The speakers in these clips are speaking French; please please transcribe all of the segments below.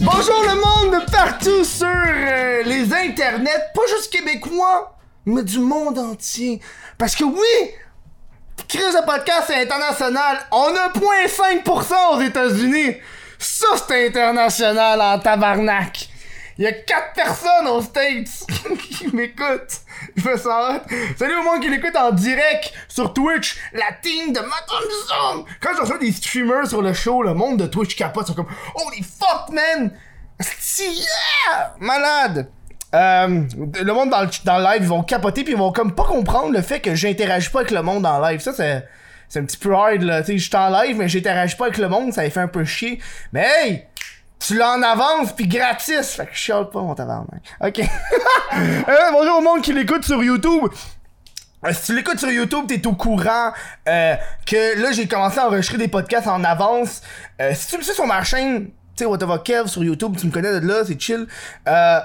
Bonjour le monde partout sur euh, les internets, pas juste québécois, mais du monde entier. Parce que oui, crise de podcast c'est international. On a 0.5% aux États-Unis. Ça c'est international en tabarnak. Il y a 4 personnes aux States qui m'écoutent. Je me sens hot. Salut au monde qui l'écoute en direct sur Twitch, la team de Matam Zone. Quand je reçois des streamers sur le show, le monde de Twitch capote, ils sont comme Holy fuck man! Asti, yeah! Malade! Euh, le monde dans le, dans le live, ils vont capoter puis ils vont comme pas comprendre le fait que j'interagis pas avec le monde en live. Ça, c'est. C'est un petit peu hard là, tu sais, je suis en live mais j'interagis pas avec le monde, ça les fait un peu chier. Mais hey! Tu l'as en avance puis gratis! Fait que je chiale pas mon tabarnak. Ok. Euh, bonjour au monde qui l'écoute sur YouTube. Euh, Si tu l'écoutes sur YouTube, t'es au courant euh, que là j'ai commencé à enregistrer des podcasts en avance. Euh, si tu me suis sur ma chaîne, tu sais, Whatever Kev sur YouTube, tu me connais de là, c'est chill. Euh,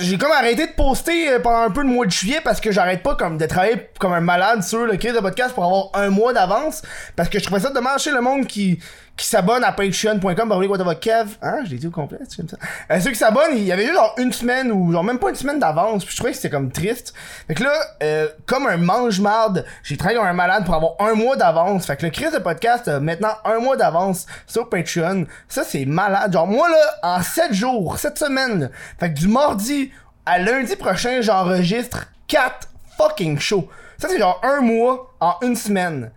j'ai comme arrêté de poster euh, pendant un peu le mois de juillet parce que j'arrête pas comme de travailler comme un malade sur le créer de podcast pour avoir un mois d'avance parce que je trouvais ça dommage chez le monde qui qui s'abonne à patreon.com par Whatever Kev hein je l'ai dit au complet tu comme ça Euh, ceux qui s'abonnent il y avait eu genre une semaine ou genre même pas une semaine d'avance puis je trouvais que c'était comme triste fait que là euh, comme un mange marde j'ai travaillé comme un malade pour avoir un mois d'avance fait que le Chris de podcast a maintenant un mois d'avance sur Patreon ça c'est malade genre moi là en 7 jours cette semaine là, fait que du mardi à lundi prochain j'enregistre 4 fucking shows ça c'est genre un mois en une semaine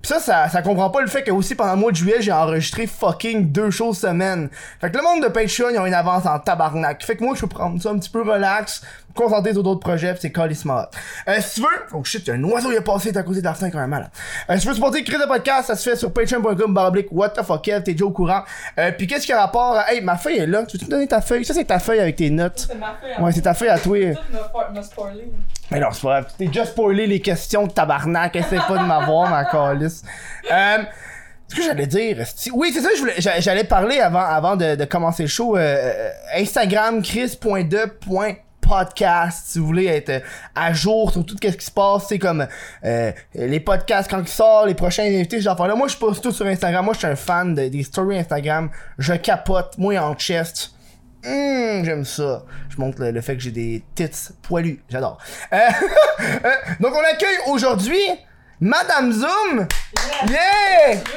Pis ça, ça, ça comprend pas le fait que aussi pendant le mois de juillet, j'ai enregistré fucking deux shows semaine. Fait que le monde de Patreon, ils ont une avance en tabarnak. Fait que moi, je peux prendre ça un petit peu relax, me concentrer sur d'autres projets, pis c'est calissement hot. Euh, si tu veux, oh shit, y a un oiseau qui est passé, t'es à côté de l'arsenal quand même mal. Euh, si tu veux supporter le Cris de podcast, ça se fait sur patreon.com, baroblique, what the fuck, Kev, t'es déjà au courant. Euh, pis qu'est-ce qu'il y a rapport à, hey, ma feuille est là, tu veux me donner ta feuille? Ça, c'est ta feuille avec tes notes. C'est ma feuille. Ouais, c'est ta feuille à toi. euh. Tout me for- me spoiler. Mais non, c'est pas grave. T'es déjà spoilé les questions de tabarnak. Essaie pas de m'avoir, ma calice. Euh, ce que j'allais dire, esti- oui, c'est ça, je voulais- j'a- j'allais parler avant, avant de, de commencer le show. euh, euh, Instagram, chris.de.podcast, si vous voulez être euh, à jour sur tout ce qui se passe. C'est comme euh, les podcasts quand ils sortent, les prochains invités, genre là. Moi, je poste tout sur Instagram. Moi, je suis un fan de- des stories Instagram. Je capote, moi, en chest. Hum, j'aime ça. Je montre le, le fait que j'ai des tits poilus. J'adore. Euh, euh, donc, on accueille aujourd'hui Madame Zoom. Yeah! Là,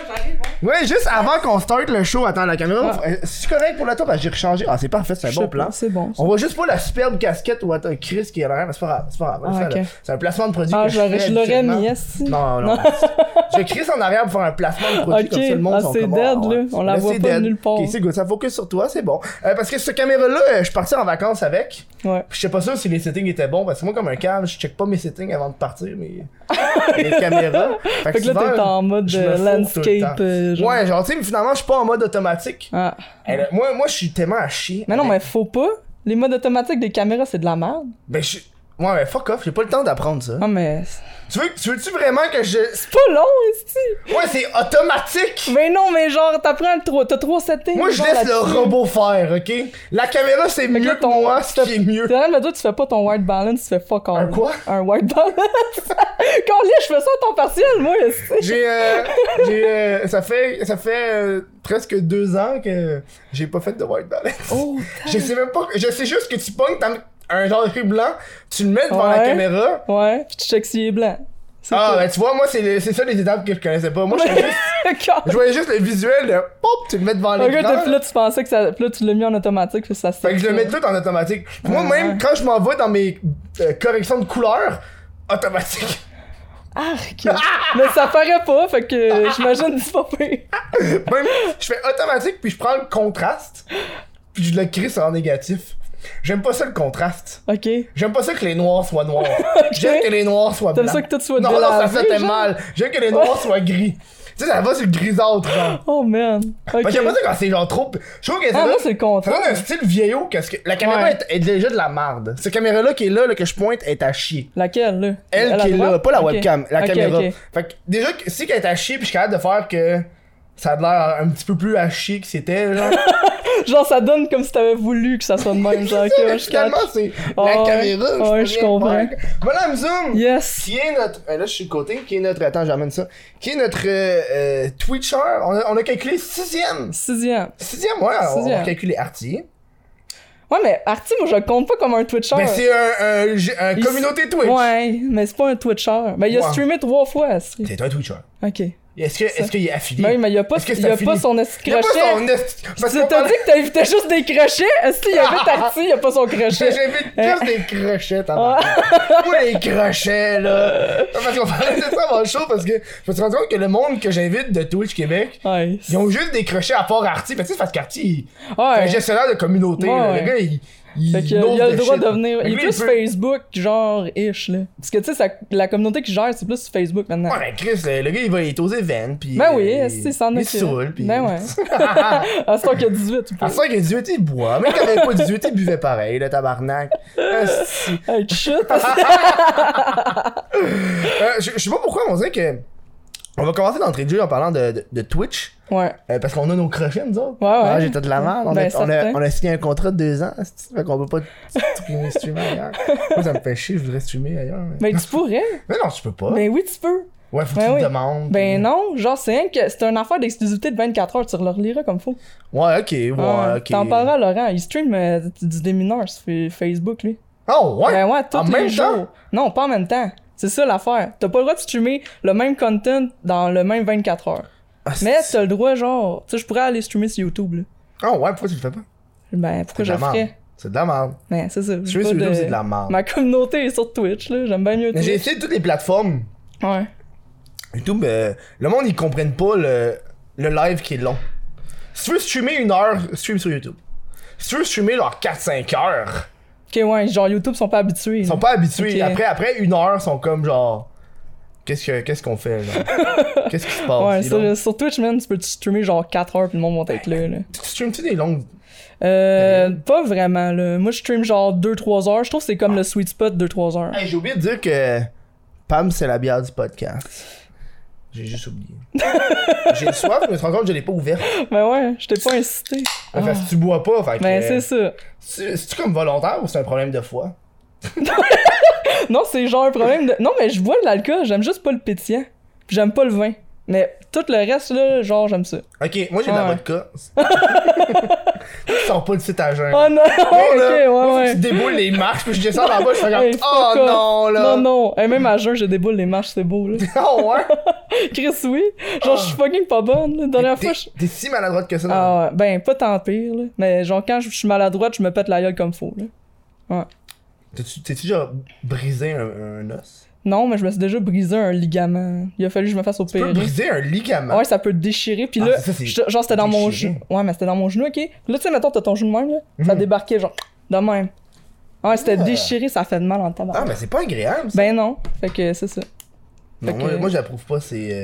j'arrive, hein. Ouais, juste avant qu'on start le show, attends, la caméra. euh, C'est correct pour la tour, parce que j'ai rechangé. Ah, c'est parfait, c'est un Ah. Je bon sais plan. pas, C'est bon. ça. On voit juste pas la superbe casquette ou attends, Chris qui est derrière, mais c'est pas grave, c'est pas grave. on le Ah, fait, là. ok. C'est un placement de produit. Ah, que je l'aurais- fais je l'aurais habituellement. mis, esti. Non, non. Non. J'ai Chris en arrière pour faire un placement de produit Ok, comme ça, le monde ah, sont c'est comme, dead, ouais. là. On la voit c'est pas nulle part. Ok, c'est good, ça focus sur toi, c'est bon. Euh, parce que cette caméra-là, euh, je suis parti en vacances avec. Ouais. Puis Je sais pas sûr si les settings étaient bons, parce que moi, comme un câble, je check pas mes settings avant de partir, mais. les caméras. Fait que là, souvent, t'es en mode je me euh, fourre tout le temps. landscape. euh, genre. Ouais, genre, tu sais, mais finalement, je suis pas en mode automatique. Ah. Eh, là, moi, moi, je suis tellement à chier. Mais non, mais faut pas. Les modes automatiques des caméras, c'est de la merde. Ben, je suis- Ouais, mais fuck off, j'ai pas le temps d'apprendre ça. Ah, mais c'est Tu veux, tu veux-tu vraiment que je. pas long, esti. Ouais, c'est automatique! Mais non, mais genre, t'apprends, le trois- t'as trois settings. Moi, je genre, laisse le là-dessus. robot faire, ok? La caméra, c'est Fait que mieux là, que ton- moi, ce qui est mieux. T'es en train de me dire, tu fais pas ton white balance, tu fais fuck all. Un quoi? Un white balance. Quand là, je fais ça à ton partiel, moi, esti. J'ai, euh, j'ai, euh, ça fait, ça fait euh, presque deux ans que j'ai pas fait de white balance. Oh, Je sais même pas, je sais juste que tu pognes ta- un genre de truc blanc, tu le mets devant la Ouais. caméra, Ouais, pis tu checks s'il est blanc. C'est Ah, tout. ben tu vois, moi, c'est le- c'est ça les étapes que je connaissais pas. Moi, je savais juste- D'accord. je voyais juste le visuel de pop, tu le mets devant Ok, l'écran. t'as- là, tu pensais que ça. pis là, tu l'as mis en automatique, puis ça se. Fait que je le mets tout en automatique. Moi-même, ouais. quand je m'en vais dans mes euh, corrections de couleurs, automatique. Arc! Ah, Mais ça paraît pas, fait que j'imagine que c'est pas pire. Même, je fais automatique, puis je prends le contraste, puis je le crée en négatif. J'aime pas ça le contraste. Ok. J'aime pas ça que les noirs soient noirs. J'aime que les noirs soient T'aimes blancs. ça que tout soit Non, non, ça délavé, fait tellement genre? mal. J'aime que les noirs soient gris. Tu sais, ça va sur le grisâtre, genre. Oh man. Ok. Fait que j'aime pas ça quand c'est genre trop. Je trouve que ça Ah, donne- moi, c'est le Ça contraire. donne un style vieillot qu'est-ce que. La caméra Ouais. est, est déjà de la marde. Cette caméra-là qui est là, là, que je pointe, est à chier. Laquelle, là Elle À la qui est là, droite? pas la Ok. webcam, la Ok, caméra. ok. Fait que déjà, si qu'elle est à chier, puis je suis capable de faire que. Ça a l'air un petit peu plus haché que c'était, genre. Genre, ça donne comme si t'avais voulu que ça soit de même. Genre, Ça, que je Finalement, catch. c'est Ah la ouais. caméra. Ah ouais, peux je rien comprends. faire. Madame Zoom, Yes. qui est notre. euh, Là, je suis de côté. Qui est notre. Attends, j'amène ça. Qui est notre euh, euh, Twitcher on a, on a calculé sixième. Sixième. Sixième, ouais. on- On Sixième. a calculé Artie. Ouais, mais Artie, moi, je le compte pas comme un Twitcher. Ben, c'est un, un, j- un Il- communauté Twitch. Ouais, mais c'est pas un Twitcher. Mais il a Ouais. streamé trois fois, Artie. C'est un Twitcher. Ok. Est-ce que- est-ce qu'il est, affilié? Mais oui, mais il a pas, Est-ce que ça il a pas finit? son esti Il y a pas crochet. son esti- Parce Tu qu'on t'as parlait- dit que t'invitais juste des crochets? Est-ce qu'il y avait Artie, il y a pas son crochet? J'invite juste des crochets, t'as Moi, les crochets, là. Parce qu'on parlait de ça avant le show, parce que je me suis rendu compte que le monde que j'invite de Twitch Québec, Ouais. ils ont juste des crochets à part Artie. Mais tu sais, parce qu'Artie, il est un Ouais. gestionnaire de communauté. Ouais, là. ouais. Le gars, il. Fait que, nose il a le de droit shit. de venir. Fait que Il est lui, plus peut- Facebook, genre, ish, là. Parce que, tu sais, ça- la communauté qui gère, c'est plus Facebook maintenant. Ouais, ben Chris, le, le gars, il va être aux events, pis. Ben oui, euh, c'est ça en Il occupe. saoule, pis. Ben ouais. À ce temps qu'il y a 18, tu peux. À 5 et 18, il boit. Même quand il avait pas 18, il buvait pareil, le tabarnak. Asti. Hey, shit. Euh, je je sais pas pourquoi on dirait que. On va commencer l'entrée de jeu en parlant de, de- de Twitch. Ouais. euh, parce qu'on a nos crochets, nous autres. Ouais, ouais. Ah, J'étais de la merde. On, Ben, a, on, a, certain. on a signé un contrat de deux ans. c'est- Fait qu'on peut pas streamer, streamer ailleurs. Moi, ça me fait chier, je voudrais streamer ailleurs. Mais, Ben, tu pourrais. Mais non, tu peux pas. Ben oui, tu peux. Ouais, faut que Ben tu oui. le demandes. Ben non, genre, c'est rien que. C'est une affaire d'exclusivité de 24 heures, tu leur liras comme faut. Ouais, ok, ouais, Ouais, ok. Ah, T'en parleras à Laurent, il stream euh, du démineur sur fa- Facebook, lui. Oh, ouais. Ben ouais, tous En les même jours. temps? Non, pas en même temps. C'est ça l'affaire. T'as pas le droit de streamer le même content dans le même 24 heures. Ah, c'est- Mais t'as le droit, genre. Tu sais, je pourrais aller streamer sur YouTube, là. Oh, ouais, pourquoi tu le fais pas Ben, C'est pourquoi de je le la merde. ferais? C'est de la merde. Ben, c'est ça. j'ai Streamer pas sur YouTube, de- c'est de la merde. Ma communauté est sur Twitch, là. J'aime bien mieux Mais J'ai Twitch. essayé toutes les plateformes. Ouais. YouTube, euh, le monde, ils comprennent pas le, le live qui est long. Si tu veux streamer une heure, stream sur YouTube. Si tu veux streamer genre 4-5 heures, Ok, ouais, genre YouTube sont pas habitués. ils sont pas habitués. Ok. Après, après une heure, ils sont comme genre. Qu'est-ce que- qu'est-ce qu'on fait, genre Qu'est-ce qui se passe Ouais, C'est sur, long. sur Twitch, man, tu peux streamer genre 4 heures puis le monde va être là, là. Tu streames-tu des longues Euh, pas vraiment, là. Moi, je stream genre 2-3 heures. Je trouve que c'est comme le sweet spot 2-3 heures. Hey, J'ai oublié de dire que Pam, c'est la bière du podcast. J'ai juste oublié. J'ai le soif, mais je me rends compte que je l'ai pas ouvert. Ben ouais, je t'ai pas incité. Fait que si tu bois pas, fait que. Ah. Ben, c'est ça. c'est- C'est-tu comme volontaire ou c'est un problème de foi Non, c'est genre un problème de. Non, mais je bois de l'alcool, j'aime juste pas le pétillant. Puis j'aime pas le vin. Mais tout le reste, là, genre, j'aime ça. Ok, moi j'ai de la Ouais. vodka. Ils sont pas de site à jeun. Oh non! Moi, là, moi, faut que ok, ouais, Tu ouais. déboules les marches, puis je descends là-bas, je fais comme. Hey, fuck oh off. non, là. Non, non. Et même à jeun, j'ai des boules, les marches, c'est beau, là. oh ouais. Chris, oui. Genre, je suis fucking pas bonne, là. Dernière T'es- fois, je. T'es si maladroite que ça. non? Ah, ouais. ben, pas tant pire, là. Mais genre, quand je suis maladroite, je me pète la gueule comme faux, là. T'as-tu- T'es-tu genre brisé un, un os Non, mais je me suis déjà brisé un ligament. Il a fallu que je me fasse Tu opérer. peux briser un ligament. Ouais, ça peut te déchirer. Puis Ah, là, c'est ça, c'est j'étais- genre, c'était dans mon genou. déchiré. Ouais, mais c'était dans mon genou, ok? Puis Là, tu sais, mettons, t'as ton genou de même, là. Ça Mhm. débarquait, genre, de même. Ouais, c'était Ah. déchiré, ça fait de mal en tabac. Ah, mais c'est pas agréable. ça. Ben non. Fait que c'est ça. Non, fait moi, que- moi, j'approuve pas ces, euh,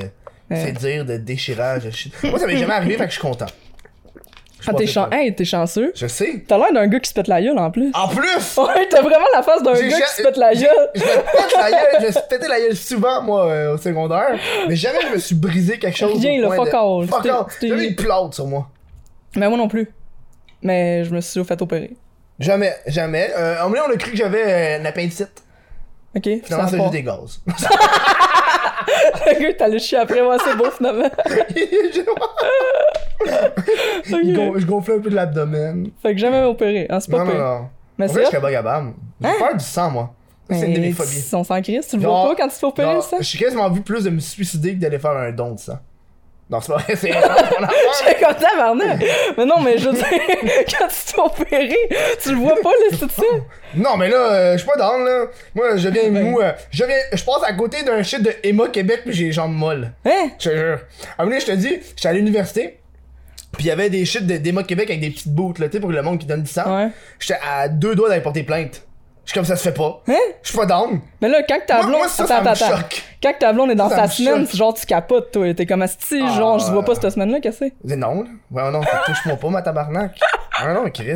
Euh. ces dires de déchirage. de shit. moi, ça m'est jamais arrivé, fait que je suis content. Je suis Ah, pas t'es fait chan- peur. hey, t'es chanceux. Je sais. T'as l'air d'un gars qui se pète la gueule en plus. En plus, Ouais, t'as vraiment la face d'un J'ai gars ja- qui se pète la gueule. je me pète la gueule, je me suis pété la gueule souvent, moi, euh, au secondaire. Mais jamais je me suis brisé quelque chose. Rien, au là, point fuck de- all. Fuck C'était- all. c'était- J'ai jamais eu de plâtre sur moi. Mais moi non plus. Mais je me suis fait opérer. Jamais, jamais. Euh, en vrai, on a cru que j'avais euh, une appendicite. Ok? Finalement, ça c'est juste part. des gaz. Le gars, t'as le chier après, ouais, c'est beau finalement. je, Ok. gon- je gonflais un peu de l'abdomen. Fait que jamais opéré. Ah, c'est Non, pas non, pire. non. Mais En c'est vrai, je suis hot. bagabam. J'ai peur du sang, moi. Ça, C'est une de mes Mais phobies. On s'en crisse, tu le Genre- vois pas quand tu te fais opérer, Genre, ça? J'ai quasiment vu plus de me suicider que d'aller faire un don de sang. Non, c'est pas vrai, c'est mon affaire. J'étais content, Barney! Mais non, mais je veux dire, quand tu t'es opéré, tu le vois pas, le tout ça? Non, mais là, euh, je suis pas down, là. Moi, je viens Ben. mou. euh, je viens, je passe à côté d'un shit de Emma Québec, puis j'ai les jambes molles. Hein? Je te jure. À un moment donné, je te dis, j'étais à l'université, puis il y avait des shit de d'Emma Québec avec des petites boots, là, tu sais, pour le monde qui donne du sang. Ouais. J'étais à deux doigts d'aller porter plainte. Je suis comme ça se fait pas. Hein? Je suis pas down. Mais là, quand que ta Moi- blonde. moi, ça, ça me choque. Quand que ta blonde est dans Ça, ça sa me semaine, choque. c'est genre, tu capotes, toi. T'es comme asti, Ah, genre, je vois pas ouais. cette semaine-là, qu'est-ce que c'est? Je dis non, là. Ouais, non, touche-moi pas, ma tabarnak. Ah non, Chris.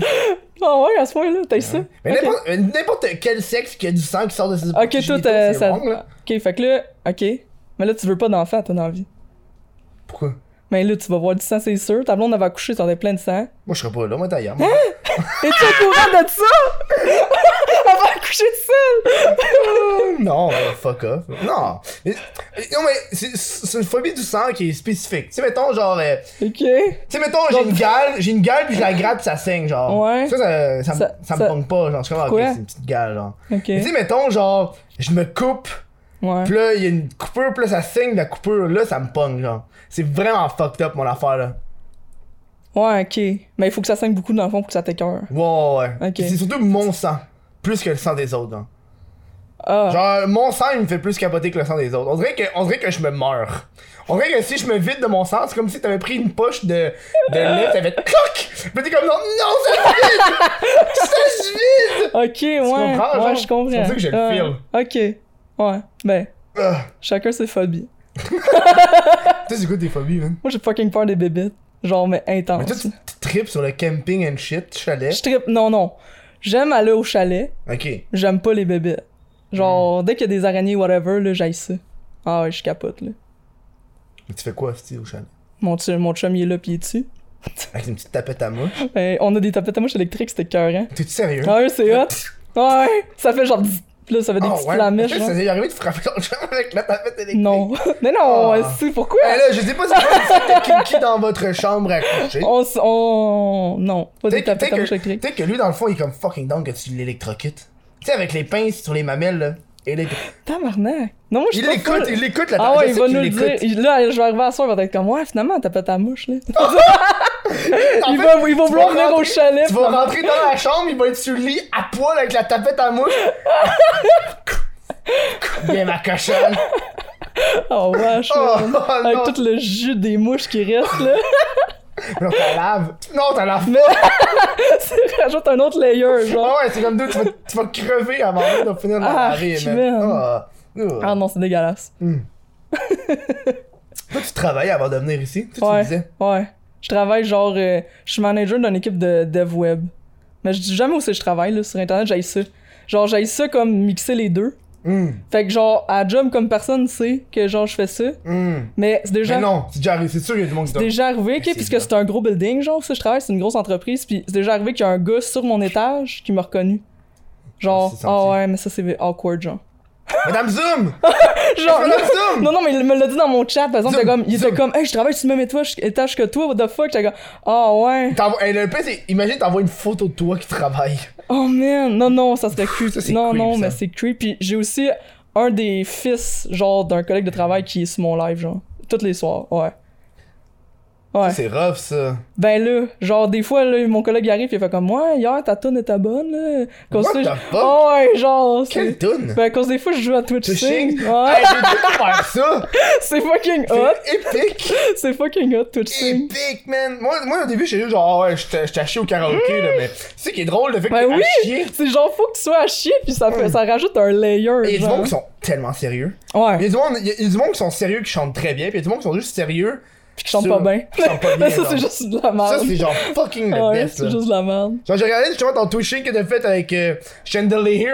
Ah ouais, à ce point-là, t'as eu ça? Mais Ok. n'importe- euh, n'importe quel sexe qui a du sang qui sort de ses Ok, toi, génitaux, t'as. c'est ça- wrong, là. Ok, fait que là, ok. Mais là, tu veux pas d'enfant, toi, dans la vie. Pourquoi? Mais là, tu vas voir du sang, c'est sûr. Ta blonde, elle va coucher, ça aurait plein de sang. Moi, je serais pas là, moi, d'ailleurs. moi. Es-tu au courant de ça? elle va coucher seule! non, euh, fuck off. Non. Mais- non, mais c'est- c'est une phobie du sang qui est spécifique. Tu sais, mettons, genre. euh, Ok. Tu sais, mettons, j'ai une gale, j'ai une gale, puis je la gratte, ça saigne, genre. Ouais. Ça, ça, ça, me- Ça- ça me ça- pogne pas, genre. Je suis comme, ah, ok, Quoi? c'est une petite gale, genre. Ok. Mais Tu sais, mettons, genre, je me coupe, Ouais. puis là, il y a une coupure, puis là, ça saigne de la coupure, là, ça me pogne, genre. C'est vraiment fucked up, mon affaire, là. Ouais, ok. Mais il faut que ça saigne beaucoup dans le fond pour que ça t'écœure. Ouais, ouais, ouais. Ok. Puis C'est surtout mon sang, plus que le sang des autres, genre. Ah. Genre, mon sang, il me fait plus capoter que le sang des autres. On dirait que, on dirait que je me meurs. On dirait que si je me vide de mon sang, c'est comme si t'avais pris une poche de, de lait, t'avais cloc! Puis t'es comme, non, non, ça se vide! ça se vide! Ok, ouais. comprends, genre? ouais, je comprends. C'est pour ça que je le Ah. filme. Ok. Ouais. Ben, Ah. chacun ses phobies. Toi, c'est quoi tes phobies, man? Moi, j'ai fucking peur des bébites. Genre, mais intense. Mais toi, tu tu tripes sur le camping and shit, chalet. Je trippe. Non, non. J'aime aller au chalet. Ok. J'aime pas les bébites. Genre, dès qu'il y a des araignées, whatever, là, j'aille ça. Ah ouais, je capote, là. Mais tu fais quoi, style, au chalet? Mon, ch- mon chum, il est là, pis il est dessus. Avec une petite tapette à mouche. Ben, on a des tapettes à mouche électriques, c'était cœur, hein. T'es-tu sérieux? Ah ouais, c'est hot. Ouais, ça fait genre. bzz, pis Là, ça fait des petites flamèches. Oh, Ah Ça genre. t'est arrivé de frapper ton chum avec la tapette électrique? Non. Mais non, Ah. c'est pourquoi? Eh là, je sais pas si c'est kinky dans votre chambre à coucher. On, s- on... Non, pas des Peut-être tapettes à mouche que, électriques. peut-être que lui, dans le fond, il est comme fucking down que tu l'électrocutes. Tu sais, avec les pinces sur les mamelles, là. Et les- Tabarnak. Non, moi, je Il suis pas l'écoute, full- il l'écoute, la Ah tapette, ouais, je il sais va qu'il nous le dire. l'écoute. Il- Là, je vais arriver à soir, il va être comme, ouais, finalement, t'as pété à mouche, là. En il fait, va, il va tu vouloir vas venir au rentrer- chalet. Tu vas rentrer dans la chambre, il va être sur le lit à poil avec la tapette à mouche. Bien ma cochonne. Oh, wesh, Oh, là. oh, Avec non. tout le jus des mouches qui reste, là. Non, t'as lave. Non, t'as lave. tu rajoutes un autre layer, genre. Ah ouais, c'est comme deux, tu vas, tu vas crever avant même de finir de la Ah, laver, je man. m'aime. Ah, ah. Ah non, c'est dégueulasse. Toi, tu travaillais avant de venir ici. Toi, tu Ouais. disais. Ouais. Je travaille, genre, euh, je suis manager d'une équipe de dev web. Mais je dis jamais où c'est que je travaille, là. Sur Internet, j'aille ça. Genre, j'aille ça comme mixer les deux. Hum, Fait que, genre, à job, comme personne sait que, genre, je fais ça. hum. Mais c'est déjà. Mais non, c'est déjà arrivé. C'est sûr qu'il y a du monde qui dort. déjà arrivé, c'est que, puisque c'est un gros building, genre, où ça, je travaille, c'est une grosse entreprise, puis c'est déjà arrivé qu'il y a un gars sur mon étage qui m'a reconnu. Genre, C'est senti. ah ouais, mais ça c'est awkward, genre. Madame Zoom! Genre, Madame Zoom! non, non, mais il me l'a dit dans mon chat, par exemple, Zoom, t'es comme, il était zoom. comme, hey, je travaille sur le même étage, étage que toi, what the fuck? J'étais comme, ah ouais, T'envoies- hey, le pire, c'est. Imagine, t'envoies une photo de toi qui travaille. oh man, non, non, ça serait creep. Ça, c'est non, creep, non, ça. mais c'est creep. Puis j'ai aussi un des fils, genre, d'un collègue de travail qui est sur mon live, genre, tous les soirs, ouais. Ouais. C'est rough, ça. Ben là, genre des fois là, mon collègue il arrive il fait comme ouais hier ta tune était bonne là. Qu'on What se- the fuck? Oh ouais genre Quelle c'est. toune? Ben à cause des fois je joue à Twitch Touching? Sing. Hey, Ouais, j'ai dû faire ça! c'est fucking hot, C'est épique! c'est fucking hot Twitch Sing. Épique, man! Moi, moi, au début, j'étais juste genre, ah ouais, j'étais j'étais à chier au karaoké, là, mais. Tu sais, qui est drôle, le fait que Ben t'es à oui, chier. c'est genre faut que tu sois à chier puis ça fait, ça rajoute un layer. Il y a du genre. monde qui sont tellement sérieux. Il y, Ouais, a du monde, il y a- il y a du monde qui sont sérieux qui chantent très bien, puis il y a du monde qui sont juste sérieux. puis qui chantent sur- pas bien. qui chantent pas bien, Mais ça c'est genre. juste de la Ça, c'est merde. genre fucking le Ouais, best. c'est là. juste de la merde. Genre, j'ai regardé justement ton twitching que t'as fait avec euh, Chandelier.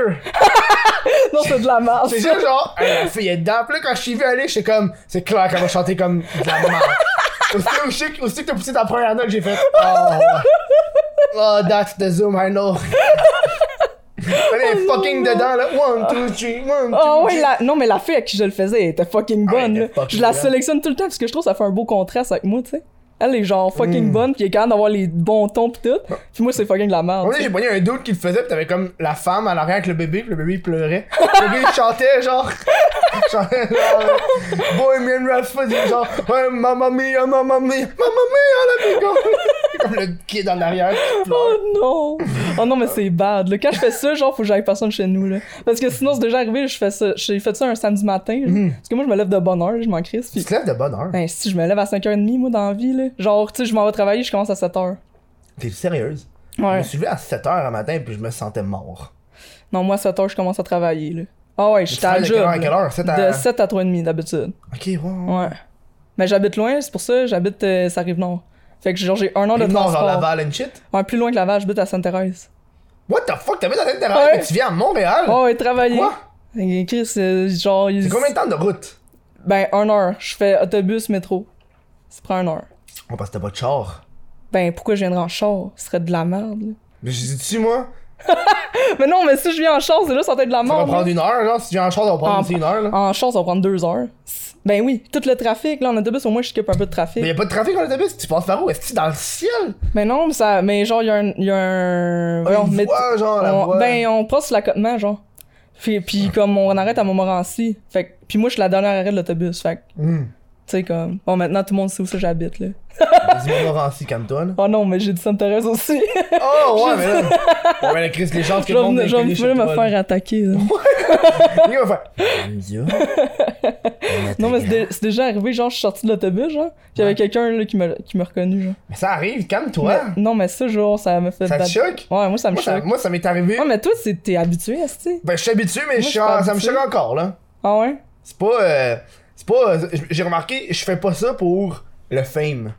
Non, c'est de la merde. C'est juste genre, hey, la fille est dedans. Puis là, quand je suis vu aller, j'étais comme, c'est clair qu'elle va chanter comme de la merde. Aussitôt, aussitôt- aussitôt que t'as poussé ta première note, j'ai fait, oh, oh, that's the zoom, I know. Elle est fucking dedans, là. One, two, three, one, two, Ah ouais, three. la... non mais la fille à qui je le faisais elle était fucking Ah, elle bonne. était là. fucking je la bonne. sélectionne tout le temps parce que je trouve que ça fait un beau contraste avec moi, tu sais. Elle est genre fucking Mm. bonne, puis elle est capable d'avoir les bons tons pis tout. Ah. Puis moi c'est fucking de la merde. Un moment donné, j'ai pogné un doute qui le faisait, pis t'avais comme la femme à l'arrière avec le bébé, pis le bébé il pleurait. Le bébé il chantait genre. il chantait genre. euh, Bohemian Rhapsody, genre. Ouais, mamma mia, mamma mia, mamma mia, la bigo! comme le kid en arrière qui pleure. Oh non! Oh non, mais c'est bad. Là. Quand je fais ça, genre, faut que j'aille personne chez nous. Là. Parce que sinon, c'est déjà arrivé, je fais ça. J'ai fait ça un samedi matin. là. Mm. Parce que moi, je me lève de bonne heure, je m'en crisse. Tu Puis, te lèves de bonne heure. ben, si je me lève à 5h30, moi, dans la vie, là. genre, tu sais, je m'en vais travailler, je commence à 7h. T'es sérieuse? Je Ouais. me suis levé à 7h le matin, pis je me sentais mort. Non, moi, à 7h, je commence à travailler. Là. Ah ouais, je Tu suis à travailles la de job. quelle heure à quelle là. heure? 7 à. De 7 à 3h30 d'habitude. Ok, ouais. ouais. Ouais. Mais j'habite loin, c'est pour ça, j'habite, euh, ça arrive nord. Fait que genre, j'ai un an de Non, genre transport. Laval and shit. Ouais, plus loin que Laval, j'habite à Sainte-Thérèse. What the fuck, t'avais dans la tête de Ouais. mais tu viens à Montréal? Oh, et travailler. Quoi? Et Chris, euh, genre. C'est combien de temps de route? Ben, un heure. Je fais autobus, métro. Ça prend une heure. On passe Oh, t'as pas de char. Ben, pourquoi je viendrais en char? Ce serait de la merde, là. Mais je dis tu moi? Mais non, mais si je viens en char, c'est là, ça va être de la Ça va merde. là. prendre une heure, là. Si tu viens en char, ça va prendre Ah, aussi une heure, là. En char, ça va prendre deux heures. Ben oui, tout le trafic, là, en autobus, au moins, je skip un peu de trafic. Mais Mais, y'a pas de trafic en autobus, tu passes par où? Est-ce que dans le ciel? non, mais ça, mais genre, il y a un. il Y a un... voyons, une mais- voie, genre, la on- voie. ben, on passe sur l'accotement, genre. Puis, puis comme on arrête à Montmorency. Fait que- puis moi, je suis la dernière arrêt de l'autobus. Fait que, Hum. tu sais, comme. Bon, maintenant, tout le monde sait où ça j'habite, là. Dis-moi Morancy, calme-toi, là. Oh non, mais j'ai dit Sainte-Thérèse aussi. Oh, ouais, mais là. Ouais, mais la crise, les chances que je le vais monde venir- ait je vais collé chez venir me toi, faire attaquer, là. là. Il va faire. Amzia. Non, mais c'est dé- c'est déjà arrivé, genre, je suis sorti de l'autobus, genre. Puis il y avait quelqu'un, là, qui m'a qui m'a reconnu, genre. Mais ça arrive, calme-toi. Mais- non, mais ça, genre, ça m'a fait Ça te bad- choque? Ouais, moi, ça me Moi, ça, choque. moi, ça m'est arrivé. Ouais, mais toi, c'est- t'es habitué à ça, tu sais. Ben, je suis habitué, mais je suis je suis en- pas ça me habitué. choque encore, là. Ah ouais? C'est pas. euh, c'est pas. euh, j- J'ai remarqué, je fais pas ça pour le fame.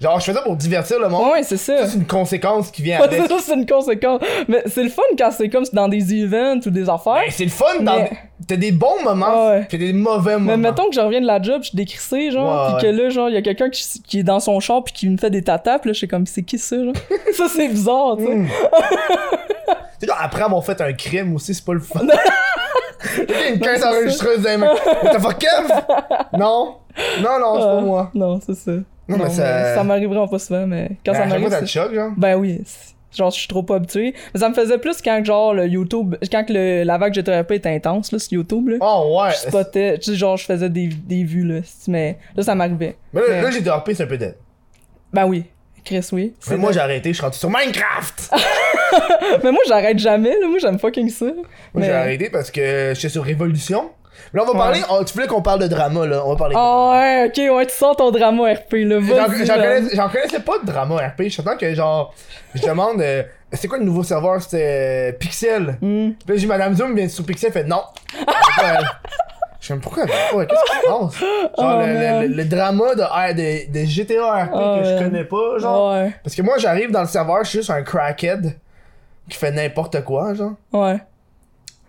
Genre, je fais ça pour divertir le monde. Ah Ouais, c'est ça. Ça, c'est une conséquence qui vient Ouais, avec. ça, c'est une conséquence. Mais c'est le fun quand c'est comme dans des events ou des affaires. Ben, c'est le fun. dans- Mais- T'as des bons moments, Ouais. pis des mauvais Mais moments. mettons que je reviens de la job, je suis décrissé, genre, Ouais, pis que là, genre, il y a quelqu'un qui, qui est dans son char pis qui me fait des tatas, pis là, je suis comme, c'est qui ça, genre? ça, c'est bizarre, tu sais. Mm. Tu sais, genre, après avoir fait un crime aussi, c'est pas le fun. une caisse ça. enregistreuse dans les mains. What the fuck, Kev? Non. Non, non, c'est Ah, pas moi. Non, c'est ça. mais mais ça- ça m'arrivera pas souvent, mais quand Ben, ça à chaque fois, m'arrive, ça te c'est- choque, genre. Ben oui, c'est- genre je suis trop pas habitué. Mais ça me faisait plus quand genre le YouTube, quand que le, la vague GTRP était intense là, sur YouTube là. Oh, ouais. je spottais, tu sais, genre je faisais des, des vues là, si- mais là ça m'arrivait. Mais là, Mais- là, j'ai dérapé, c'est un peu dead. Ben oui, Chris oui. Mais C'est- Ah, moi, j'ai arrêté, je suis rendu sur Minecraft! mais moi j'arrête jamais là, moi j'aime fucking ça. Moi, j'ai mais... arrêté parce que j'étais sur Révolution. Mais là, on va parler. oh, tu voulais qu'on parle de drama, là. On va parler. de Ah ouais, ok, ouais, tu sens ton drama RP là, J'en vas-y. j'en là. connaissais, j'en connaissais pas de drama RP. J'attends que, genre, je demande, euh, c'est quoi le nouveau serveur C'était euh, Pixel. Hmm. Puis là, j'ai dit, Madame Zoom vient sur Pixel, elle fait non. Fait que, euh, Je sais même pourquoi, elle fait pas, qu'est-ce qui se passe? Genre, Oh, le, le- man. le- le drama de, ah, de, de GTA RP Oh, que je man. connais pas, genre. Ouais, Parce que moi, j'arrive dans le serveur, je suis juste un crackhead qui fait n'importe quoi, genre. ouais.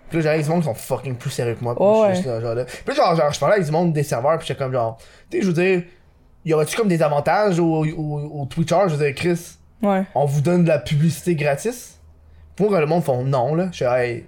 Puis là, j'arrive avec du monde qui sont fucking plus sérieux que moi. Puis Ouais, je suis juste là, genre là. Puis là, genre, genre, je parlais avec du monde des serveurs, puis j'étais comme genre, tu sais, je veux dire, y aurait-tu comme des avantages aux au, au, au Twitchers? Je veux dire, Chris, Ouais. on vous donne de la publicité gratis? Pour que le monde font non, là. Je suis, hey.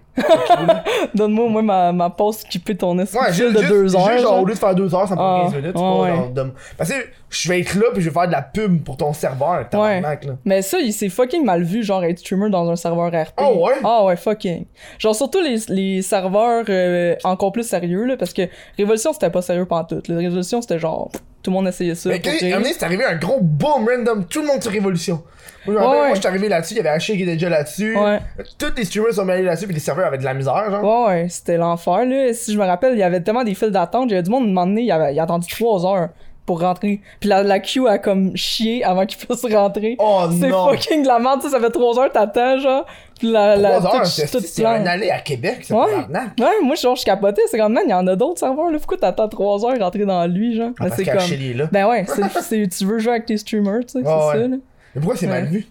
Donne-moi au moins ma, ma pause skipper ton esprit Ouais, juste, de juste- deux juste, heures. genre, genre. au lieu de faire deux heures, ça me prend Ah, 15 minutes. ouais, pas, ouais. genre, de- Parce que je vais être là, puis je vais faire de la pub pour ton serveur, tabarnak, là. Mais ça, il s'est fucking mal vu, genre, être streamer dans un serveur RP. Oh ouais? Ah ouais, fucking. Genre, surtout les, les serveurs euh, encore plus sérieux, là, parce que Révolution, c'était pas sérieux pantoute. La Révolution, c'était genre, pff, tout le monde essayait ça. Mais pour quand il- un rire. moment donné, c'est arrivé un gros boom random, tout le monde sur Révolution. Moi, je me rappelle, Ouais. moi, j'étais arrivé là-dessus, il y avait Haché qui était déjà là-dessus. Ouais. Tous les streamers sont allés là-dessus, puis les serveurs avaient de la misère, genre. Ouais, ouais, c'était l'enfer, là. Si je me rappelle, il y avait tellement des files d'attente, il y avait du monde, un moment donné, il y avait, il a attendu trois heures pour rentrer. Puis la, la queue a comme chié avant qu'il puisse rentrer. Oh C'est non! fucking de la merde, ça, ça fait trois heures t'attends, genre. Puis la, la, Trois toute- heures, c'est toute c'est plante. un aller à Québec, c'est Ouais. tabarnak. Ouais, moi, genre, je capotais. C'est comme, man, il y en a d'autres serveurs, là. Pourquoi t'attends 3 heures rentrer dans lui, genre? Ah, Mais parce c'est qu'Haché, comme. il est là. Ben ouais, c'est, c'est- tu veux jouer avec tes streamers, tu sais, c'est Ouais, ouais. ça, là. Mais pourquoi c'est mal Ouais. vu?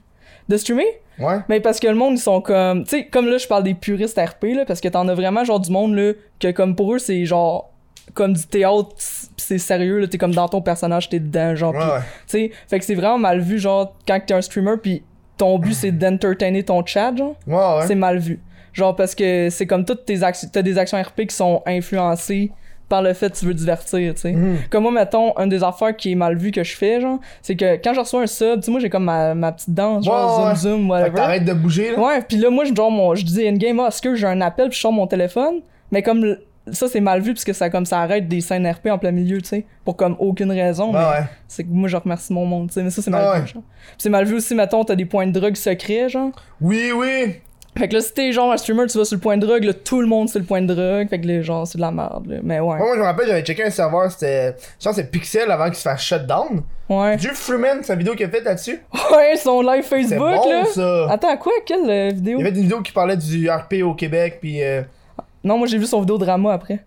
De streamer? Ouais. Mais parce que le monde, ils sont comme. Tu sais, comme là, je parle des puristes RP, là, parce que t'en as vraiment, genre, du monde, là, que comme pour eux, c'est genre. Comme du théâtre, pis c'est sérieux, là. T'es comme dans ton personnage, t'es dedans, genre. Ouais, pis- ouais. Tu sais, fait que c'est vraiment mal vu, genre, quand t'es un streamer, pis ton but, c'est d'entertainer ton chat, genre. Ouais, ouais. c'est mal vu. Genre parce que c'est comme toutes tes actions, t'as des actions RP qui sont influencées par le fait que tu veux divertir, tu sais. Mhm. Comme moi, mettons, une des affaires qui est mal vue que je fais, genre, c'est que quand je reçois un sub, tu sais, moi j'ai comme ma, ma petite danse, genre Ouais, ouais. zoom zoom, Fait que whatever. t'arrêtes de bouger, là. Ouais, puis là, moi, je, genre, mon, je dis in-game, ah, est-ce que j'ai un appel, puis je sors mon téléphone, mais comme le- ça, c'est mal vu, parce que ça, comme, ça arrête des scènes RP en plein milieu, tu sais, pour comme aucune raison. Ouais, mais- ouais. c'est que moi, je remercie mon monde, tu sais, mais ça, c'est mal Ah ouais. vu, genre. Puis c'est mal vu aussi, mettons, t'as des points de drogue secrets, genre. Oui, oui. Fait que là, si t'es genre un streamer, tu vas sur le point de drogue, là, tout le monde sur le point de drogue. Fait que là, genre, c'est de la merde, là. Mais Moi, ouais. moi, je me rappelle, j'avais checké un serveur, c'était. Je pense que c'est Pixel avant qu'il se fasse shutdown. Ouais. Dieu Freeman, sa vidéo qu'il a faite là-dessus. Ouais, son live C'est Facebook, bon, là. ça. Attends, quoi? Quelle euh, vidéo? Il y avait une vidéo qui parlait du RP au Québec, puis euh, Non, moi, j'ai vu son vidéo drama après.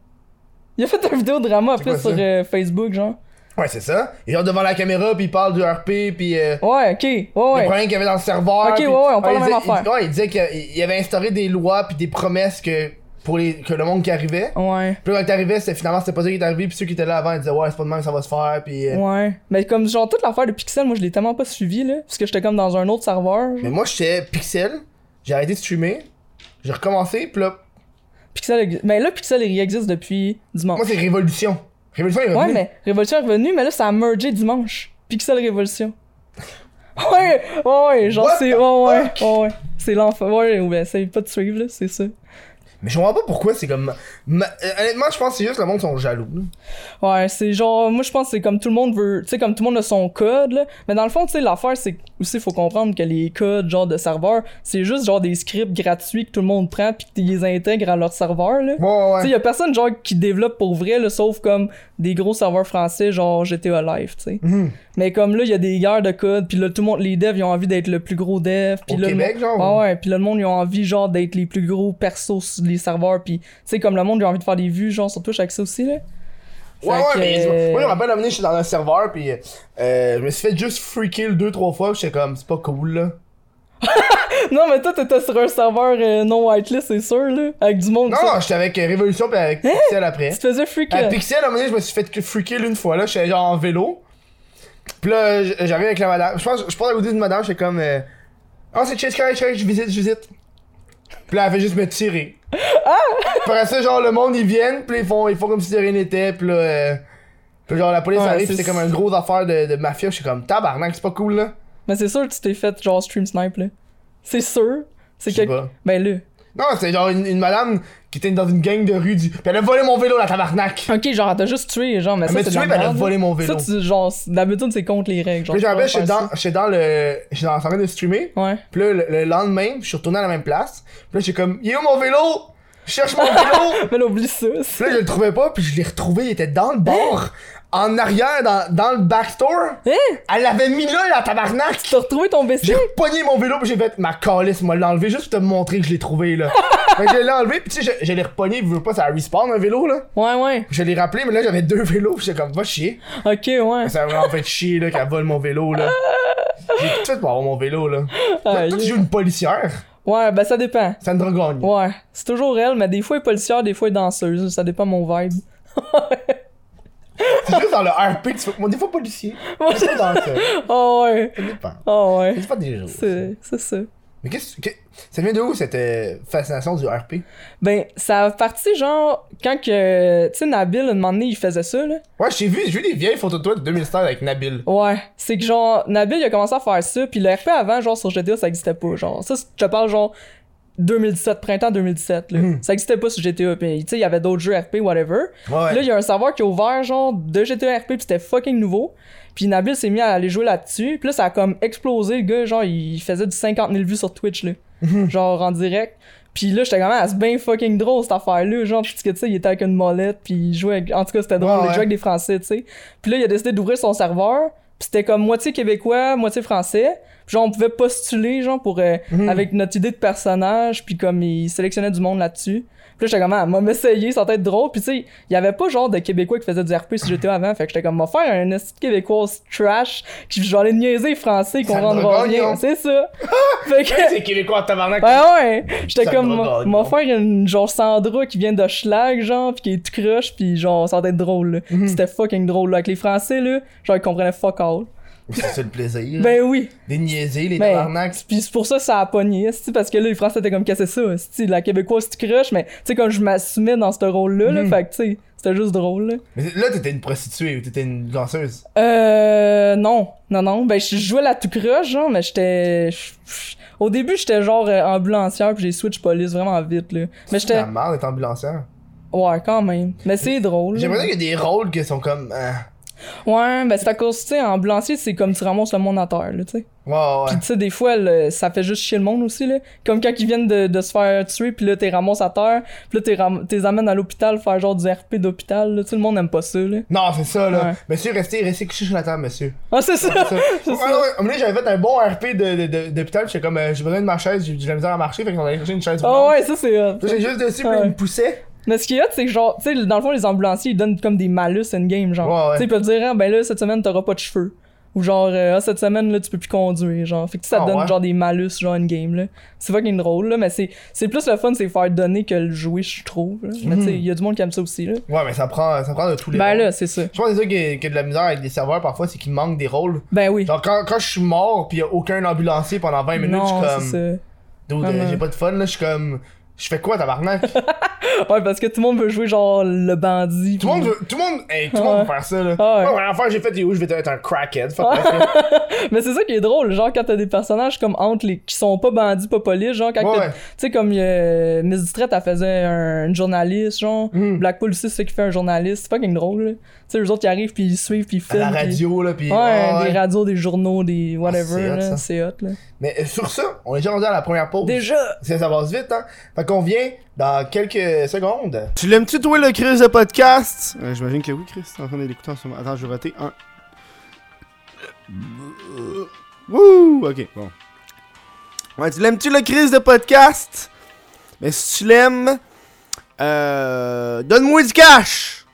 Il a fait un vidéo drama C'est après quoi sur ça? euh, Facebook, genre. ouais c'est ça. Il est genre devant la caméra puis il parle du RP puis euh, Ouais, ok. Ouais, le ouais. problème qu'il y avait dans le serveur. Ok, puis- ouais, ouais, on Ah, parle il la même disait- il- affaire. ouais, il disait qu'il y avait instauré des lois puis des promesses que pour les, que le monde qui arrivait. Ouais. Puis là, quand t'arrivais, c'était finalement, c'était pas ça qui est arrivé, puis ceux qui étaient là avant, ils disaient, ouais, c'est pas de même, que ça va se faire, puis. euh, Ouais. Mais comme genre toute l'affaire de Pixel, moi je l'ai tellement pas suivi là. Parce que j'étais comme dans un autre serveur. genre. Mais moi, j'étais Pixel, j'ai arrêté de streamer, j'ai recommencé, puis là, Pixel exi- Mais là, Pixel il réexiste depuis dimanche. moi, c'est Révolution. Révolution est Ouais, revenu. mais Révolution est revenu, mais là ça a mergé dimanche. Pixel Révolution. ouais, ouais, ouais, genre What c'est. the Ouais, ouais, fuck? ouais, ouais. C'est l'enfer. Ouais, ouais, essaye pas de suivre là, c'est ça. Mais je comprends pas pourquoi c'est comme. ma- euh, Honnêtement, je pense que c'est juste que le monde sont jaloux. là. Ouais, c'est genre, moi je pense que c'est comme tout le monde veut, tu sais, comme tout le monde a son code, là. Mais dans le fond, tu sais, l'affaire, c'est que- aussi, faut comprendre que les codes, genre de serveurs, c'est juste genre des scripts gratuits que tout le monde prend puis qu'ils les intègrent à leur serveur, là. Ouais, Tu sais, ouais. y a personne, genre, qui développe pour vrai, là, sauf comme des gros serveurs français, genre GTA Live, tu sais. Mhm. Mais comme là, il y a des guerres de code, puis là, tout le monde, les devs, ils ont envie d'être le plus gros dev, puis Au là, le Québec, monde- genre, Ah ou- ouais, puis là, le monde, ils ont envie, genre, d'être les plus gros persos sur les serveurs, puis tu sais, comme le monde, ils ont envie de faire des vues, genre, sur Twitch avec ça aussi, là. Ouais, ouais, Fait que- euh, mais ils- moi, je me rappelle, amené, j'étais dans un serveur, puis euh, je me suis fait juste free kill deux, trois fois, puis j'étais comme, c'est pas cool, là. Non, mais toi, t'étais sur un serveur euh, non whitelist, c'est sûr, là. Avec du monde. Non, ça. Hein? non, j'étais avec euh, Révolution, puis avec Pixel après. Tu te faisais freak. euh, À out. Pixel, à un moment donné, je me suis fait freaker une fois, là, j'étais genre en vélo. Puis là, j- j'arrive avec la madame. Je pense, je pense à côté d'une madame, j'étais comme. euh, Ah, c'est Chase Carré, je visite, je visite. Puis là, elle fait juste me tirer. Ah! Après ça, genre, le monde, ils viennent, puis ils font, ils font comme si de rien n'était, puis là. euh, puis genre, la police Ouais, arrive, puis c'est- c'est comme une grosse affaire de, de mafia. Je suis comme, tabarnak, c'est pas cool, là. Mais c'est sûr, que tu t'es fait genre stream snipe, là. C'est sûr. C'est Je sais quelque. pas. Ben là. Non, c'est genre une, une madame qui était dans une gang de rue du. Puis elle a volé mon vélo, la tabarnak! Ok, genre, elle t'a juste tué, genre, mais m'a ça, c'est de tué, la Ah, mais elle a merde, volé là. mon vélo. Ça, tu, genre, c'est- d'habitude, c'est contre les règles. Genre, Puis là, je me rappelle, j'étais tu peux Ah, pas dans, j'étais dans le. J'étais en train de streamer. faire ça. Ouais. Puis là, le, le lendemain, je suis retourné à la même place. Puis là, j'ai comme, il est où mon vélo? Je cherche mon vélo! Mais là, oublie ça. ça. puis là, je le trouvais pas, puis je l'ai retrouvé, il était dans le bord, en arrière, dans, dans le backstore. Hein? Elle l'avait mis là, la tabarnak! T'as retrouvé ton J'ai BC? pogné mon vélo, puis j'ai fait ma calice, moi, l'enlever juste pour te montrer que je l'ai trouvé, là. fait que je l'ai enlevé, puis tu sais, je, je l'ai repogné, je veux pas, ça respawn un vélo, là. Ouais, ouais. Je l'ai rappelé, mais là, j'avais deux vélos, puis j'étais comme, va chier. Ok, ouais. Ça m'a vraiment fait chier, là, qu'elle vole mon vélo, là. J'ai tout fait pour avoir mon vélo, là. Toi, Aïe. tu joues une policière, Ouais, ben ça dépend. Sandra Gagné. Ouais. C'est toujours elle, mais des fois, elle est policière, des fois, elle est danseuse. Ça dépend mon vibe. C'est juste dans le RP que tu fais. Moi, des fois, policier. Moi, je dans ça. Ça Oh ouais. dépend. Oh ouais. C'est pas des jours. C'est c'est ça. Mais qu'est-ce que. Ça vient de où cette euh, fascination du RP Ben, ça a parti genre quand que. Tu sais, Nabil, un moment donné, il faisait ça, là. Ouais, j'ai vu, j'ai vu des vieilles photos de toi de 2016 avec Nabil. Ouais. C'est que genre, Nabil, il a commencé à faire ça, puis le RP avant, genre, sur GTA, ça existait pas. Genre, ça, c'est- je te parle genre 2017, printemps 2017, là. Ça existait pas sur GTA, puis tu sais, il y avait d'autres jeux RP, whatever. Ouais, ouais. Puis Là, il y a un serveur qui a ouvert, genre, de GTA RP, puis c'était fucking nouveau. Puis Nabil s'est mis à aller jouer là-dessus. Puis là, ça a comme explosé, le gars. Genre, il faisait du 50 000 vues sur Twitch, là. genre, en direct. Puis là, j'étais quand même, c'est bien fucking drôle, cette affaire-là. Genre, parce que, tu sais, il était avec une molette, puis il jouait avec... En tout cas, c'était drôle, Ouais, il ouais. jouait avec des Français, tu sais. Puis là, il a décidé d'ouvrir son serveur. Puis c'était comme moitié québécois, moitié français. Puis genre, on pouvait postuler, genre, pour... euh, Avec notre idée de personnage, puis comme il sélectionnait du monde là-dessus. Puis là, j'étais comme, ah, m'a m'essayer, ça va être drôle. Puis tu sais, il y avait pas genre de Québécois qui faisaient du RP sur GTA avant. Fait que j'étais comme, m'a faire un esti de Québécois trash, qui genre les niaiser les Français, qu'on Sandra rendra Gagnon. rien. C'est ça. fait Ouais, que. C'est Québécois en tabarnak. Ouais, ouais! J'étais Sandra comme, m'a- Gagnon. m'a faire une genre Sandra qui vient de Schlag, genre, pis qui est tout croche, pis genre, ça va être drôle, là. C'était fucking drôle, là. Avec les Français, là, genre, ils comprenaient fuck all. C'est ça le plaisir. Ben oui! Des niaisés, les Ben, tabarnaks. Puis c'est pour ça que ça a pogné, esti, parce que là, les Français étaient comme, qu'est-ce que c'est ça? esti? la Québécoise, tu crush, mais tu sais, comme je m'assumais dans ce rôle-là, là, fait que tu sais, c'était juste drôle. Là. Mais là, t'étais une prostituée ou t'étais une danseuse. Euh. Non, non, non. Ben, je jouais la tout crush, genre, mais j'étais. je- je- Au début, j'étais genre euh, ambulancière, puis j'ai switch police vraiment vite, là. Mais C'est j'étais. la merde d'être ambulancière. Ouais, quand même. Mais c'est drôle. là. J'aimerais bien qu'il y ait des rôles qui sont comme. euh, Ouais, ben, c'est à cause, tu sais, ambulancier, c'est comme tu ramasses le monde à terre, là, tu sais. Ouais, ouais. Puis tu sais, des fois, le- ça fait juste chier le monde aussi, là. Comme quand ils viennent de, de se faire tuer, puis là, t'es ramasses à terre, puis là, t'es ram- t'es amènes à l'hôpital faire genre du RP d'hôpital, là. Tu sais, le monde aime pas ça, là. Non, c'est ça, là. Ouais. Monsieur, restez, restez couché sur la table, monsieur. Ah, c'est ça! ça. C'est Ouais, ouais, ça. ouais. Un moment donné, j'avais fait un bon RP de, de, de, d'hôpital, puis j'étais comme, euh, j'ai besoin de ma chaise, j'ai j'ai de la misère à marcher, fait qu'on allait chercher une chaise. Ah ouais, ça, c'est hot. Puis J'ai juste dessus, puis Ouais. il me poussait. Mais ce qui est hot, c'est que genre, tu sais, dans le fond, les ambulanciers, ils donnent comme des malus in-game, genre. Ouais, ouais. Tu sais, ils peuvent dire, ah, ben là, cette semaine, t'auras pas de cheveux. Ou genre, euh, Ah, cette semaine, là, tu peux plus conduire, genre. Fait que ça Ah te donne ouais? genre des malus, genre, in-game, là. C'est fucking drôle, là, mais c'est c'est plus le fun, c'est faire donner que le jouer, je trouve. là. Mais tu sais, il y a du monde qui aime ça aussi, là. Ouais, mais ça prend, ça prend de tous Mhm. les Ben rôles. là, c'est ça. Je pense que c'est ça qui est- qui a de la misère avec des serveurs parfois, c'est qu'il manque des rôles. Ben oui. Genre quand, quand je suis mort pis y a aucun ambulancier pendant 20 minutes, Non, je suis comme. c'est ça. Dude, Ah, euh, non. j'ai pas de fun là, je suis comme. Je fais quoi tabarnak? Ouais, parce que tout le monde veut jouer genre le bandit. tout le monde puis- veut. Tout le monde. hey, tout le monde veut faire ça là. Ah ouais. Moi, la première fois que j'ai fait, c'est où je vais être un crackhead. Fuck off, là. Mais c'est ça qui est drôle, genre quand t'as des personnages comme entre les qui sont pas bandits, pas police, genre quand Ouais, t'as- ouais. tu sais comme euh, Miss Distress, elle faisait un, une journaliste, genre Mm. Blackpool aussi, c'est ça qui fait un journaliste, c'est fucking drôle. là. Tu sais eux autres qui arrivent puis ils suivent puis ils À filment. la puis- radio là, pis. Ouais, ah, ouais. des radios, des journaux, des whatever, Ah, c'est hot, là, ça. Oh. c'est hot, là. Mais euh, sur ça, on est déjà rendu à la première pause. Déjà! Parce que Ça passe vite, hein? Fait qu'on vient dans quelques secondes. Tu l'aimes-tu, toi, le Chris de podcast? Euh, J'imagine que oui, Chris. T'es en train de l'écouter en ce moment. Attends, je vais rater un. Wouh! Ok, bon. Ouais, tu l'aimes-tu, le Chris de podcast? Mais si tu l'aimes, euh, donne-moi du cash!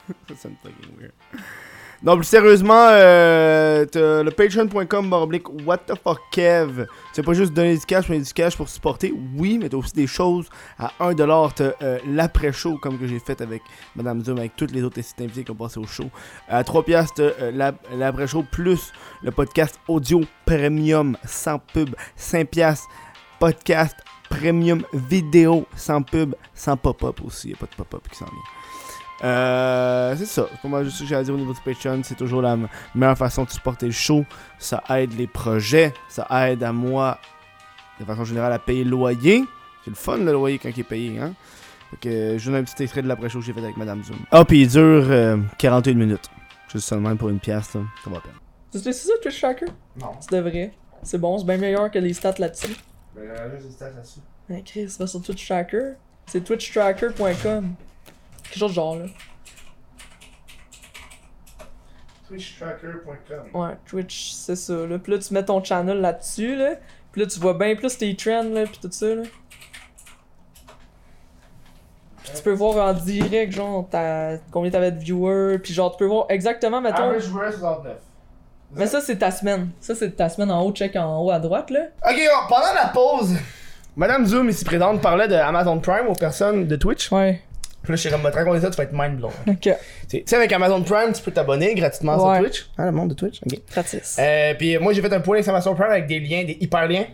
ça sonne fucking weird. Non, plus sérieusement, euh, t'as le patreon.com baroblique what the fuck Kev. Tu vas pas juste donner du cash, mais du cash pour supporter. Oui, mais t'as aussi des choses à 1$. T'as euh, l'après-show, comme que j'ai fait avec Madame Zoom, avec toutes les autres invités qui ont passé au show. À 3$, t'as euh, l'ap- l'après-show plus le podcast audio premium sans pub. 5$, podcast premium vidéo sans pub, sans pop-up aussi. Y a pas de pop-up qui s'en vient. Euh, c'est ça. Pour moi, juste ce que j'ai à dire au niveau du Patreon, c'est toujours la m- meilleure façon de supporter le show. Ça aide les projets, ça aide à moi, de façon générale, à payer le loyer. C'est le fun le loyer quand il est payé, hein. Fait que euh, je donne un petit extrait de l'après-show que j'ai fait avec Madame Zoom. Ah, puis il dure euh, 41 minutes. Juste seulement pour une pièce, là. Ça va à peine. C'est c'est ça Twitch Tracker? Non. C'est de vrai. C'est bon, c'est bien meilleur que les stats là-dessus. Mais Ben, euh, j'ai juste là-dessus. Mais Chris, va sur Twitch Tracker. C'est twitchtracker.com. Quelque chose de genre là. Twitchtracker.com. Ouais, Twitch, c'est ça, là. Puis là, tu mets ton channel là-dessus, là. Puis là, tu vois bien plus tes trends, là, puis tout ça, là. Puis tu peux voir en direct, genre, ta... combien t'avais de viewers, puis genre, tu peux voir exactement, mettons... joueur 69. Mais ça, c'est ta semaine. Ça, c'est ta semaine en haut, check en haut à droite, là. Ok, on- pendant la pause, Madame Zoom ici présente parlait de Amazon Prime aux personnes de Twitch. Ouais. Puis là, je suis comme, va te raconter ça, tu vas être mind blown. Ok. Tu sais, avec Amazon Prime, tu peux t'abonner gratuitement Ouais. sur Twitch. Ah, le monde de Twitch, ok. Gratis. Euh, puis moi, j'ai fait un point d'exclamation Prime avec des liens, des hyperliens.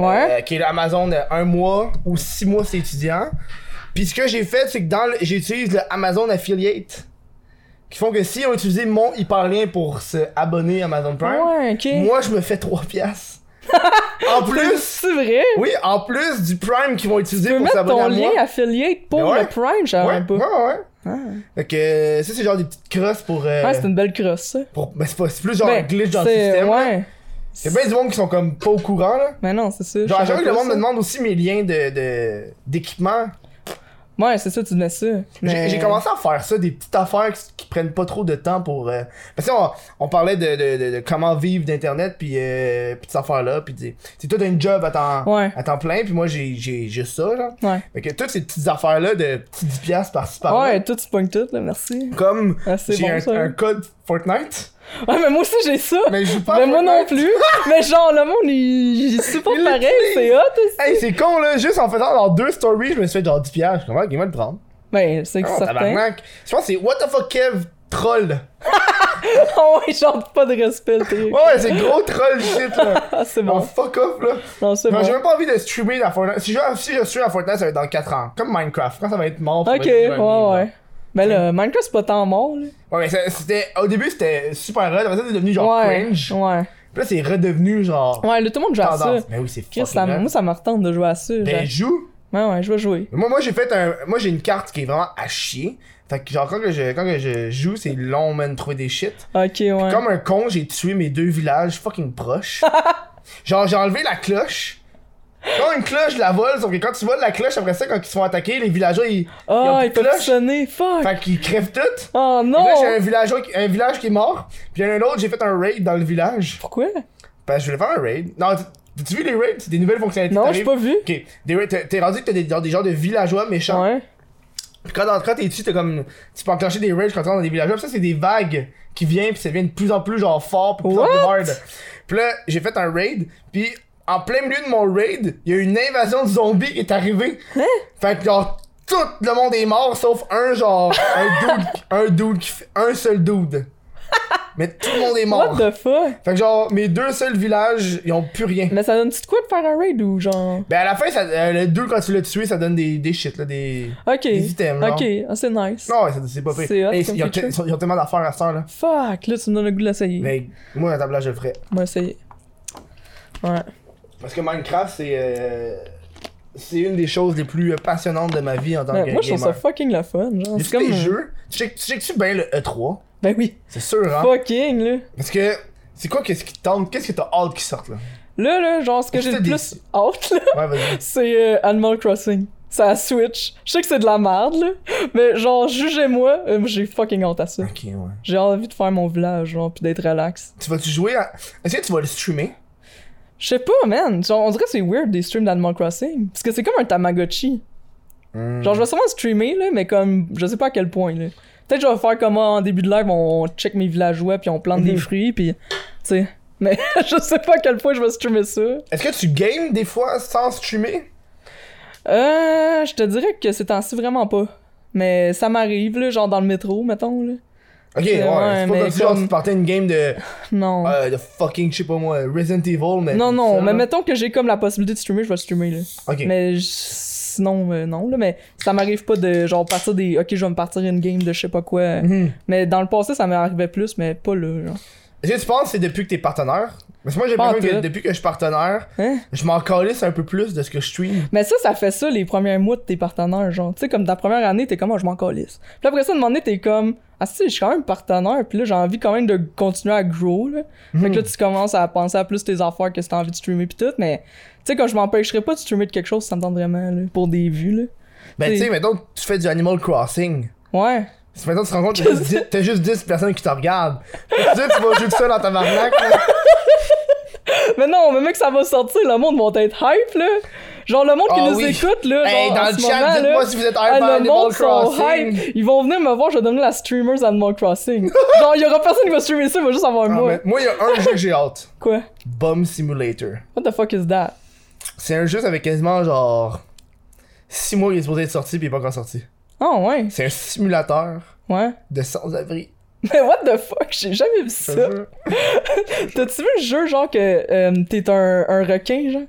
ouais? euh, qui est l'Amazon de un mois ou six mois, c'est étudiant. Puis ce que j'ai fait, c'est que dans le- j'utilise le Amazon Affiliate. Qui font que si on utilisait mon hyperlien pour se abonner à Amazon Prime, ouais, ok. moi, je me fais 3 piastres. en plus, C'est vrai? oui, en plus du Prime qu'ils vont Tu utiliser peux pour mettre s'abonner ton à lien moi. affilié pour Ben ouais. le Prime, je savais Ouais, pas. ouais, ouais. Ah. Fait que euh, ça, c'est genre des petites crosses pour. euh, Ouais, c'est une belle crosse, ça. pour- ben, c'est pas- c'est plus genre un Ben, glitch dans le c'est- système. là. Ouais. Il y a bien du monde qui sont comme pas au courant, là. Mais non, c'est ça. Genre, à je savais chaque fois que le pas monde ça. me demande aussi mes liens de- de- d'équipement. Ouais, c'est ça, tu mets ça. J'ai- mais- J'ai commencé à faire ça, des petites affaires qui, qui prennent pas trop de temps pour. euh, Parce que on, on parlait de, de, de, de comment vivre d'internet, puis euh, puis de ces affaires-là, puis des- c'est tout un job à temps, Ouais. à temps plein, puis moi j'ai j'ai juste ça, genre. Ouais. Fait que toutes ces petites affaires-là de petits 10 piastres par-ci par-là. Ouais, tout, tu pognes tout, là, merci. Comme Ah, c'est j'ai bon, un, ça. un code Fortnite, Ouais, mais moi aussi, j'ai ça. Mais, mais je joue pas. à moi non Fortnite. plus. mais genre, le monde, il, il supporte Il pareil, l'utilise. c'est hot. hein. aussi. Hey, c'est con là, juste en faisant genre deux stories, je me suis fait genre 10 piastres. Je suis comme, ok, il va le prendre. Ben, c'est Oh, certain. tabarnak. Je pense que c'est What the fuck Kev troll. Oh, ouais, genre, pas de respect, le truc. Ouais, ouais, c'est gros troll shit là. Ah, c'est Bon, bon. fuck off là. Non, c'est Non, bon. J'ai même pas envie de streamer la Fortnite. Si je, si je stream à Fortnite, ça va être dans 4 ans. Comme Minecraft. Quand ça va être mort, ça va Ok, être ouais, devenu un meme, ouais. Ben là, Minecraft, c'est pas tant mort, là. genre. Ouais, mais ça- c'était. Au début, c'était super hot. Après ça, c'est devenu genre ouais. cringe. Ouais. Puis là, c'est redevenu genre. Ouais, là, tout le monde joue à ça. tendance. Mais oui, c'est Chris, fucking ça- hot. moi, ça me retente de jouer à ça. genre. Ben, joue. Ouais, ouais, je vais jouer. Moi, moi j'ai fait un. Moi, j'ai une carte qui est vraiment à chier. Fait que, genre, quand que je, quand que je joue, c'est long, man, de trouver des shit. Ok, ouais. Comme un con, j'ai tué mes deux villages fucking proches. genre, j'ai enlevé la cloche. Quand une cloche, je la vole, sauf que quand tu voles la cloche, après ça, quand ils se font attaquer, les villageois, ils. ils ont Oh, plus il de peut cloche. sonner, fuck. Fait qu'ils crèvent toutes. Oh Puis non. Là, j'ai un village, un village qui est mort. Puis il y en a un autre, j'ai fait un raid dans le village. Pourquoi? Parce que je voulais faire un raid. Non, tu, tu vu les raids? C'est des nouvelles fonctionnalités. Non, t'arrives- j'ai pas vu. Ok, des raids, t'es t'es rendu que t'as des, genre, des genres de villageois méchants. Ouais. Puis quand, quand t'es dessus, t'es comme. Tu peux enclencher des rages quand tu rentres dans des villages. ça, c'est des vagues qui viennent, puis ça devient de plus en plus genre fort, puis de plus en plus What? hard. Puis là, j'ai fait un raid, puis en plein milieu de mon raid, il y a eu une invasion de zombies qui est arrivée. Hein? Fait que genre, tout le monde est mort, sauf un genre. un dude. Un dude qui fait- Un seul dude. Mais tout le monde est What mort. the fuck? Fait que genre, mes deux seuls villages, ils ont plus rien. Mais ça donne-tu de quoi de faire un raid ou genre. Ben à la fin, ça, euh, le 2, quand tu l'as tué, ça donne des, des shit, là, des... Ok. Des items, genre. ok, ah, c'est nice. Non, ouais, ça- c'est pas pire. C'est hot Hey, comme ils, ont feature. te- ils ont tellement d'affaires à cette heure, là. Fuck, là tu me donnes le goût de l'essayer. Mais moi, un tablage, je le ferais. On va essayer. Ouais. Parce que Minecraft, c'est... euh, c'est une des choses les plus euh, passionnantes de ma vie en tant Mais que Ben, moi je trouve ça gamer. fucking le fun. Genre. J'ai C'est fait comme. des jeux. Tu check- tu checkes-tu bien le E3? Ben oui. C'est sûr, hein? Fucking là. Parce que... C'est quoi qu'est-ce qui te tente? Qu'est-ce que t'as hâte qui sorte, là? Là, là, genre ce que Je j'ai te le dis- plus hâte là. Ouais, vas-y. c'est euh, Animal Crossing. C'est à Switch. Je sais que c'est de la merde, là. Mais genre, jugez-moi, euh, j'ai fucking honte à ça. Ok, ouais. J'ai envie de faire mon village, genre, pis d'être relax. Tu vas-tu jouer à... Est-ce que tu vas le streamer? Je sais pas, man. Genre, on dirait que c'est weird des streams d'Animal Crossing. Parce que c'est comme un Tamagotchi. Hmm. Genre, je vais sûrement streamer, là, mais comme, je sais pas à quel point, là. Peut-être que je vais faire comme ah, en début de live, on check mes villageois, puis on plante des Mhm. fruits, puis. Tu sais. Mais je sais pas à quel point je vais streamer ça. Est-ce que tu games des fois sans streamer? Euh, je te dirais que ces temps-ci, vraiment pas. Mais ça m'arrive, là, genre dans le métro, mettons, là. Ok, ouais, Euh, Ouais, c'est pas mais comme si genre, comme- tu partais une game de, Non. euh, de fucking, je sais pas moi, Resident Evil, mais. non, non, ça, mais là. mettons que j'ai comme la possibilité de streamer, je vais streamer, là. Ok. Mais je- sinon, euh, non, là, mais ça m'arrive pas de, genre, partir des... Ok, je vais me partir une game de je sais pas quoi. Mhm. Mais dans le passé, ça m'arrivait plus, mais pas là, genre. Est-ce que tu penses que c'est depuis que t'es partenaire? Parce que moi, j'ai Pas en l'impression que tout. depuis que je suis partenaire, Hein? je m'en calisse un peu plus de ce que je stream. Mais ça, ça fait ça les premiers mois de tes partenaires, genre. Tu sais, comme ta première année, t'es comme, oh, je m'en calisse. Puis après ça, de moment donné, t'es comme, ah, si, je suis quand même partenaire, puis là, j'ai envie quand même de continuer à grow, là. Fait Mhm. que là, tu commences à penser à plus tes affaires que si t'as envie de streamer, puis tout, mais, tu sais, quand je m'empêcherais pas de streamer de quelque chose, ça me tente vraiment, là, pour des vues, là. Ben, tu sais, Oui. mettons que tu fais du Animal Crossing. Ouais. Si maintenant tu te rends compte que t'as juste dix- t'as juste 10 personnes qui te regardent. Tu sais, tu vas jouer tout seul dans ta barnaque, là. Mais non, mais mec, ça va sortir, le monde va être hype, là. Genre, le monde qui Ah nous oui. écoute, là, Hey, genre, en dans le ce chat, moment, dites-moi là, si vous êtes hype ah, à le monde Animal sont Crossing. hype. Ils vont venir me voir, je vais devenir la streamer Animal Crossing. genre, il y aura personne qui va streamer ça, il va juste avoir Ah, moi. mais Moi, il y a un jeu que j'ai hâte. Quoi? Bomb Simulator. What the fuck is that? C'est un jeu, ça fait quasiment genre 6 mois qu'il est supposé être sorti puis il est pas encore sorti. Ah ouais, C'est un simulateur ouais. de sans-abri. Mais what the fuck, j'ai jamais vu je te ça. jure. T'as-tu vu le jeu, genre, que euh, t'es un, un requin, genre?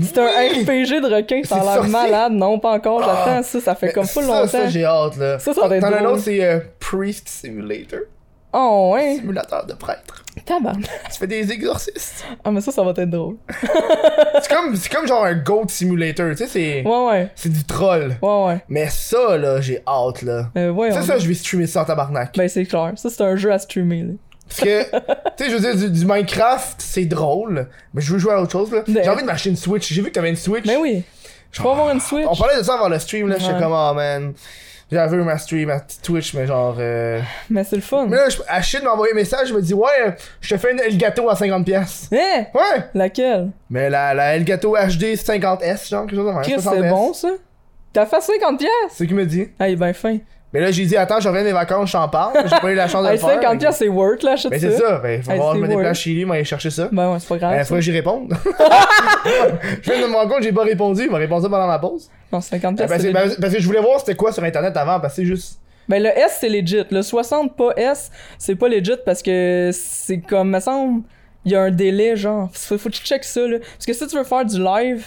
C'est un Oui! RPG de requin, ça C'est a l'air sorti. malade. Non, pas encore, j'attends ça, ça fait Mais comme pas ça, longtemps. Ça, j'ai hâte, là. Ça, ça va être T'en as un drôle. autre, c'est euh, Priest Simulator. Oh ouais, Simulateur de prêtre. tabarnak. Tu fais des exorcistes. Ah, mais ça, ça va être drôle. c'est comme, c'est comme genre un Goat Simulator, tu sais, c'est, Ouais, ouais, c'est du troll. ouais, ouais. Mais ça, là, j'ai hâte, là. Euh, ouais, Ça, on- ça, je vais streamer ça en tabarnak. Ben, c'est clair. Ça, c'est un jeu à streamer, là. Parce que, tu sais, je veux dire, du, du Minecraft, c'est drôle, mais je veux jouer à autre chose, là. Mais- J'ai envie de m'acheter une Switch. J'ai vu que t'avais une Switch. Ben oui. Je peux avoir une Switch. Ah, On parlait de ça avant le stream, là, j'étais Ouais. comme, oh man. J'avais eu ma stream, ma petite Twitch, mais genre. Euh... Mais c'est le fun. Mais là, je- Achille m'a envoyé un message, je me dis, ouais, euh, je te fais une Elgato à 50$. Hein? Ouais! Laquelle? Mais la, la Elgato HD 50S, genre, quelque chose comme Chris, ça. c'est bon, ça? T'as fait 50 pièces? C'est ce qu'il me dit. Ah, il est ben fin. Mais là, j'ai dit, attends, je reviens des vacances, j'en parle. J'ai pas eu la chance de Hey, le faire. 50 mais- pièces, c'est worth, là, achète Mais ça. c'est ça, ben, faut Hey, voir, je c'est hein. me world. déplace chez lui, moi, aller chercher ça. Ben ouais, c'est pas grave. Ben, ça. faut que j'y réponde. je viens de me rendre compte, j'ai pas répondu. Il m'a répondu pendant ma pause. Non, 50 Ben, pièces, parce, c'est que, legit. ben, parce que je voulais voir c'était quoi sur internet avant, parce que c'est juste. Ben, le S, c'est legit. Le 60 pas S, c'est pas legit parce que c'est comme, me semble, il y a un délai, genre. Faut, faut que tu checkes ça, là. Parce que si tu veux faire du live,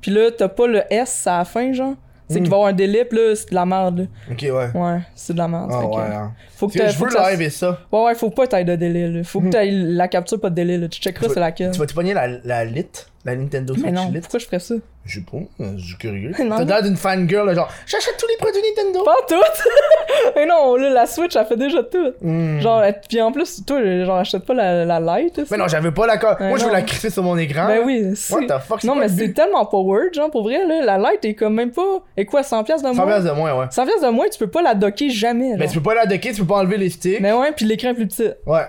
pis là, t'as pas le S à la fin, genre, c'est Hmm. qu'il va y avoir un délai, pis là, c'est de la merde, Ok, ouais. là. Ouais, c'est de la merde. Ah fait que- ouais, hein. Faut que Tu sais, t'aies- je faut veux que ça- live et ça. Ouais, ouais, faut pas que t'aies de délai, là. Faut que t'aies la capture, pas de délai, là. Tu checkeras, c'est laquelle. Tu vas te pogner la, la lit, la Nintendo Mais Switch non, lit. pourquoi je ferais ça? Je sais pas, euh, je suis curieux. T'as Non. l'air d'une fangirl, là, genre, j'achète tous les produits Nintendo. Pas en tout! Mais non, là, la Switch, elle fait déjà tout. Hmm. Genre, et- pis en plus, toi, genre, achète pas la, la Lite. Mais non, j'avais pas la co- Euh, Moi, je veux non. la crisser sur mon écran. Ben oui, c'est. What the fuck, c'est Non, quoi mais le c'est but? tellement pas word, genre, pour vrai, là. La Lite est comme même pas. Et quoi, 100$ piastres de 100 moins? de moins, ouais. 100$ piastres de moins, tu peux pas la docker jamais, Mais genre. tu peux pas la docker, tu peux pas enlever les sticks. Mais ouais, pis l'écran est plus petit. Ouais.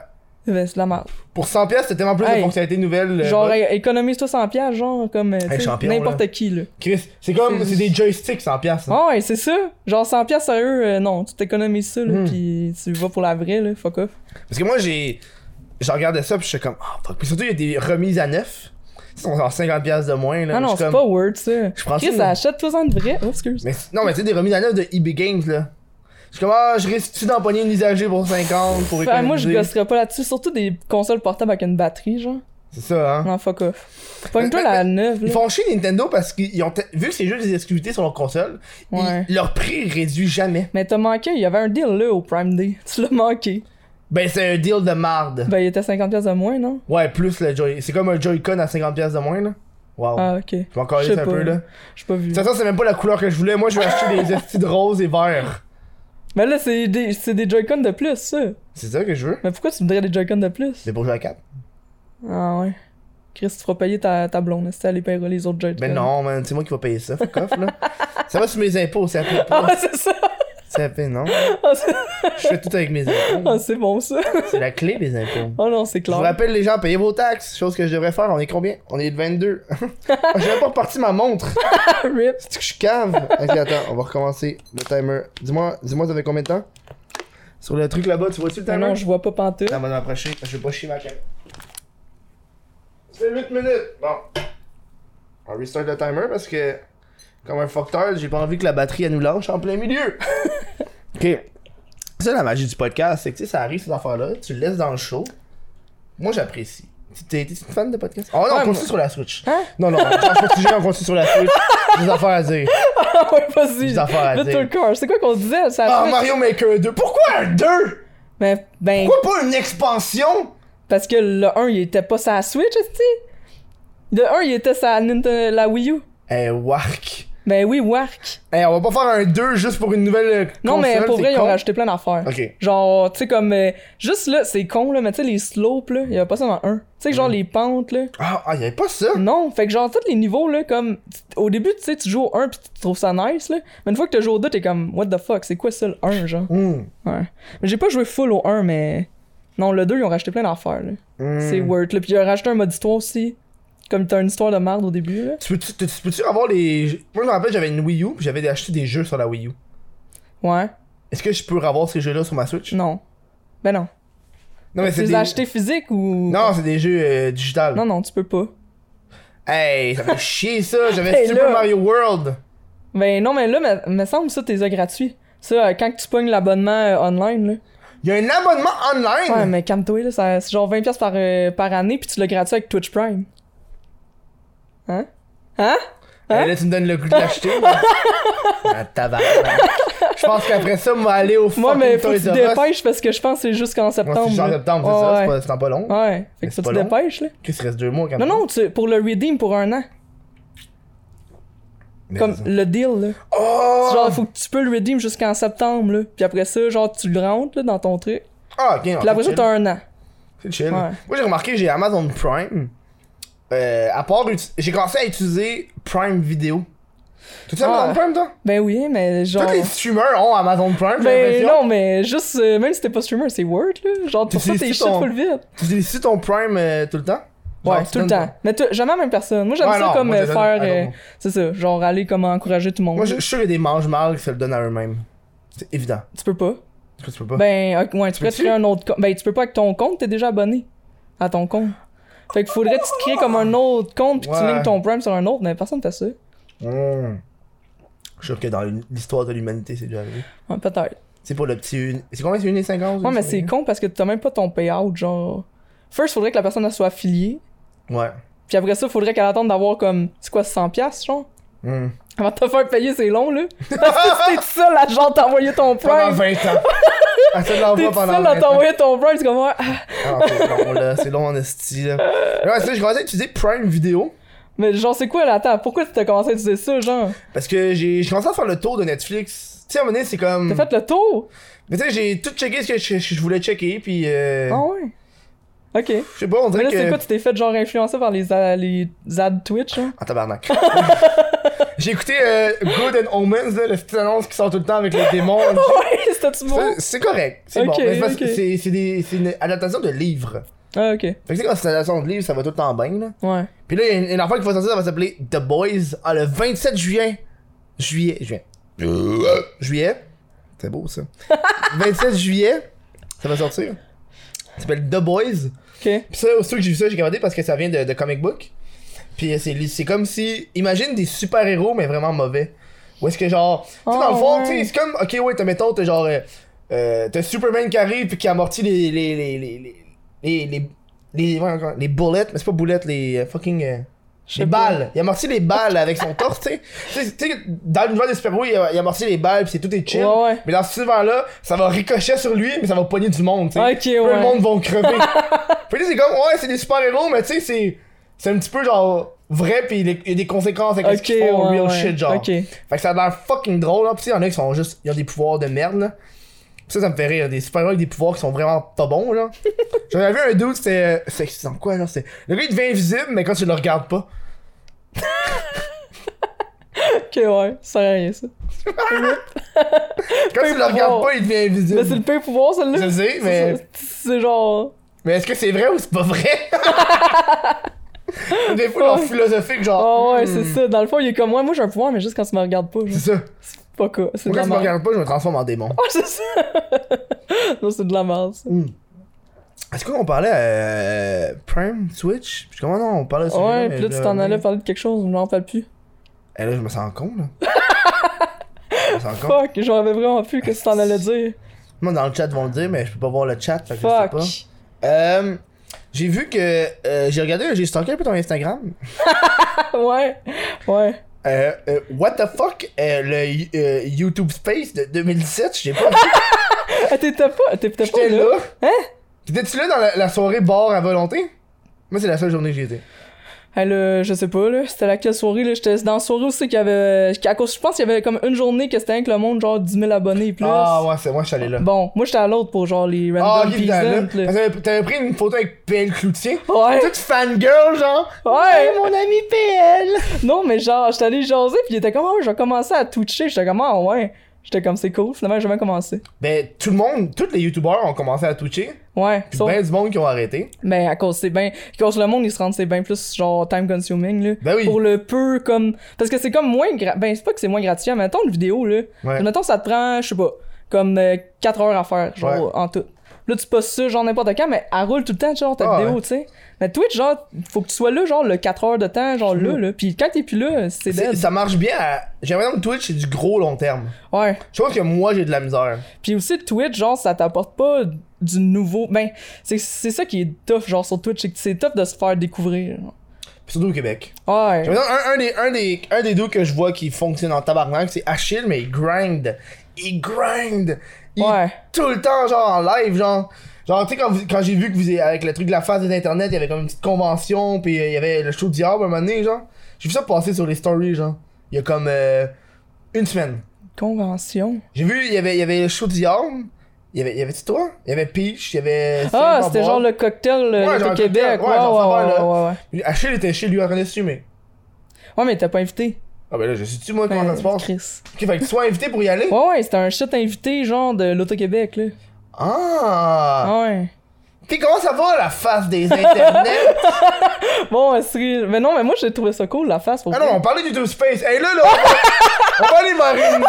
Ben, c'est de la merde. Pour 100 pièces, t'as tellement plus de Hey. fonctionnalités nouvelles. euh, Genre, bah, é- économise-toi 100$, piastres, genre, comme euh, tu sais, champion, n'importe là. qui, là. Chris, c'est comme, c'est des joysticks 100 pièces. Ah ouais, c'est ça. Genre 100 pièces sérieux, euh, non, tu t'économises ça là, Mm. puis tu vas pour la vraie là, fuck off. Parce que moi, j'ai. Je regardais ça, puis j'étais comme, oh fuck. Puis surtout, il y a des remises à neuf. Ils sont genre 50 pièces de moins, là. ah Ben, non, Je suis c'est comme- pas word ça. Je prends ça, Chris, moi. achète-toi ça de vrai. Oh, excuse. Mais, non, mais tu sais, des remises à neuf de EB Games, là. Je suis comme, ah, je risque-tu d'empoigner une usagée pour 50 pour Enfin, Ben, moi je économiser? gosserais pas là-dessus, surtout des consoles portables avec une batterie genre. C'est ça, hein. Non, fuck off. Pogne-toi la neuve Ils là. font chier Nintendo parce qu'ils ont te- vu que c'est juste des exclusivités sur leur console, ils- Ouais. leur prix réduit jamais. Mais t'as manqué, il y avait un deal là au Prime Day. Tu l'as manqué. Ben c'est un deal de marde. Ben il était 50 pièces de moins, non Ouais, plus le Joy, c'est comme un Joy-Con à 50 pièces de moins là. Wow. Ah OK. Je vais encore Je laisser sais un pas. peu là. De J'ai pas vu. toute façon, c'est même pas la couleur que je voulais. Moi, je vais acheter des estis de rose et vert. Mais là c'est des c'est des Joy-Con de plus ça. C'est ça que je veux. Mais pourquoi tu voudrais des Joy-Con de plus C'est pour jouer à 4. Ah ouais. Chris, tu feras payer ta, ta blonde, si elle paiera les autres Joy-Con. Ben non, man, c'est moi qui vais payer ça. Fuck off là. ça va sur mes impôts, c'est appelé Ah, pas. c'est ça! C'est appelé, non. Ah, c'est- Je fais tout avec mes impôts. ah, c'est bon ça! C'est la clé des impôts. Oh non, c'est Je vous clair. rappelle les gens, payez vos taxes, chose que je devrais faire. On est combien On est le 22. J'ai même pas reparti ma montre. Ah, Rip! C'est que je suis cave. Ok, attends, on va recommencer le timer. Dis-moi, dis-moi, ça fait combien de temps Sur le truc là-bas, tu vois-tu le Ah timer non, je vois pas pantoute. Attends, on va m'approcher, parce que je vais pas chier ma caméra. C'est 8 minutes. Bon. On restart le timer parce que, comme un fuckteur, j'ai pas envie que la batterie elle nous lâche en plein milieu. ok. Ça, la magie du podcast, c'est que tu sais, ça arrive ces affaires-là, tu le laisses dans le show. Moi, j'apprécie. Tu- T'es t'es une fan de podcast? Oh non, Ouais, on continue moi- sur la Switch. Hein? Non, non, on change pas de sujet, on continue sur la Switch. J'ai des affaires à dire. Ah ouais, vas-y! Des affaires à Little dire. Car, c'est quoi qu'on disait? Ça Ah, fait- Mario Maker 2. Pourquoi un 2? Mais, ben, Pourquoi pas une expansion? parce que le 1, il était pas sa Switch, esti! Le 1, il était sa Nintendo, la Wii U. Eh, wark. Ben oui, Wark! Hey, on va pas faire un 2 juste pour une nouvelle euh, console, Non, mais pour c'est vrai, ils con. ont rajouté plein d'affaires. Ok. Genre, tu sais, comme. euh, juste là, c'est con, là, mais tu sais, les slopes, là, il y avait pas ça dans 1. Tu sais, que Mm. genre, les pentes, là. Ah, ah, y'avait pas ça? Non, fait que genre tous les niveaux là comme tu- au début tu sais tu joues au 1 puis tu trouves ça nice là, mais une fois que tu joues au 2 t'es comme what the fuck, c'est quoi ça le 1 genre Hmm. Ouais. Mais j'ai pas joué full au 1 mais non, le 2 ils ont racheté plein d'affaires là. Hmm. C'est worth là, puis ils ont racheté un mode histoire aussi. Comme t'as une histoire de merde au début là. Tu peux-tu tu- tu peux-tu avoir les. Moi, je me rappelle, j'avais une Wii U, puis j'avais acheté des jeux sur la Wii U. Ouais. Est-ce que je peux avoir ces jeux-là sur ma Switch? Non. Ben non. Non, mais Tu c'est les des. as achetés physiques ou Non, c'est des jeux euh, digitales. non non, tu peux pas. Hey, ça fait chier ça! J'avais Hey, Super là. Mario World! Ben non, mais là me, me semble ça t'es gratuit. Ça euh, quand que tu pognes l'abonnement euh, online là. Y'a un abonnement online! Ouais, mais calme-toi, là, ça- c'est genre 20$ par, euh, par année, puis tu l'as gratuit avec Twitch Prime. Hein? Hein? Hey, Ben, là, tu me donnes le goût de l'acheter. là. ah, tabarnak. Je pense qu'après ça, on va aller au Moi, mais fucking faut que tu Toys te R Us. dépêches, parce que je pense que c'est jusqu'en Ouais, septembre. c'est genre là. septembre, Ouais, c'est ça? c'est ouais. pas- C'est dans pas long. Ouais, fait Mais que c'est faut que pas tu long. te dépêches, là. Qu'est-ce qu'il reste deux mois quand Non, même? non, tu, pour le redeem pour un an. Mais Comme c'est ça. le deal, là. Oh! C'est Genre, faut que tu peux le redeem jusqu'en septembre, là. Puis après ça, genre, tu le rentres, là, dans ton truc. Ah, ok. non, Puis après c'est chill. ça, t'as un an. C'est chill. Ouais. Moi, j'ai remarqué, j'ai Amazon Prime. Euh, à part, uti- j'ai commencé à utiliser Prime Vidéo. T'as-tu Ah. Amazon Prime, toi? Ben oui, mais genre. Tous les streamers ont Amazon Prime, j'ai Ben l'impression. non, mais juste, euh, même si t'es pas streamer, c'est Word, là. Genre, pour ça, T'utilises-tu t'es shit ton- full vite. Tu utilises ton Prime euh, tout le temps? Genre, Ouais, tu tout le donnes- temps. Mais t- jamais la même personne. Moi, j'aime Ouais, ça non, comme moi, euh, je donne- faire. ah, euh, non. c'est ça, genre aller comme encourager tout le monde. Moi, je je suis sûr qu'il y a des mange-mal qui se le donnent à eux-mêmes. C'est évident. Tu peux pas. Tu peux- tu peux pas. Ben, ok, ouais, tu pourrais te Peux-tu? créer un autre compte. Ben, tu peux pas avec ton compte, t'es déjà abonné à ton compte. Fait que faudrait que tu te crées comme un autre compte puis que tu Ouais. lignes ton Prime sur un autre, mais personne fait ça. Hmm. Je suis sûr que dans une- l'histoire de l'humanité, c'est déjà arrivé. Ouais, peut-être. C'est pour le petit. une- C'est combien? C'est 1,50? Ouais, mais c'est con parce que t'as même pas ton payout, genre. First, faudrait que la personne elle soit affiliée. Ouais. Puis après ça, faudrait qu'elle attende d'avoir comme, c'est quoi, 100$, genre? Hmm. Avant de te faire payer, c'est long, là. Parce que si t'es tout seul à genre t'envoyer ton Pendant Prime. 20 ans. Elle te T'es l'envoie tout pendant seul à 20 ans. t'envoyer ton Prime, c'est comme ouais, ah. Ah, c'est long, là. C'est long en esti, là. Mais Ouais, c'est ça, j'ai commencé à utiliser Prime Vidéo. Mais genre, c'est quoi là? Attends, pourquoi tu t'as commencé à utiliser ça, genre? Parce que j'ai j'ai commencé à faire le tour de Netflix. Tu sais, à un moment donné, c'est comme. T'as fait le tour? Mais tu sais, j'ai tout checké ce que je, je voulais checker, puis. Euh... Ah ouais. Ok. Je sais pas, on Mais dirait là, c'est que. quoi? Tu t'es fait genre influencer par les, a- les ads Twitch, hein? Ah, tabarnak. J'ai écouté euh, Good and Omens, là, la petite annonce qui sort tout le temps avec les démons. ouais, c'était-tu beau? Ça, C'est correct. C'est bon. Ok, Mais c'est parce que ok. c'est- c'est des- c'est une adaptation de livre. Ah, ok. Fait que tu sais, quand c'est une adaptation de livre, ça va tout le temps bien, là. Ouais. Puis là, il y a une, une affaire qui va sortir, ça va s'appeler The Boys ah, le 27 juillet. Juillet. Juillet. Juillet. C'est beau, ça. 27 juillet, ça va sortir. Ça s'appelle The Boys. Ok. Puis ça, aussitôt que j'ai vu ça, j'ai commandé parce que ça vient de, de comic book. Puis c'est, c'est comme si. Imagine des super-héros, mais vraiment mauvais. Ou est-ce que genre. Tu sais, dans le Oh, fond, ouais. tu sais, c'est comme. Ok, ouais, t'as mettons, t'as genre. euh, euh, t'as Superman qui arrive, puis qui amortit les. les. les. les. les. les. les, les, ouais, encore, les bullets, mais c'est pas bullets, les euh, fucking. euh, Je les sais pas. balles. Il amortit les balles avec son torse, tu sais. Tu sais. tu sais, dans l'univers des super-héros, il, il amortit les balles, puis c'est tout est chill. Ouais, ouais. Mais dans ce univers-là, ça va ricocher sur lui, mais ça va pogner du monde, tu sais. Ok, Tout le ouais. monde vont crever. Puis tu sais, c'est comme, ouais, c'est des super-héros, mais tu sais, c'est, c'est un petit peu genre vrai, pis il y a- il y a des conséquences avec ce Ok, qu'ils font, ouais, real ouais. shit, genre. Ok. Fait que ça a l'air fucking drôle, là. Pis tu sais, y en a qui sont juste, ils ont des pouvoirs de merde, là. Pis ça, ça me fait rire, des super-héros avec des pouvoirs qui sont vraiment pas bons, là. J'avais vu un dude, c'était. C'est c'est dans quoi, là c'est... Le gars, il devient invisible, mais quand tu le regardes pas. Ok, ouais. Ça sert à rien, ça. Quand tu le pouvoir. regardes pas, il devient invisible. Mais c'est le pire pouvoir, Je le celle-là. sais, mais. C'est- C'est genre. Mais est-ce que c'est vrai ou c'est pas vrai? des fois, leur philosophique, genre. Ah ouais, hmm, c'est ça. Dans le fond, il est comme moi. Moi, j'ai un pouvoir, mais juste quand tu me regardes pas. genre. C'est ça. C'est pas quoi. C'est de Moi, quand la tu me merde. regardes pas, je me transforme en démon. Ah, c'est ça. non, c'est de la merde, ça. Est-ce qu'on parlait euh, Prime Switch? Je comment non, on parlait de ça. Ouais, pis là, tu t'en allais parler de quelque chose, je m'en rappelle plus. Et Eh, là, je me sens con, là. je me sens con. Fuck, j'en avais vraiment plus qu'est-ce que t'en allais dire. Moi, dans le chat, ils vont le dire, mais je peux pas voir le chat, fait que je Fuck. sais pas. Euh, j'ai vu que. euh, j'ai regardé, j'ai stalké un peu ton Instagram. ouais, ouais. Euh, euh, what the fuck? euh, le euh, YouTube Space de 2017, j'ai pas vu. Ah, t'étais pas, t'étais pas J'étais là. là. Hein? T'étais-tu là dans la, la soirée bar à volonté? Moi, c'est la seule journée que j'y étais. Elle, euh, je sais pas, là, c'était laquelle soirée, là, j'étais dans la soirée aussi qu'il y avait, à cause, je pense qu'il y avait comme une journée que c'était avec le monde, genre 10 000 abonnés et plus. Ah, ouais, c'est moi, je suis allé là. Bon, moi, j'étais à l'autre pour genre les Ah, random ok, peasants, t'avais- là. t'avais- T'avais pris une photo avec PL Cloutier. Ouais, Toute fangirl, genre. ouais. Hey, mon ami PL! Non, mais genre, j'étais allé jaser pis il était comme, ah ouais, je vais commencer à twitcher. J'étais comme, ah ouais. J'étais comme, c'est cool, finalement, j'ai bien commencé. Ben, tout le monde, tous les YouTubers ont commencé à twitcher. Ouais, Pis sauf- ben du monde qui ont arrêté. Mais à cause c'est bien à cause le monde ils se rendent c'est bien plus genre time consuming là. Ben oui. Pour le peu comme parce que c'est comme moins gra... ben c'est pas que c'est moins gratifiant mais mettons une vidéo là. Ouais. Mettons ça te prend je sais pas comme 4 heures à faire genre Ouais. en tout. Là tu postes ça genre n'importe quand mais elle roule tout le temps genre ta Ah, vidéo ouais. tu sais. Mais Twitch genre faut que tu sois là genre le 4 heures de temps genre là là puis quand t'es plus là c'est C'est- dead. Ça marche bien à... J'ai l'impression que Twitch, c'est du gros long terme. Ouais. Je pense que moi, j'ai de la misère. Puis aussi Twitch genre ça t'apporte pas du nouveau ben c'est c'est ça qui est tough genre sur Twitch c'est que c'est tough de se faire découvrir. Pis surtout au Québec. Ouais. J'ai l'impression Un, un, des, un, des, un des deux que je vois qui fonctionne en tabarnak, c'est Achille, mais il grind. Il grind. Il- Ouais. Tout le temps, genre, en live, genre... Genre, tu sais, quand, vous- quand j'ai vu que vous avec le truc de la face de l'internet, il y avait comme une petite convention, puis euh, il y avait le show du diable un moment donné, genre. J'ai vu ça passer sur les stories, genre. Il y a comme... euh, une semaine. Convention. J'ai vu, il y avait, il y avait le show d'Yarn. Il y avait, il y avait toi? Il y avait Peach, il y avait. Ah, Sylvain c'était Barbois. genre le cocktail Ouais, euh, l'été genre le Québec. cocktail, Ouais, ouais, ouais, genre ouais, ça va, ouais, ouais. Achille était chez lui en train de fumer. Ouais, mais t'as pas invité. Ah, ben là, je sais-tu, moi, comment Ben, ça se passe? Chris. Ok, fait que tu sois invité pour y aller? Ouais, ouais, c'était un shit invité, genre de l'Auto-Québec, là. Ah! Ouais. Puis comment ça va, la face des internets? Bon, euh, c'est. Mais non, mais moi, j'ai trouvé ça cool, la face. Pour ah vrai. non, on parlait du YouTube Space. Hey, là, là! on va- On va aller vers une-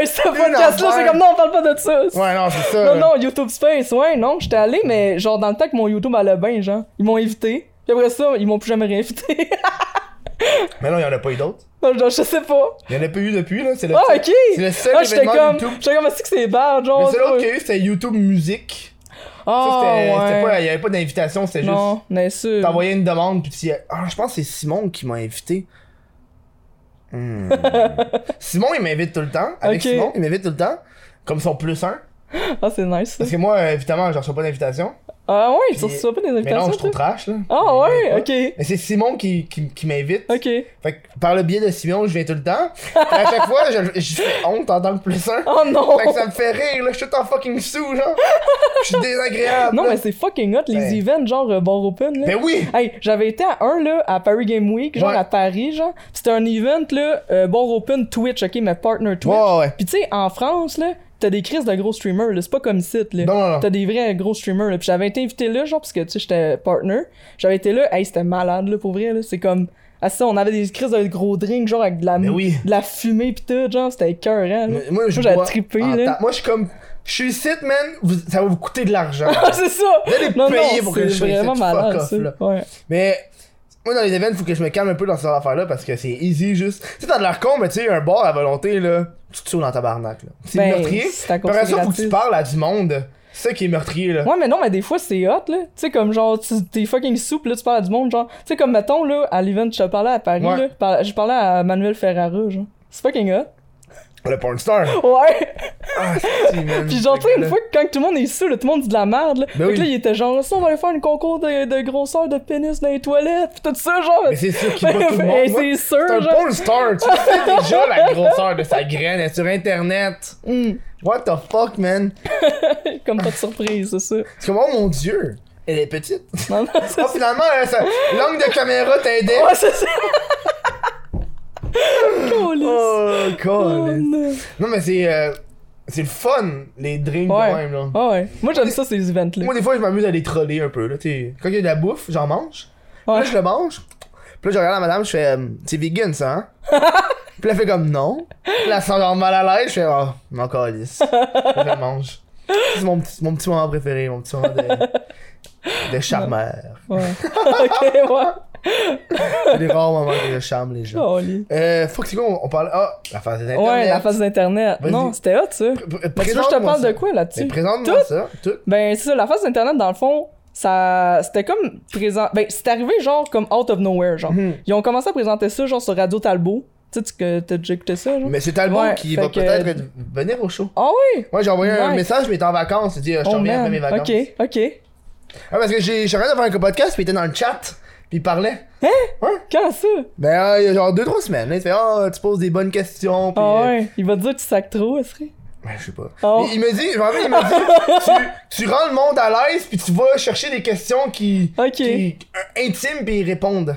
Hey, ce podcast-là, affaire. c'est comme non, on parle pas de ça. Ouais, non, c'est ça. là. Non, non, YouTube Space, ouais, non, j'étais allé, mais genre dans le temps que mon YouTube allait bien, genre, ils m'ont invité. Puis après ça, ils m'ont plus jamais réinvité. Mais non, il y en a pas eu d'autres. Non, genre, je sais pas. Il y en a pas eu depuis, là. C'est le, Ah, ok. c'est le seul Ah, j'étais événement comme. oh, YouTube. J'étais comme, est-ce que c'est bad, genre. Le seul autre ouais. qu'il y a eu, c'était YouTube Musique. Ça, Ah, c'était, c'était ouais. pas, il y avait pas d'invitation, c'était juste. Non, mais sûr. T'envoyais une demande, puis tu Ah, je pense que c'est Simon qui m'a invité. Hmm. Simon, il m'invite tout le temps. Avec Ok. Simon, il m'invite tout le temps. Comme son plus un. Ah, c'est nice. ça. Parce que moi, euh, évidemment, je reçois pas d'invitation. Ah ouais, Puis- tu reçois pas des Mais non, invitations, je trouve toi? trash, là. Ah ouais, Ouais. ok. Mais c'est Simon qui, qui, qui m'invite. Ok. Fait que par le biais de Simon, je viens tout le temps. à chaque fois, je, je fais honte en tant que plus un. Oh non! Fait que ça me fait rire, là. Je suis tout en fucking sous, genre. Je suis désagréable. Non, là. mais c'est fucking hot, les Ben. events, genre euh, bar open, là. Ben oui! Hey, j'avais été à un, là, à Paris Game Week, genre Ouais. à Paris, genre. Pis c'était un event, là, euh, bar open Twitch, ok, mais partner Twitch. Ouais, ouais. Pis tu sais, en France, là, t'as des crises de gros streamers, là. C'est pas comme site, là. Non, non, non. T'as des vrais gros streamers, là. Pis j'avais été invité là, genre, parce que, tu sais, j'étais partner. J'avais été là, hey, c'était malade, là, pour vrai, là. C'est comme. Ah, ça, on avait des crises de gros drinks, genre, avec de la, Ben oui. de la fumée pis tout, genre, c'était écœurant, là. Mais Moi, je j'avais bois trippé, en là. ta- Moi, je suis comme. Je suis ici, man. vous- Ça va vous coûter de l'argent. Ah, c'est ça! Vous allez Non, payer non, pour que je c'est fasse vraiment cette malade, fuck off, ça. là. Ouais. Mais. Moi, dans les événements, faut que je me calme un peu dans cette affaire-là parce que c'est easy, juste. Tu sais, t'as de l'air con, mais tu sais, un bar à volonté, là, tu te saoules dans ta barnaque, là. C'est Ben, meurtrier. c'est à cause Par que c'est ça, faut que tu gratuit. parles à du monde. C'est ça qui est meurtrier, là. Ouais, mais non, mais des fois, c'est hot, là. Tu sais, comme genre, tu- t'es fucking souple, là, tu parles à du monde, genre. Tu sais, comme mettons, là, à l'event, je te parlais à Paris, Ouais. là. par- Je parlais à Manuel Ferrara, genre. C'est fucking hot. Le porn star. Ouais! Ah, c'est man. Puis genre, tu sais, une Là. fois que quand tout le monde est saoul, là, tout le monde dit de la merde, là. Ben Fait oui. que là, il était genre, ça, on va aller faire une concours de, de grosseur de pénis dans les toilettes, pis tout ça, genre. Mais c'est sûr qu'il bat tout le Eh, monde. moi. c'est C'est un sûr, genre. porn star. Tu sais déjà la grosseur de sa graine. Elle est sur Internet. Hum, What the fuck, man? comme pas de surprise, c'est ça. C'est comme, oh mon dieu, elle est petite. Non, non, c'est Ah, finalement, euh, ça- l'angle de caméra t'aidait. Ouais, c'est ça. Câlisse. Oh, Oh, God. non. Non, mais c'est. euh, c'est le fun, les drinks Ouais. de même, là. Ah ouais. Moi, j'aime ça, ces events-là. Moi, des fois, je m'amuse à les troller un peu, là. t'sais. Quand il y a de la bouffe, j'en mange. Puis là, Ouais. je le mange. Puis là, je regarde la madame, je fais, euh, c'est vegan, ça, hein? Puis là, elle fait comme non. Puis là, elle sent genre mal à l'aise, je fais, oh, encore lisse. je le mange. C'est mon petit, mon petit moment préféré, mon petit moment de. de charmeur. Ouais. ok, ouais. C'est des rares moments que je charme les gens. Joli. Euh, fuck, c'est quoi, on, on parle. Ah, la phase des internet. Oh. Ouais, la face d'Internet. Vas-y. Non, c'était hot, ça. Mais tu veux que je te parle de quoi là-dessus? Présente-moi ça, tout. Ben, c'est ça, la face d'Internet, dans le fond, ça. C'était comme présent. Ben, c'est arrivé genre comme out of nowhere, genre. Mhm. Ils ont commencé à présenter ça, genre, sur Radio Talbot. Tu sais, tu- que t'as déjà écouté ça, genre? Mais c'est Talbot Ouais, qui fait va que- peut-être être- venir au show. Ah oui! Moi, j'ai envoyé un Nice. message, mais il était en vacances. Il dit, euh, je te Oh reviens après man! mes vacances. Ok, ok. Ah, parce que j'ai j'ai regardé faire un podcast, puis il était dans le chat, puis il parlait. Hein? Quand ça? Ben, euh, il y a genre 2-3 semaines. là, il fait, ah, tu poses des bonnes questions, puis. Ah euh, ouais. Il va te dire que tu sacs trop, est-ce que- ben, je sais pas. Oh. Il, il me dit, vraiment, il me dit, tu, tu rends le monde à l'aise, puis tu vas chercher des questions qui. Ok. qui- euh, intimes, puis ils répondent.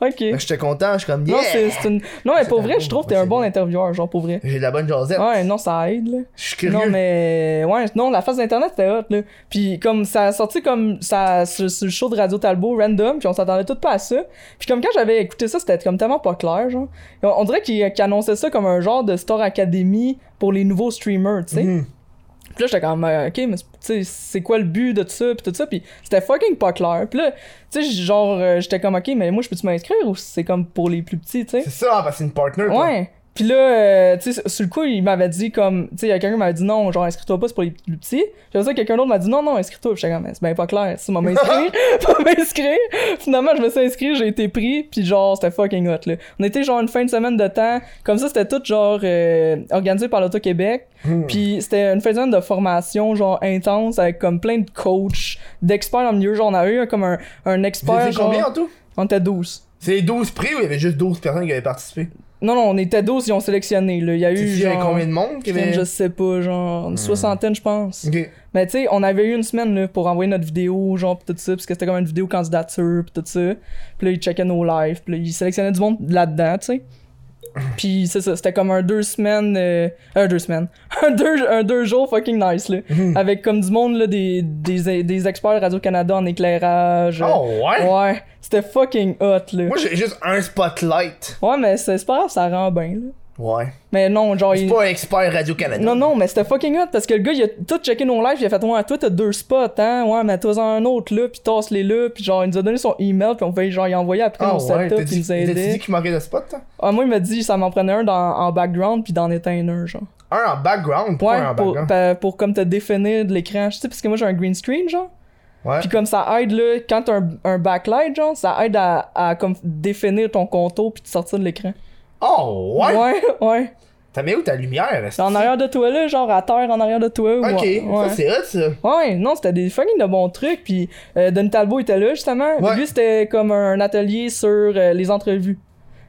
Ok. Ben, j'étais content, je suis comme, yeah! Non, c'est c'est une. Non, mais C'est pour un vrai, bon- je trouve que t'es un bon intervieweur, genre, pour vrai. J'ai de la bonne jasette. Ouais, non, ça aide, là. Je suis curieux. Non, mais. Ouais, non, la phase d'Internet, c'était hot, là. Puis, comme, ça a sorti comme ça sur, sur le show de Radio Talbot, random, puis on s'attendait tout pas à ça. Puis, comme quand j'avais écouté ça, c'était comme tellement pas clair, genre. On, on dirait qu'ils qu'ils annonçaient ça comme un genre de Star Academy pour les nouveaux streamers, tu sais. Mhm. Puis là, j'étais comme, euh, ok, mais c'est- tu sais, c'est quoi le but de tout ça, puis tout ça, puis c'était fucking pas clair. Puis là, tu sais, genre, euh, j'étais comme, ok, mais moi, je peux-tu m'inscrire ou c'est comme pour les plus petits, tu sais? C'est ça, parce que c'est une partner. toi. Ouais. Puis là, euh, tu sais, sur- sur le coup, il m'avait dit comme, tu sais, il y a quelqu'un qui m'avait dit non, genre inscris-toi pas, c'est pour les plus petits. J'avais ça, quelqu'un d'autre m'a dit non, non, inscris-toi. Puis j'étais comme, c'est bien pas clair, si m'a m'inscrire, pas m'inscrire. Finalement, je me suis inscrit, j'ai été pris, puis genre, c'était fucking hot, là. On était genre une fin de semaine de temps, comme ça, c'était tout genre euh, organisé par l'Auto-Québec. Hmm. Puis c'était une fin de semaine de formation, genre intense, avec comme plein de coachs, d'experts dans le milieu. Genre, on a eu un- comme un, un Vous étiez expert, genre, combien en tout? on était 12. C'est 12 prix ou il y avait juste 12 personnes qui avaient participé? Non, non, on était 12, ils ont sélectionné, là. Il y a Tu eu, sais, il y avait genre... combien de monde qui avait. Je sais pas, genre une soixantaine, je pense. Ok. Mais tu sais, on avait eu une semaine là, pour envoyer notre vidéo, genre, pis tout ça, parce que c'était comme une vidéo candidature, pis tout ça. Puis là, ils checkaient nos lives, puis là, ils sélectionnaient du monde là-dedans, tu sais. Puis c'est ça, c'était comme un deux semaines, euh, un deux semaines, un deux, un deux jours fucking nice, là. Avec comme du monde, là, des, des, des experts Radio-Canada en éclairage. Oh, ouais? Ouais, c'était fucking hot, là. Moi, j'ai juste un spotlight. Ouais, mais c'est c'est pas grave, ça rend bien, là. Ouais. Mais non, genre, C'est Ah, il- pas un expert Radio-Canada. Non, non, mais c'était fucking hot parce que le gars, il a tout checké nos lives, il a fait Ouais, toi, t'as deux spots, hein, ouais, mais toi, un autre là, puis tasse-les là, puis genre, il nous a donné son email, puis on pouvait genre y envoyer après Ah nos ouais, setup, t'as puis il dit, nous t'as dit aidait. qu'il manquait de spot, toi? Ah, moi, il m'a dit, ça m'en prenait un dans, en background, puis d'en éteindre un, genre. Un en background, pas Ouais, un en pour, background. pa- pour comme te définir de l'écran, tu sais, parce que moi, j'ai un green screen, genre. Ouais. Puis comme ça aide, là, quand t'as un, un backlight, genre, ça aide à, à comme définir ton contour, puis te sortir de l'écran. Oh, ouais? Ouais, ouais. T'as mis où ta lumière? C'est en arrière de toi, là, genre à terre, en arrière de toi. Ok, ouais. Ouais. ça c'est hot ça. Ouais, non, c'était des fucking de bons trucs. Puis euh, Don Talbot était là, justement. Ouais. Lui, c'était comme un atelier sur euh, les entrevues.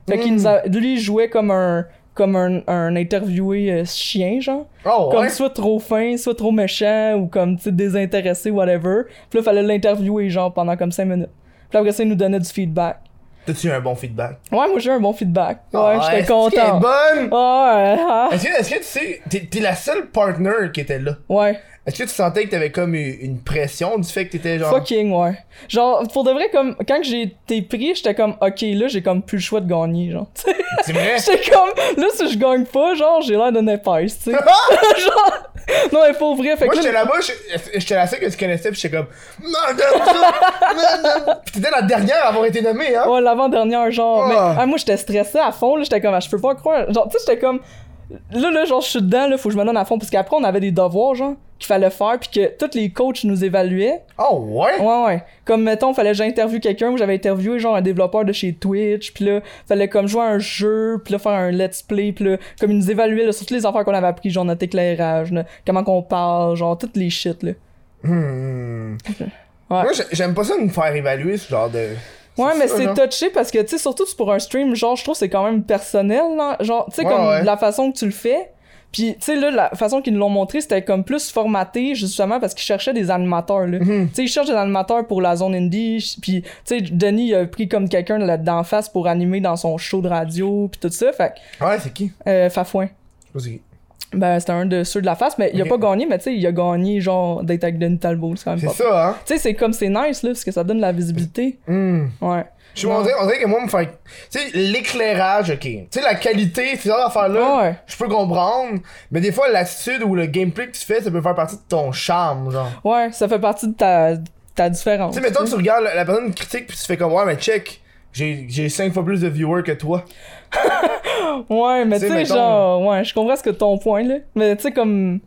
Fait qu'il Mm. nous a- Lui, il jouait comme un, comme un, un interviewé euh, chien, genre. Oh Comme ouais. soit trop fin, soit trop méchant, ou comme, tu sais, désintéressé, whatever. Puis là, fallait l'interviewer, genre, pendant comme 5 minutes. Puis après ça, il nous donnait du feedback. T'as-tu eu un bon feedback? Ouais, moi, j'ai eu un bon feedback. Ouais, Ah, j'étais est-ce qu'elle est content. bonne! Ouais, ah, Est-ce que, est-ce que tu sais, t'es, t'es la seule partner qui était là. ouais. Est-ce que tu sentais que t'avais comme eu- une pression du fait que t'étais genre. Fucking ouais. Genre, pour de vrai, comme, quand que j'ai été pris, j'étais comme, ok, là, j'ai comme plus le choix de gagner, genre. Tu sais, C'est vrai? j'étais comme, là, si je gagne pas, genre, j'ai l'air d'un épaisse, tu sais. genre, non, mais pour vrai, fait Moi que j'étais là, là-bas, je- j'étais la seule que tu connaissais, pis j'étais comme. Madame ça! Madame! Pis t'étais la dernière à avoir été nommée, hein? ouais, l'avant-dernière, genre, mais, Ah. ah, moi, j'étais stressé à fond, là, j'étais comme, ah, je peux pas croire. Genre, tu sais, j'étais comme, là, là, genre, je suis dedans, là, faut que je me donne à fond, parce qu'après, on avait des devoirs, genre, qu'il fallait faire, puis que tous les coachs nous évaluaient. Oh ouais! Ouais, ouais. Comme, mettons, fallait que j'interviewe quelqu'un, moi, j'avais interviewé, genre, un développeur de chez Twitch, puis là, fallait comme jouer à un jeu, puis là, faire un let's play, puis là, comme ils nous évaluaient, là, sur toutes les affaires qu'on avait appris, genre, notre éclairage, no- comment qu'on parle, genre, toutes les shit, là. Hmm. Ouais. Moi j'ai- j'aime pas ça de me faire évaluer ce genre de. Ouais, mais ça, c'est là. touché parce que, tu sais, surtout c'est pour un stream, genre, je trouve que c'est quand même personnel, là. Genre, tu sais, Ouais, comme ouais. la façon que tu le fais. Puis, tu sais, là, la façon qu'ils nous l'ont montré, c'était comme plus formaté, justement, parce qu'ils cherchaient des animateurs, là. Mm-hmm. Tu sais, ils cherchent des animateurs pour la zone indie. ch- Puis, tu sais, Denis il a pris comme quelqu'un là- d'en face pour animer dans son show de radio, puis tout ça. Fait que, Ouais, c'est qui? euh, Fafouin, Je sais pas c'est qui. ben, c'était un de ceux de la face, mais il a Ok. pas gagné, mais tu sais, il a gagné, genre, d'être avec Denis Talbot, c'est quand même C'est pas. Tu ça, hein? sais, c'est comme, c'est nice, là, parce que ça donne de la visibilité. Hmm. Ouais. Je suis on dirait, on dirait que moi, me faire. Tu sais, l'éclairage, ok. Tu sais, la qualité, ces affaires-là, Ouais. je peux comprendre. Mais des fois, l'attitude ou le gameplay que tu fais, ça peut faire partie de ton charme, genre. Ouais, ça fait partie de ta, ta différence. Tu sais, mettons, que tu regardes la, la personne critique, puis tu fais comme, ouais, mais check, j'ai j'ai cinq fois plus de viewers que toi. Ouais, mais Tu tu sais, sais, mettons- genre, ouais, je comprends ce que ton point, là. Mais tu sais, comme.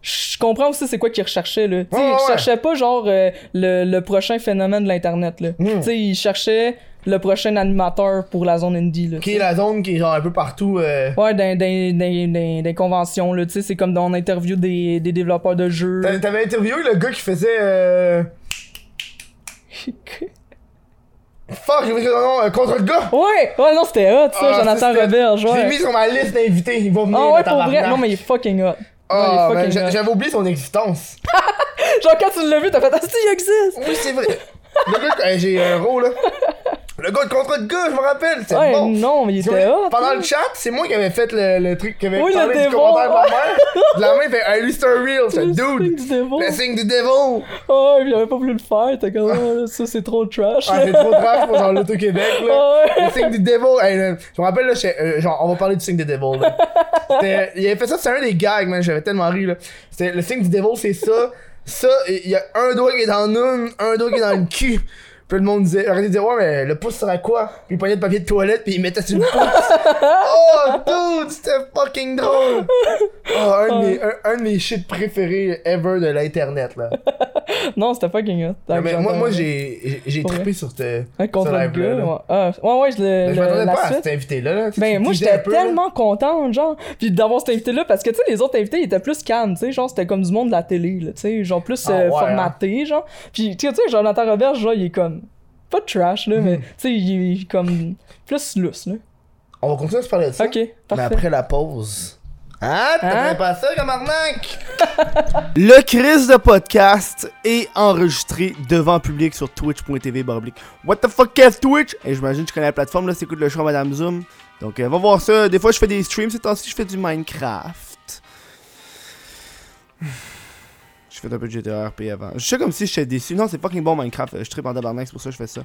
Je comprends aussi c'est quoi qu'ils recherchaient, là. Tu sais, Ouais, ouais, ils ouais. cherchaient pas, genre, euh, le, le prochain phénomène de l'Internet, Hmm. là. Tu sais, ils cherchaient le prochain animateur pour la zone indie, là. Qui est la zone qui est genre un peu partout. Euh... Ouais, dans des conventions, là. Tu sais, c'est comme dans l'interview des, des développeurs de jeux. T'a- T'avais interviewé le gars qui faisait. Euh... Fuck, j'ai oublié son nom, euh, contre le gars! ouais! Ouais, non, c'était hot, ça, Ah, Jonathan c'était- Roberge, Je l'ai ouais. mis sur ma liste d'invités, il va venir. Ah ouais, le pour vrai. tabarnak. Non, mais il est fucking hot. Ah, Ouais, il est ben, fucking j'a- hot. j'avais oublié son existence. Genre, quand tu l'as vu, t'as fait Ah, si, il existe! Oui, c'est vrai. Le gars, euh, j'ai un rôle là. Le gars, le contrat de gars, je me rappelle, c'est Ouais, bon. non, mais il C'est était vrai, hot. hein. Pendant le chat, c'est moi qui avais fait le, le truc, qui avait Oui, le parlé du démon. commentaire de ma mère. De la main, il fait, hey, lui, c'est un real, c'est un Signe dude. du démon. Le signe du devil. Oh, il avait pas voulu le faire. T'es comme, oh, ça, c'est trop trash. Ah, c'est trop trash pour genre l'Auto-Québec, là. Ah ouais. Le signe du devil. Hey, là, je me rappelle, là, j'étais, euh, genre, on va parler du signe du devil, là. C'était- Il avait fait ça, c'est un des gags, man. J'avais tellement ri, là. C'était le signe du devil, c'est ça. Ça, et il y a un doigt qui est dans une, un doigt qui est dans le cul. Puis le monde disait, regardez, disait, ouais, mais le pouce sera quoi? Puis il prenait de papier de toilette, puis il mettait sur le pouce. oh, dude, c'était fucking drôle. Oh, un, de mes, un, un de mes shit préférés ever de l'internet, là. Non, c'était fucking hot. Non, mais moi, J'entends- moi j'ai, j'ai- j'ai Pour trippé sur te. Hein, Contre sur le live-là, gars. là. Ouais, Ah, ouais, ouais, je Ben, le- je le- m'attendais pas la à cet suite. invité-là. Là. Tu- tu Ben, moi, disais un j'étais peu, là. tellement contente, genre. Puis d'avoir cet invité-là, parce que, tu sais, les autres invités, ils étaient plus calmes, tu sais. Genre, c'était comme du monde de la télé, là, tu sais. Genre, plus Ah, euh, ouais, formaté, genre. Puis, tu sais, tu sais, Jonathan Robert, genre, il est comme. Pas trash, là, Hmm. mais, tu sais, il est comme. Plus lousse, là. On va continuer à se parler de ça. Ok, Mais parfait. après la pause. Hein? T'avais Hein? pas ça comme arnaque? Le Chris de podcast est enregistré devant public sur twitch.tv barblique. What the fuck Kev Twitch? Et j'imagine que tu connais la plateforme, là, c'est écoute le show à Madame Zoom. Donc euh, va voir ça. Des fois je fais des streams, ces temps-ci je fais du Minecraft. Je fais un peu de GTA RP avant. Je sais comme si j'étais déçu. Non, c'est fucking bon Minecraft. Euh, Je tripe en tabarnak, c'est pour ça que je fais ça.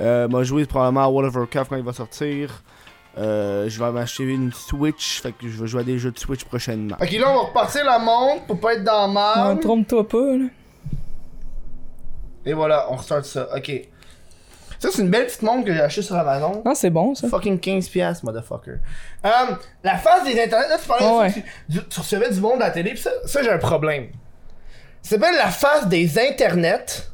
Euh, moi, jouer probablement à World of Warcraft quand il va sortir. Euh, je vais m'acheter une Switch, fait que je vais jouer à des jeux de Switch prochainement. Ok, là on va repartir la montre pour pas être dans Ouais, marre. Trompe-toi pas, là. Et voilà, on restart ça. Ok. Ça c'est une belle petite montre que j'ai achetée sur Amazon. Non, Ah, c'est bon, ça. Fucking 15 piastres, motherfucker. Euh, la phase des internets, là tu parlais de ça, Ouais. tu- du- tu recevais du monde à la télé, pis ça, ça j'ai un problème. Ça s'appelle la phase des internets.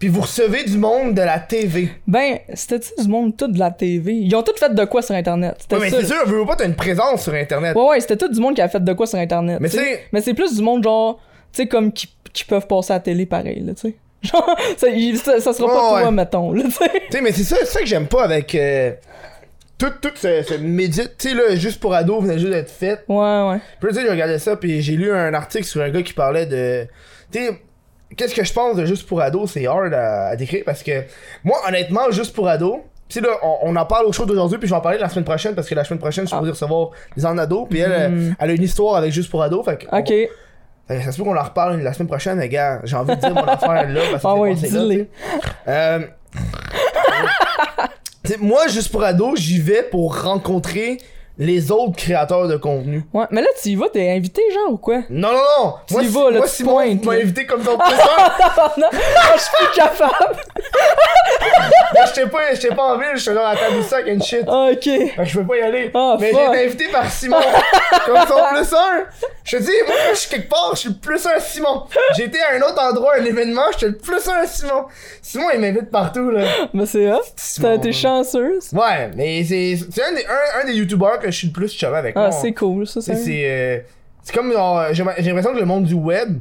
Puis vous recevez du monde de la TV. Ben, c'était-tu du monde tout de la TV? Ils ont tout fait de quoi sur Internet? C'était Ouais, mais ça, c'est sûr, veux pas, t'as une présence sur Internet. Ouais, ouais, c'était tout du monde qui a fait de quoi sur Internet. Mais tu sais. c'est- Mais c'est plus du monde, genre, tu sais, comme qui, qui peuvent passer à la télé pareil, là, tu sais. Genre, ça, il- ça, ça sera pas Ouais, toi, ouais. mettons, là, tu sais. Tu sais, mais c'est ça, c'est ça que j'aime pas avec euh, tout, tout ce, ce média. Tu sais, là, juste pour ados venait juste d'être fait. Ouais, ouais. Puis, tu sais, j'ai regardé ça, puis j'ai lu un article sur un gars qui parlait de. Tu sais, qu'est-ce que je pense de Juste pour ados C'est hard à, à décrire parce que moi, honnêtement, Juste pour ados. Puis là, on, on en parle au show d'aujourd'hui, puis je vais en parler la semaine prochaine, parce que la semaine prochaine, je suis Ah. Hmm. supposé recevoir les en ados, puis elle, euh, elle a une histoire avec Juste pour ados, fait que Ok. Ah, Fait que ça se peut qu'on en reparle la semaine prochaine, les gars. J'ai envie de dire mon affaire là. Parce que Ah c'est ouais, passé là, dis-les. tu sais. Euh, tu sais, moi, juste pour ado, j'y vais pour rencontrer les autres créateurs de contenu. Ouais, mais là, tu y vas, t'es invité, genre, ou quoi? Non, non, non! Tu moi, y si- vas, là, moi, tu Simon, pointes, m'a là. invité comme ton professeur. Ah, non, je suis plus capable. Moi, j'étais pas, j'étais pas en ville, j'étais dans la table du sac and shit. Ah, Ok. Fait que je peux pas y aller. Ah, mais j'ai fuck. été invité par Simon. comme son plus un. Je te dis, moi, quand je suis quelque part, je suis le plus un Simon. J'étais à un autre endroit, un événement, j'étais le plus un Simon. Simon, il m'invite partout, là. Mais c'est hop. T'as Simon. été chanceuse. Ouais, mais c'est c'est un des, un, un des youtubeurs que je suis le plus chum avec. Ah, moi. c'est cool, ça, C'est- c'est. C'est euh, c'est comme genre, j'ai j'ai l'impression que le monde du web,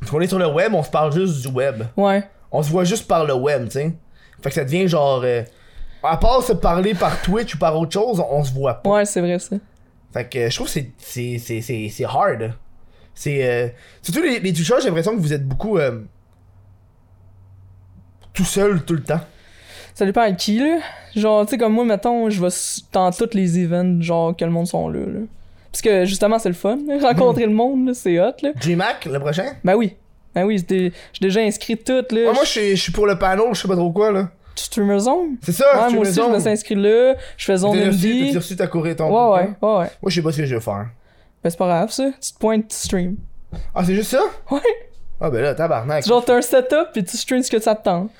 parce qu'on est sur le web, on se parle juste du web. Ouais. On se voit juste par le web, tu sais. Fait que ça devient genre euh, à part se parler par Twitch ou par autre chose, on, on se voit pas. Ouais, c'est vrai, ça. Fait que euh, je trouve que c'est- c'est c'est- c'est c'est hard. C'est euh, surtout les les toucheurs, j'ai l'impression que vous êtes beaucoup euh, tout seul tout le temps. Ça dépend à qui, là. Genre, tu sais, comme moi, mettons, je vais s- dans tous les events, genre, que le monde sont là, là. Parce que, justement, c'est le fun, là. rencontrer le monde, là, c'est hot, là. J-Mac, le prochain Ben oui. Ben oui, c'était- j'ai déjà inscrit tout, là. Ouais, Moi, je suis- je suis pour le panneau, je sais pas trop quoi là. Streamer Zone. C'est ça, Ouais, tu moi aussi, je me suis inscrit là. Je fais Zone T'as reçu, Indie. t'as reçu ta courrier ton. hein. Ouais, ouais, ouais, ouais. Moi, je sais pas ce que je vais faire. Ben, c'est pas grave, ça. Tu te pointes, tu stream. Ah, c'est juste ça? Ouais. Ah, ben là, tabarnak. Genre, t'as un setup, puis tu streams ce que ça te tente.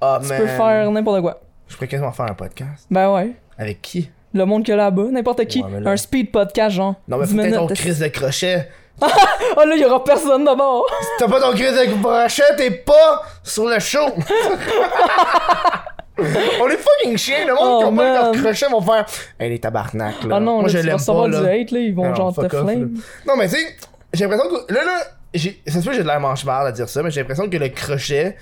Ah, Tu man. peux faire n'importe quoi. Je pourrais quasiment faire un podcast. Ben ouais. Avec qui? Le monde que là-bas, n'importe qui. Ouais, mais là- Un speed podcast, genre. Non, mais faut 10 peut-être ton minutes. crise de crochet. Ah là, il y aura personne d'abord. Si t'as pas ton crise de crochet, t'es pas sur le show. On est fucking chiens, le monde Oh, qui ont pas man. leur crochet vont faire. Hey, les tabarnak, là. Ah non, Moi, là, je tu vas l'aime pas, recevoir là. du hate, là. Ils vont Non, genre te fuck off, flame. là. Non, mais tu sais, j'ai l'impression que. Là, là, j'ai- ça se peut que j'ai de l'air manche-marde à dire ça, mais j'ai l'impression que le crochet,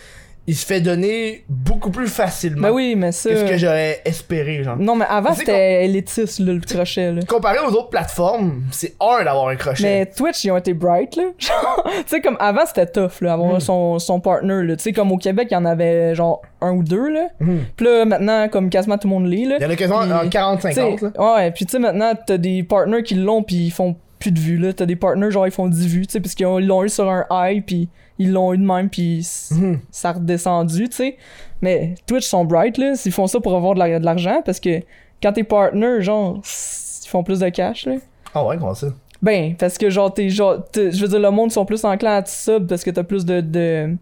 il se fait donner beaucoup plus facilement Ben oui, mais ça. que ce que j'aurais espéré, genre. Non, mais avant, Tu sais c'était élitiste, là, le crochet, là. Comparé aux autres plateformes, c'est hard d'avoir un crochet. Mais Twitch, ils ont été bright, là. Genre, tu sais, comme avant, c'était tough, là, Hmm. avoir son, son partner, là. Tu sais, comme au Québec, il y en avait genre un ou deux, là. Puis là, maintenant, comme quasiment tout le monde l'est, là. Hmm. Il y en a quasiment Puis, en 40-50, tu là. sais, Ouais, puis tu sais, maintenant, t'as des partners qui l'ont, puis ils font plus de vues, là. T'as des partners, genre, ils font 10 vues, tu sais, parce qu'ils ont- ils l'ont eu sur un high, puis ils l'ont eu de même, puis s- Mhm. ça a redescendu, tu sais. Mais Twitch sont bright, là. Ils font ça pour avoir de la- de l'argent, parce que quand t'es partner, genre, s- ils font plus de cash, là. Ah ouais, comment ça? Ben, parce que genre, t'es genre. t'es- je veux dire, le monde sont plus enclins à te sub parce que t'as plus de. de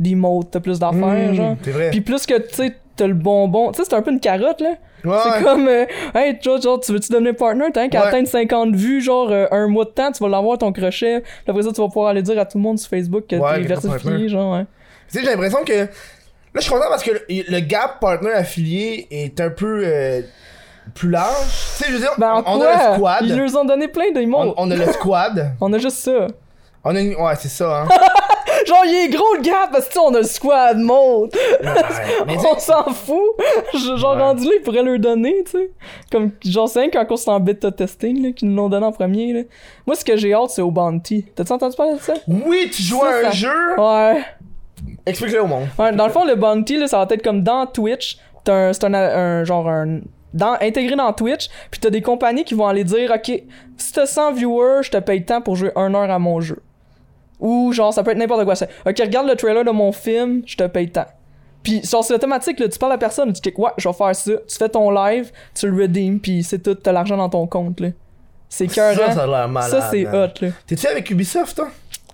d'emotes, t'as plus d'affaires, Mmh, genre. C'est vrai. Puis plus que, tu sais, t'as le bonbon. Tu sais, c'est un peu une carotte, là. Ouais, ouais. C'est comme, euh, hey, tu vois, genre, tu veux-tu devenir partner? T'as qu'à Ouais. atteindre 50 vues, genre, euh, un mois de temps, tu vas l'avoir ton crochet. Puis après ça, tu vas pouvoir aller dire à tout le monde sur Facebook que Ouais, t'es que t'es partner. diversifié, genre, hein. ouais. Tu sais, j'ai l'impression que. Là, je suis content parce que le, le gap partner affilié est un peu euh, plus large. Tu sais, je veux dire, Ben, en on, on quoi? a le squad. Ils nous ont donné plein On, d'emotes. On, on a le squad. a juste ça. On a une... Ouais, c'est ça, hein. Genre, il est gros le gars, parce que, tu sais, on a le squad mode. Ouais, mais tu sais, on s'en fout! Je- Genre, Ouais. rendu là, ils pourraient leur donner, tu sais. Comme, genre, c'est rien qu'en course en bêta testing, là, qu'ils nous l'ont donné en premier, là. Moi, ce que j'ai hâte, c'est au Bounty. T'as-tu entendu parler de ça? oui, tu joues à Ça, un ça- jeu. Ouais. Explique-le au monde. Ouais, dans le fond, le Bounty, là, ça va être comme dans Twitch. T'as un, c'est un, un- genre, un. Dans, intégré dans Twitch, puis t'as des compagnies qui vont aller dire, OK, si t'as 100 viewers, je te paye tant pour jouer 1 heure à mon jeu. Ou genre, ça peut être n'importe quoi. C'est, ok, regarde le trailer de mon film, je te paye tant. Puis sur cette thématique, là, tu parles à personne, tu dis, ouais, je vais faire ça. Tu fais ton live, tu le redeem, puis c'est tout, t'as l'argent dans ton compte, là. C'est Ça, cœur. ça a l'air malade. Ça, c'est hein. hot, là. T'es-tu avec Ubisoft, toi?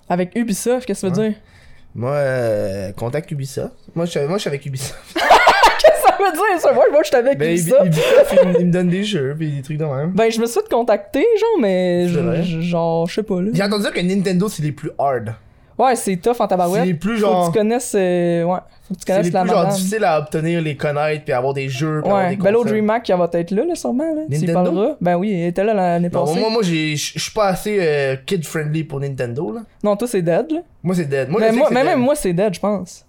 Avec Ubisoft, qu'est-ce que ça veut dire? Moi, euh, contact Ubisoft. Moi, je, moi, je suis avec Ubisoft. Qu'est-ce que ça veut dire, ça? Ouais, moi, je suis avec Ben, Ubi- Ubisoft. Ubisoft, ils, me- ils me donnent des jeux pis des trucs de même. Ben, je me suis fait contacter, genre, mais. C'est je- vrai? je- genre, je sais pas, là. J'ai entendu dire que Nintendo, c'est les plus hard. Ouais, c'est tough en tabarouette. C'est plus Faut que genre. tu connaisses, euh, ouais, faut que tu C'est les connaisses plus la genre madame. difficiles à obtenir, les connaître, puis avoir des jeux. Puis avoir Ouais, des ben l'autre consoles. Remac, elle va être là, là, sûrement, là. Tu y Nintendo? parleras. Ben oui, elle était là l'année Non, passée. moi, moi, j'ai- je je suis pas assez euh, kid-friendly pour Nintendo, là. Non, toi, c'est dead, là. Moi, c'est dead. Moi, je mais sais que moi, c'est mais même dead. moi, c'est dead, je pense.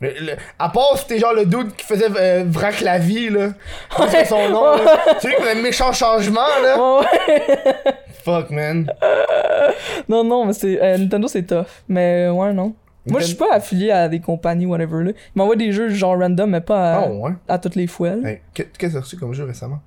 Mais le- à part si t'es genre le dude qui faisait euh, vrac la vie, là. Parce que son nom, Ouais. là. Tu sais, qu'il y a un méchant changement, là. Ouais, Euh. ouais. Fuck, man. non, non, mais c'est. euh, Nintendo, c'est tough. Mais euh, ouais, non. Moi, je suis pas affilié à des compagnies, whatever, là. Ils m'envoient des jeux genre random, mais pas à, Ah, ouais. à toutes les fois, là. Hey, Qu'est-ce que t'as reçu comme jeu récemment?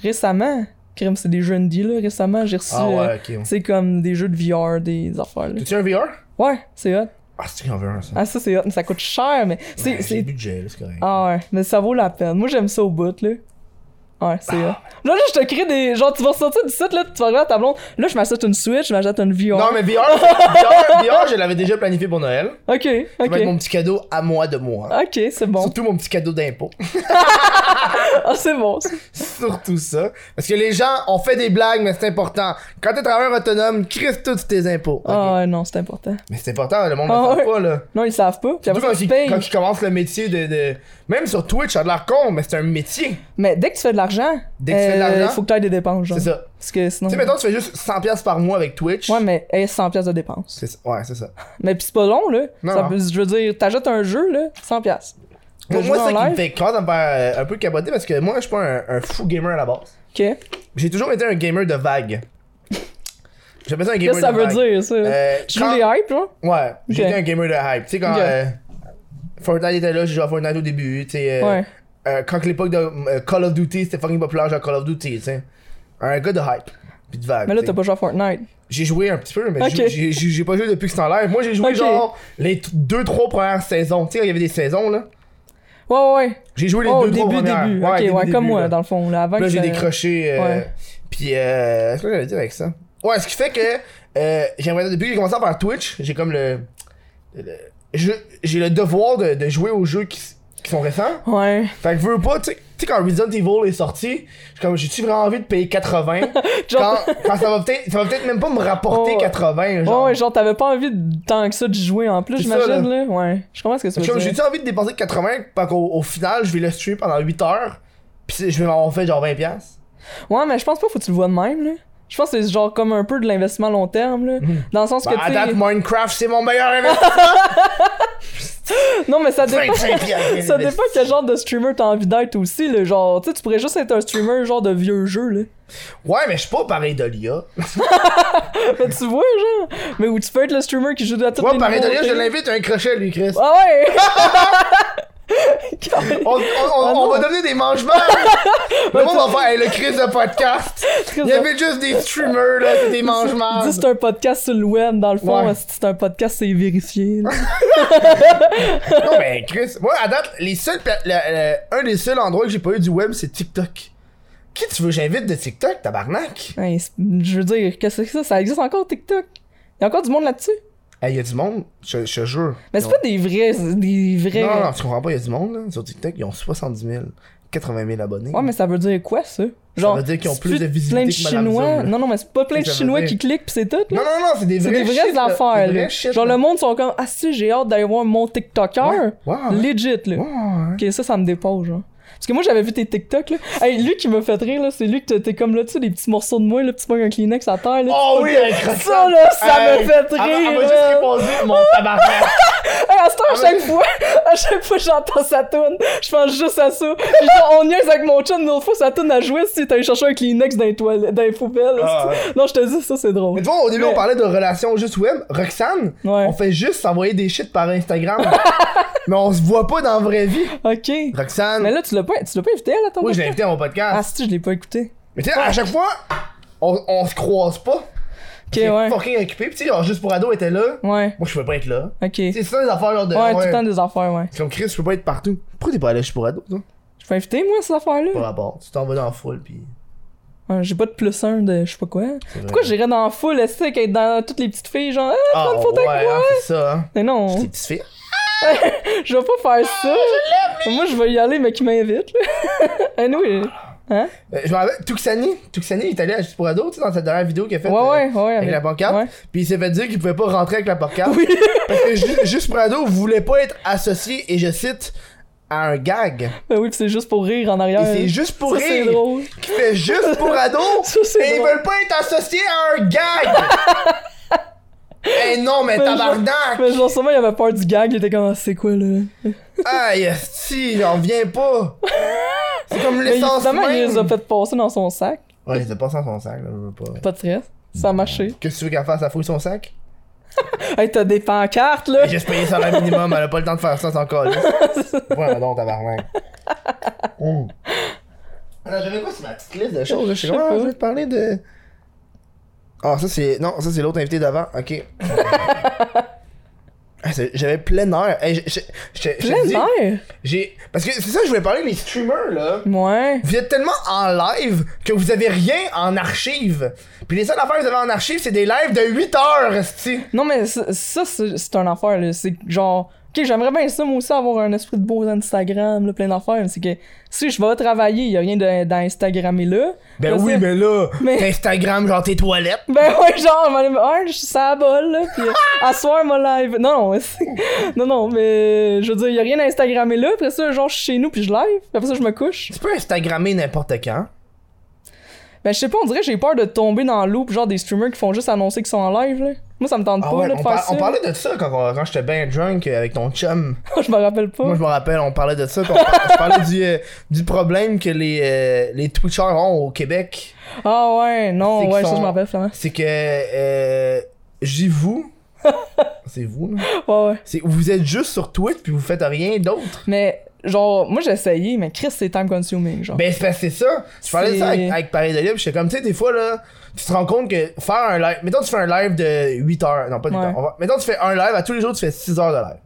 Récemment, crime, c'est des jeux indie, là. Récemment, j'ai reçu. Ah, euh, ouais, ok. C'est comme des jeux de VR, des affaires, là. T'as-tu un VR? Ouais, c'est hot. Ah, c'est un VR, ça. Ah, ça, c'est hot, mais ça coûte cher, mais. C'est. Ouais, c'est- J'ai le budget, là, c'est correct. Ah ouais, mais ça vaut la peine. Moi, j'aime ça au bout, là. Ouais, c'est hot. Là, là, je te crée des. Genre, tu vas ressortir du site, là, tu vas regarder à ta blonde. Là, je m'achète une Switch, je m'achète une VR. Non, mais VR, VR, VR, je l'avais déjà planifié pour Noël. Ok, Ça va être ok. mon petit cadeau à moi de moi. Ok, c'est bon. Surtout mon petit cadeau d'impôt. Ah, c'est bon. ça. Surtout ça. Parce que les gens ont fait des blagues, mais c'est important. Quand t'es travailleur autonome, crisse tous tes impôts. Ok. Ah, ouais, non, c'est important. Mais c'est important, le monde Ah ne le ouais. sait pas, là. Non, ils savent pas. Puis Surtout après, quand, ça, tu ils payes. quand ils commencent le métier de, de- Même sur Twitch, ça a de l'air con, mais c'est un métier. Mais dès que tu fais de l'argent, euh, Dès que tu fais de l'argent, faut que tu aies des dépenses, genre. C'est ça. Parce que sinon. Tu sais, mettons, tu fais juste 100$ par mois avec Twitch. Ouais, mais hey, 100$ piastres de dépenses. C'est ça. Ouais, c'est ça. Mais pis c'est pas long, là. Non, Ça non. peut- je veux dire, t'achètes un jeu, là, 100$. piastres. Moi, T'as moi, joué c'est en ça qui me live? fait quand me faire euh, un peu capoter parce que moi, je suis pas un, un fou gamer à la base. Ok. J'ai toujours été un gamer de vague. J'appelle ça un Qu'est-ce gamer que de ça veut vague. dire, ça? Euh, Je quand- trouve les hype, genre. Ouais, j'ai Ok. été un gamer de hype. Tu sais, quand Ok. euh, Fortnite était là, j'ai joué à Fortnite au début. Tu sais, euh, Ouais. euh, quand l'époque de euh, Call of Duty, c'était fucking populaire, j'ai Call of Duty, tu sais. Un gars de hype. Puis de vague. Mais là, tu t'as sais. pas joué à Fortnite. J'ai joué un petit peu, mais j'ai- Ok. j'ai j'ai- j'ai pas joué depuis que c'est en live. Moi, j'ai joué Ok. genre les 2-3 premières saisons. Tu sais, il y avait des saisons là. Ouais, ouais, ouais. J'ai joué les 2-3 Oh, début, premières. début. Ouais, ok, début, ouais, début, comme moi, là. dans le fond. Là, avant Puis Là, que j'ai ça- décroché. euh, Ouais. Puis, euh, qu'est-ce que j'avais dit avec ça? Ouais, ce qui fait que, euh, j'aimerais, depuis que j'ai commencé à faire Twitch, j'ai comme le. le- je- j'ai le devoir de, de jouer aux jeux qui, s- qui sont récents. Ouais. Fait que je veux pas, tu sais- tu sais, quand Resident Evil est sorti, j'ai comme, j'ai-tu vraiment envie de payer 80? quand, Genre, quand ça va peut-être, ça va peut-être même pas me rapporter Oh, ouais. 80, ouais, genre. ouais, genre, t'avais pas envie de, tant que ça de jouer en plus, C'est ça, j'imagine, là. Ouais. Je comprends ce que tu Je suis veux comme, dire. j'ai-tu envie de dépenser 80? Parce qu'au au final, je vais le streamer pendant 8 heures, pis c'est- je vais m'en faire genre 20$. piastres. Ouais, mais je pense pas faut que tu le vois de même, là. Je pense que c'est genre comme un peu de l'investissement long terme, là. Dans le sens Bah, que, à tu date, sais... Minecraft, c'est mon meilleur investissement! Non, mais ça dépend... 25 piastres. Ça dépend quel genre de streamer t'as envie d'être aussi, là. Genre, tu sais, tu pourrais juste être un streamer genre de vieux jeux, là. Ouais, mais je suis pas pareil d'Olia. Mais tu vois, genre. Mais où tu peux être le streamer qui joue à toutes Moi, les pareil d'Olia, nouveautés. je l'invite à un crochet, lui, Chris. Ah ouais! On, on- on- Ah on non. va donner des mangements! le monde va faire hey, le Chris de podcast! Il y avait juste des streamers, là, c'est des mangements! Dis c'est un podcast sur le web, dans le fond, Ouais. Ah! si c'est un podcast, c'est vérifié. là. Non, mais Chris, moi, à date, les seuls, pa- le- le- un des seuls endroits que j'ai pas eu du web, c'est TikTok. Qui tu veux que j'invite de TikTok, tabarnak? Ouais, c'est- je veux dire, qu'est-ce que c'est ça? Ça existe encore TikTok? Il y a encore du monde là-dessus? Hey, y a du monde, je je te jure. Mais c'est Ils pas des vrais. Des vrais... ont- Non, non, tu comprends pas, y a du monde, là, sur TikTok, ils ont 70 000, 80 000 abonnés. Ouais, mais ça veut dire quoi, ça? veut dire qu'ils ont c'est plus de visibilité plein de que Madame Chinois. Zoom, là. Non, non, mais c'est pas plein de Ça veut Chinois dire- qui cliquent pis c'est tout, là. Non, non, non, c'est des C'est vrais des vraies shit, là. affaires, Des là. vrais shit, Genre, là. le monde sont comme, ah si, j'ai hâte d'aller voir mon TikToker. Ouais. Ouais, ouais. Legit, Ouais, là. ouais. Ok, ça, ça me dépose, genre. Parce que moi, j'avais vu tes TikTok, là. Hey, lui qui me fait rire, là, c'est lui que t'es- t'es comme là, tu sais, des petits morceaux de moi, là, petit peu un Kleenex à terre, là. Oh oui, avec Ça, là, ça me fait Ah, Elle rire, m'a juste là. répondu, mon tabarnak. Hey, à ce temps, à Ah, chaque mais- fois, à chaque fois que j'entends sa toune, je pense juste à ça. Puis genre, on niaise avec mon chum, une autre fois, sa toune à jouer, si t'es allé chercher un Kleenex dans les, toilettes, dans les poubelles, Ah, là, c'est- Non, je te dis, ça, c'est drôle. Mais tu vois, au début, Mais- on parlait de relations juste web. Roxane, Ouais. on fait juste s'envoyer des shit par Instagram. mais on se voit pas dans la vraie vie. Ok. Roxane, Mais là, tu l'as pas, tu l'as pas invité, là, ton oui, je l'ai podcast? invité à mon Ah, podcast. si, je l'ai pas écouté. mais tu sais, à chaque fois, on, on se croise pas. Ok, T'es ouais. fucking occupé. Puis tu sais, genre, juste pour ado était là. Ouais. Moi, je peux pas être là. Ok. Tu sais, c'est ça les affaires genre de. Ouais, tout le temps des affaires, ouais. C'est comme Chris, je peux pas être partout. Pourquoi t'es pas allé, je suis pour ado, toi? Je peux inviter, moi, ces Pas affaires-là? rapport. Tu t'en vas dans la foule, pis. Ouais, J'ai pas de plus un de je sais pas quoi. Pourquoi j'irais dans la foule, est-ce que être dans toutes les petites filles, genre, ah, Ah, prends une photo ouais, avec moi? hein, c'est ça, hein. Mais non, Petite fille. je vais pas faire ça. Moi, je vais y aller, mais qui m'invite, là. anyway. Hein? Euh, je m'en rappelle, Tuxani, Tuxani, il est allé à Juste pour Ado, tu sais, dans sa dernière vidéo qu'il a faite Ouais, euh, ouais, ouais. avec la pancarte. ouais. Puis il s'est fait dire qu'il pouvait pas rentrer avec la pancarte. Oui. Parce que Ju- Juste pour Ado voulait pas être associé, et je cite, à un gag. Ben oui, pis c'est juste pour rire en arrière. Et c'est juste pour Ça, c'est rire. drôle. Qui fait juste pour Ado, Ça, c'est et ils drôle. veulent pas être associés à un gag. Eh non, mais Mais tabarnak! Mais genre, sûrement, il avait peur du gag, il était comme, Ah, c'est quoi là? Aïe, si, j'en viens pas! C'est comme Mais il- l'essence finalement, il les a même! fait passer dans son sac. Ouais, il a passé dans son sac, là, je veux pas. Pas de stress. Ça a marché. Qu'est-ce que tu veux qu'elle fasse? Elle fouille son sac? Hey, t'as des pancartes là! J'ai juste payé ça salaire minimum, elle a pas le temps de faire ça encore. Là. Ouais, non, tabarnak. Hum. Alors, j'avais quoi sur ma petite liste de choses? là? Je sais Je sais pas, pas. je vais te parler de. Ah, ça c'est. Non, ça c'est l'autre invité d'avant, ok. Ah, c'est- J'avais plein air. Hey, je- je- je- je te Plein dis, d'air! j'ai- Parce que c'est ça, je voulais parler des streamers là. Ouais. Vous êtes tellement en live que vous avez rien en archive. Puis les seules affaires que vous avez en archive, c'est des lives de 8 heures, esti. Non, mais ça, ça, c'est c'est un affaire là. C'est que, genre, ok, j'aimerais bien ça, moi aussi, avoir un esprit de beau Instagram, là, plein d'affaires. mais C'est que si je vais travailler, y a rien de- d'Instagrammé là. Ben Parce oui, que- mais là, Mais- Instagram, genre tes toilettes. Ben ouais, genre, m'en aller- un, je suis sur la balle, là, pis à soir, mon live. Non, non, c'est- non, non, mais je veux dire, y a rien à Instagrammer là, après ça, genre, je suis chez nous, puis je live, puis après ça, je me couche. Tu peux Instagrammer n'importe quand. Ben, je sais pas, on dirait, que j'ai peur de tomber dans le loop, genre, des streamers qui font juste annoncer qu'ils sont en live, là. Moi, ça me tente Ah pas, ouais, là, de on, faire par- ça. on parlait de ça quand, on- quand j'étais bien drunk euh, avec ton chum. je me rappelle pas. Moi, je me rappelle, on parlait de ça. puis On, par- on parlait du, euh, du problème que les, euh, les Twitchers ont au Québec. Ah ouais, C'est non, qu'ils ouais, ça, sont- je me rappelle, finalement. C'est que. Euh, J'y vous. c'est vous, là. Ouais, ouais. C'est- Vous êtes juste sur Twitch puis vous faites rien d'autre. Mais, genre, moi, j'ai essayé, mais Chris, c'est time consuming, genre. Ah, Ben, c'est parce que c'est ça. Je parlais de ça C'est- avec, avec Paris de Libre. J'étais comme, tu sais, des fois, là, tu te rends compte que faire un live. Mettons, tu fais un live de 8 heures. Non, pas 8 Ouais. heures. On va- Mettons, tu fais un live. À tous les jours, tu fais 6 heures de live.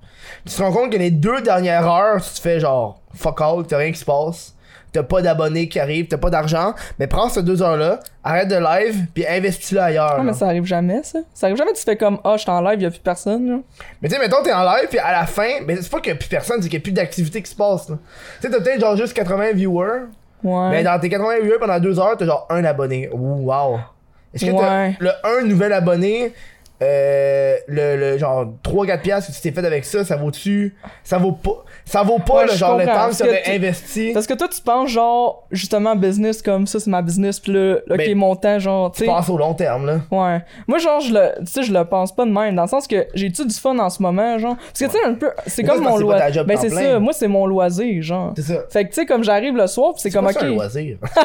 Tu te rends compte que les deux dernières heures, tu te fais genre fuck all, t'as rien qui se passe. T'as pas d'abonnés qui arrivent, t'as pas d'argent. Mais prends ces deux heures-là, arrête de live, puis investis-le ailleurs. Ah, là. mais ça arrive jamais, ça. Ça arrive jamais, tu fais comme, ah, je suis en live, y a plus personne, là. Mais tu sais, mettons, t'es en live, puis à la fin, mais c'est pas qu'il y a plus personne, c'est qu'il y a plus d'activité qui se passe. là. Tu sais, t'as peut-être genre juste 80 viewers. Ouais. Mais Ben, dans tes 80 viewers pendant 2 heures, t'as genre un abonné. Ouh, wow. Est-ce que Ouais. t'as le un nouvel abonné, euh, le, le genre 3-4 piastres que tu t'es fait avec ça, ça vaut-tu? Ça vaut pas, ça vaut pas Ouais, le, je genre le temps que comprends, parce que t'aurais tu- investi. Parce que toi, tu penses genre, justement, business comme ça, c'est ma business, pis là, ok, Ben, mon temps, genre, tu Tu sais. penses au long terme, là. Ouais. Moi, genre, je le, tu sais, je le pense pas de même, dans le sens que j'ai-tu du fun en ce moment, genre. Parce que, tu sais, un peu, c'est Mais comme ça, c'est mon pas ta loisir. job Ben, temps c'est plein. ça, moi, c'est mon loisir, genre. C'est ça. Fait que, tu sais, comme j'arrive le soir, pis c'est comme, pas ça, un ok. loisir. Tu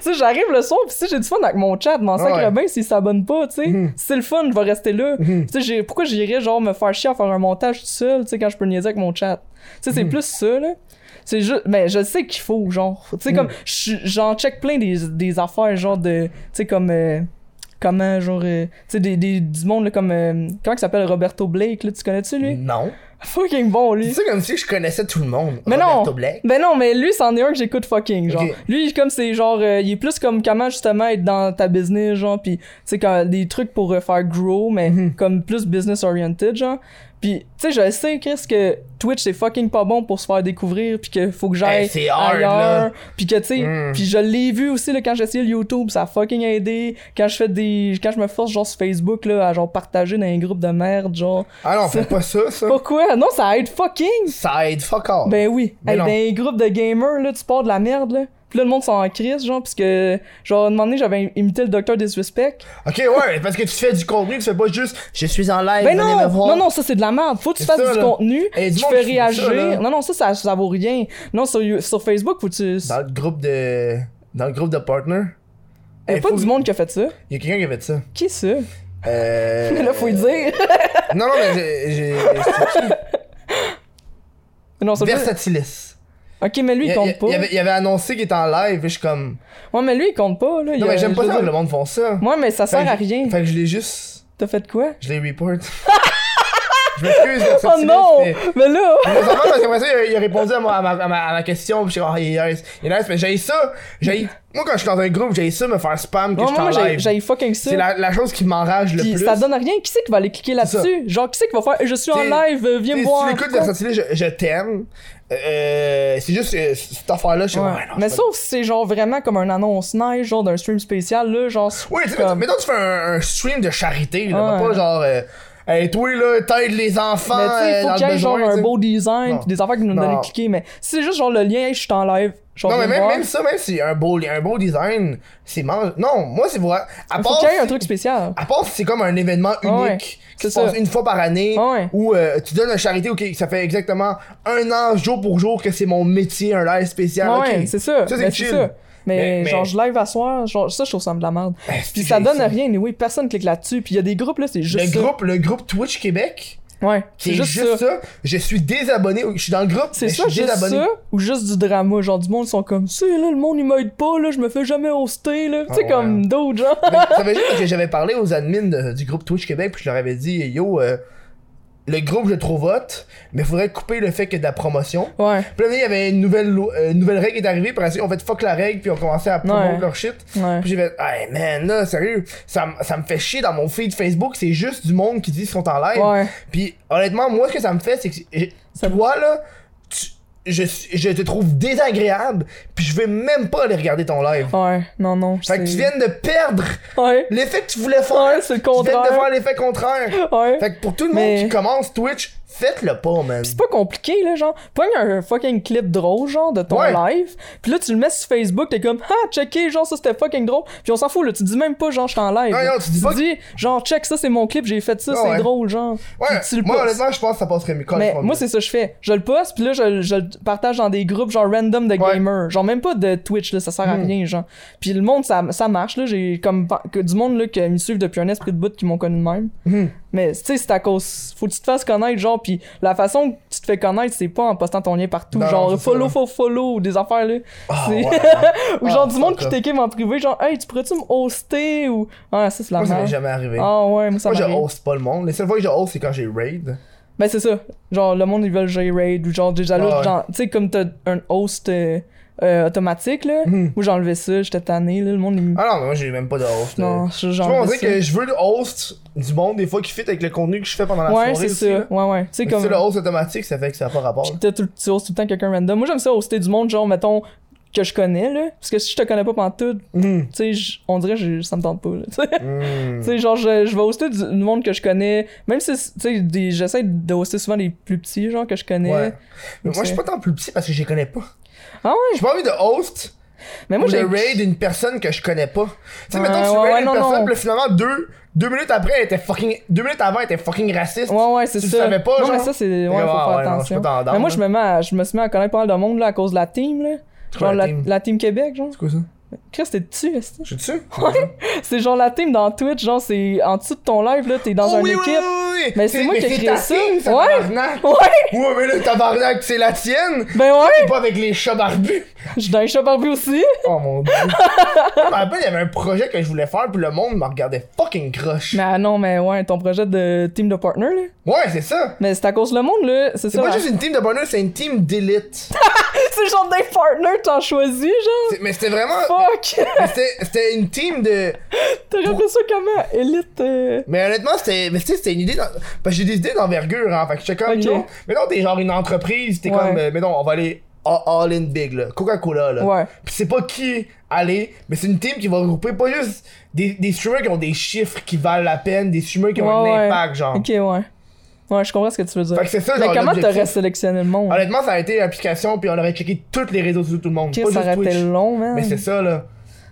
sais, j'arrive le soir, pis si j'ai du fun avec mon chat, mon sacre Ouais. bain, s'il s'abonne pas, tu sais. Mhm. Si c'est le fun, je vais rester là. Mhm. Tu sais, j'ai- pourquoi j'irais, genre, me faire chier à faire un montage tout seul, tu sais, quand je peux niaiser avec mon chat. Tu sais, Mhm. c'est plus ça, là. C'est juste, mais je sais qu'il faut, genre. Tu sais, Mhm. comme, je suis- j'en check plein des, des affaires, genre de. Tu sais, comme. euh, comment, genre. euh, tu sais, des, des- du monde, là, comme. euh, comment il s'appelle Roberto Blake, là, tu connais-tu, lui Non. Fucking bon, lui. C'est ça comme si je connaissais tout le monde. Mais non. Roberto Black. Ben non, mais lui, c'en est un que j'écoute fucking, genre. Ok. Lui, comme c'est genre, euh, il est plus comme comment justement être dans ta business, genre, pis, tu sais, quand- des trucs pour euh, faire grow, mais Mhm. comme plus business oriented, genre. Pis, tu sais, je sais, Chris, que Twitch, c'est fucking pas bon pour se faire découvrir, pis que faut que j'aille Eh, c'est hard, ailleurs. là. Pis que, tu sais, Mm. pis je l'ai vu aussi, là, quand j'ai essayé le YouTube, ça a fucking aidé. Quand je fais des. Quand je me force, genre, sur Facebook, là, à genre partager dans un groupe de merde, genre. Ah non, fais pas ça, ça. Pourquoi? Non, ça aide fucking! Ça aide fuck all. Ben oui. Ah. Mais Hey, non. dans les groupes de gamers, là, tu pars de la merde, là. Puis là, le monde sont en crise, genre, parce que, genre, à un moment donné, j'avais imité le docteur Disrespect. Ok, ouais, parce que tu fais du contenu, tu fais pas juste je suis en live, Ben venez non! me voir. Non, non, ça, c'est de la merde. Faut que tu C'est fasses ça, du là. contenu, Et du tu monde fais qui fait ça, réagir. là. non, non, ça, ça, ça vaut rien. Non, sur, You- sur Facebook, faut que tu. Dans le groupe de. Dans le groupe de partner. Y'a Eh, pas faut- du monde qui a fait ça. Il y a quelqu'un qui avait dit ça. Qui ça? Euh... Mais là, faut y dire. Non, non, mais j'ai- j'ai. c'est qui? non, ça veut dire- Versatilis. Ok, mais lui, Il, il il- compte pas. il avait, il avait annoncé qu'il était en live, et je suis comme. Ouais, mais lui, il compte pas, là. Non, mais j'aime pas ça que le monde font ça. Moi, mais ça Fait sert que à je- rien. Fait que je l'ai juste. T'as fait quoi? Je l'ai report. Je m'excuse d'être Oh sortilège, non! mais- Mais là! Mais ça va, parce qu'après ça, il a- il a répondu à, moi- à ma, à ma- à ma question, puis je suis comme, Ah, il est nice, il est nice, mais j'ai ça, j'ai, moi quand je suis dans un groupe, j'ai ça me faire spam que Moi, je suis en moi, j'ai live. j'ai fucking ça. C'est la, la chose qui m'enrage le Puis plus. ça donne rien. Qui c'est qui va aller cliquer C'est là-dessus? Genre, qui c'est qui va faire Je suis en T'sais, live, euh, viens Tu me sais, voir. Si tu l'écoutes de Quoi? Sortilège, je, je t'aime. Euh, c'est juste euh, cette affaire-là, je suis comme, Ouais. Ouais, non, mais c'est pas- sauf si c'est genre vraiment comme un annonce nice, genre d'un stream spécial, là, genre. Oui, tu sais, comme- mettons, tu fais un, un stream de charité, là, Ouais. mais pas genre, euh, hey, toi, là, t'aides les enfants, Mais tu sais, euh, il faut dans qu'il y le ait genre besoin, tu un sais. beau design, Non. pis des affaires qui nous Non. donnent à cliquer. Mais si c'est juste genre le lien, hey, je suis en live, genre. Non, mais viens me même, voir. même ça, même si un beau, un beau design, c'est mange. Non, moi, c'est vrai. À Faut part. qu'il y ait un si- truc spécial. À part si c'est comme un événement Ah ouais, unique c'est qui se passe ça. une fois par année Ah ouais. où euh, tu donnes une charité, ok, ça fait exactement un an jour pour jour que c'est mon métier, un live spécial. Ouais, ah, ok. ouais, c'est ça. Ça, Ben, c'est c'est chill. ça. Mais, Mais- genre, mais- je live à soir, genre, ça, je trouve ça me de la merde. Eh, Puis c'est ça que donne j'ai rien, anyway, personne clique là-dessus. Puis il y a des groupes, là, c'est Le juste ça. groupe, le groupe Twitch Québec, Ouais, qui c'est est juste, ça. je suis désabonné. Je suis dans le groupe, C'est mais ça, je suis juste désabonné. ça, ou juste du drama. Genre, du monde, ils sont comme, c'est là, le monde, il m'aide pas, là, je me fais jamais hoster, là. tu sais, Ah ouais. comme d'autres, genre. Mais ça veut dire que j'avais parlé aux admins de- du groupe Twitch Québec, puis je leur avais dit, yo, euh, le groupe, je trouve hot, mais faudrait couper le fait que de la promotion. Ouais, Puis là, il y avait une nouvelle, lo- euh, une nouvelle règle qui est arrivée, puis après, on fait fuck la règle, puis on commençait à promouvoir Ouais. leur shit. ouais. Puis j'ai fait, hey man, là, sérieux, ça, m- ça me fait chier dans mon feed Facebook, c'est juste du monde qui dit qu'ils sont en live. Ouais. Puis honnêtement, moi, ce que ça me fait, c'est que j'ai- Ça- toi, là, tu- je, je te trouve désagréable, puis je vais même pas aller regarder ton live. Ouais, non, non. Fait que c'est- tu viens de perdre Ouais, l'effet que tu voulais faire. ouais, c'est le tu viens de contraire. faire l'effet contraire. Ouais. Fait que pour tout le Mais- monde qui commence Twitch, faites-le pas, man. C'est pas compliqué, là, genre. Pogne un fucking clip drôle, genre, de ton Ouais. live. Puis là, tu le mets sur Facebook, t'es comme, ah, checké, genre, ça c'était fucking drôle. Puis on s'en fout, là. Tu dis même pas, genre, je suis en live. Non, là. non, tu dis pas que- genre, check, ça c'est mon clip, j'ai fait ça, Ah c'est ouais. drôle, genre. Ouais, Puis tu le moi, postes. honnêtement, je pense que ça passerait mieux. Mais Colin, moi, c'est ça que je fais. Je le poste, puis là, je, je le partage dans des groupes, genre random de Ouais. Hmm. gamers. Genre, même pas de Twitch, là, ça sert à rien, genre. Puis le monde, ça, ça marche, là. J'ai comme pa- que du monde, là, qui me suivent depuis un esprit de bout qui m'ont connu de même. Mhm. Mais, tu sais, c'est à cause. Faut que tu te fasses connaître, genre. Puis la façon que tu te fais connaître, c'est pas en postant ton lien partout. Non, genre, c'est ça, follow, ouais. follow, follow, ou des affaires, là. Ah, C'est- ouais. ou Ah, genre, du fuck monde qui off. t'écrive en privé, genre, hey, tu pourrais-tu me hoster, ou. Ah, ça, c'est la Moi, ça m'est merde. jamais arrivé. Ah, ouais, moi, ça Moi, je m'arrive. host pas le monde. Les seules fois que je host, c'est quand j'ai raid. Ben c'est ça. Genre le monde ils veulent gérer raid ou genre déjà là, Ah ouais. genre tu sais comme t'as un host euh, euh, automatique là. Moi j'enlevais ça, j'étais tanné là, le monde il... Hmm. Ah non, mais moi, j'ai même pas de host. non, euh. je- Tu vois, on dirait j'enlevais ça. que je veux le host du monde, des fois, qui fit avec le contenu que je fais pendant la Ouais, soirée. c'est aussi, ça. là. Ouais ouais, tu sais Mais si comme C'est le host automatique, ça fait que ça n'a pas rapport. Puis t'as tout tu hostes tout le temps quelqu'un random. Moi j'aime ça hoster du monde genre mettons que je connais là parce que si je te connais pas pantoute, tu Hum, sais je- on dirait que je- ça me tente pas là. tu sais. hum. Tu sais, genre, je, je vais hoster du, du monde que je connais, même si, tu sais, des- j'essaie de hoster souvent les plus petits, genre, que je connais. Ouais. Mais Donc, moi, je suis c'est- pas tant plus petit parce que je les connais pas. Ah ouais? J'ai pas envie de host Mais moi, ou de j'ai. raid une personne que je connais pas. Tu sais, Ouais, mettons, tu ouais, ouais, raid une non, non. personne, puis là, finalement, deux, deux minutes après, elle était fucking. Deux minutes avant, elle était fucking raciste. Ouais, ouais, c'est ça. Tu le savais pas, Non, genre? mais ça, c'est. Ouais, faut Ouais, ouais, faire non, je suis attention. pas dans la mais moi, dame, je me, mets à- je me suis mis à connaître pas mal de monde, là, à cause de la team, là. quoi Genre, la la, team? la team Québec, genre. C'est quoi ça? Chris, t'es dessus, est-ce que- Je suis dessus? C'est genre la team dans Twitch, genre, c'est en dessous de ton live, là, t'es dans Oh, une oui, équipe. Oui, oui, oui. Mais c'est moi qui ai mais créé ta ça. team, Ouais. tabarnak. Ouais! Ouais, mais là, tabarnak, c'est la tienne. Ben T'es ouais! pas avec les chats barbus. Je suis dans les chats barbus aussi! Oh mon dieu. je me rappelle, il y avait un projet que je voulais faire, puis le monde me regardait fucking croche. Mais ah non, mais ouais, ton projet de team de partner, là. Ouais, c'est ça. Mais c'est à cause le monde, là, c'est C'est ça. pas la- juste une team de bonheur, c'est une team d'élite. C'est le genre d'un partner, que t'en choisis, genre! C'est- mais c'était vraiment. Fuck! mais C'était c'était une team de. T'aurais appelé ça comment? Elite. euh, Mais honnêtement, c'était. Mais tu sais, c'était une idée. d'en- Parce que j'ai des idées d'envergure, hein. Fait que j'étais comme. Ok. non, Mais non, t'es genre une entreprise, t'es Ouais. comme. euh, mais non, on va aller all, all in big, là. Coca-Cola, là. Ouais. Puis c'est pas qui aller, mais c'est une team qui va regrouper pas juste des, des streamers qui ont des chiffres qui valent la peine, des streamers qui ont Ouais, un ouais. impact, genre. Ok, ouais. Ouais, je comprends ce que tu veux dire. Ah. Fait que c'est ça, Mais genre, comment l'objectif. Ah, t'aurais sélectionné le monde? Honnêtement, ça a été l'application, puis on aurait checké toutes les réseaux sociaux de tout le monde. Chris, pas ça juste aurait été Twitch. long, man. Mais c'est ça, là.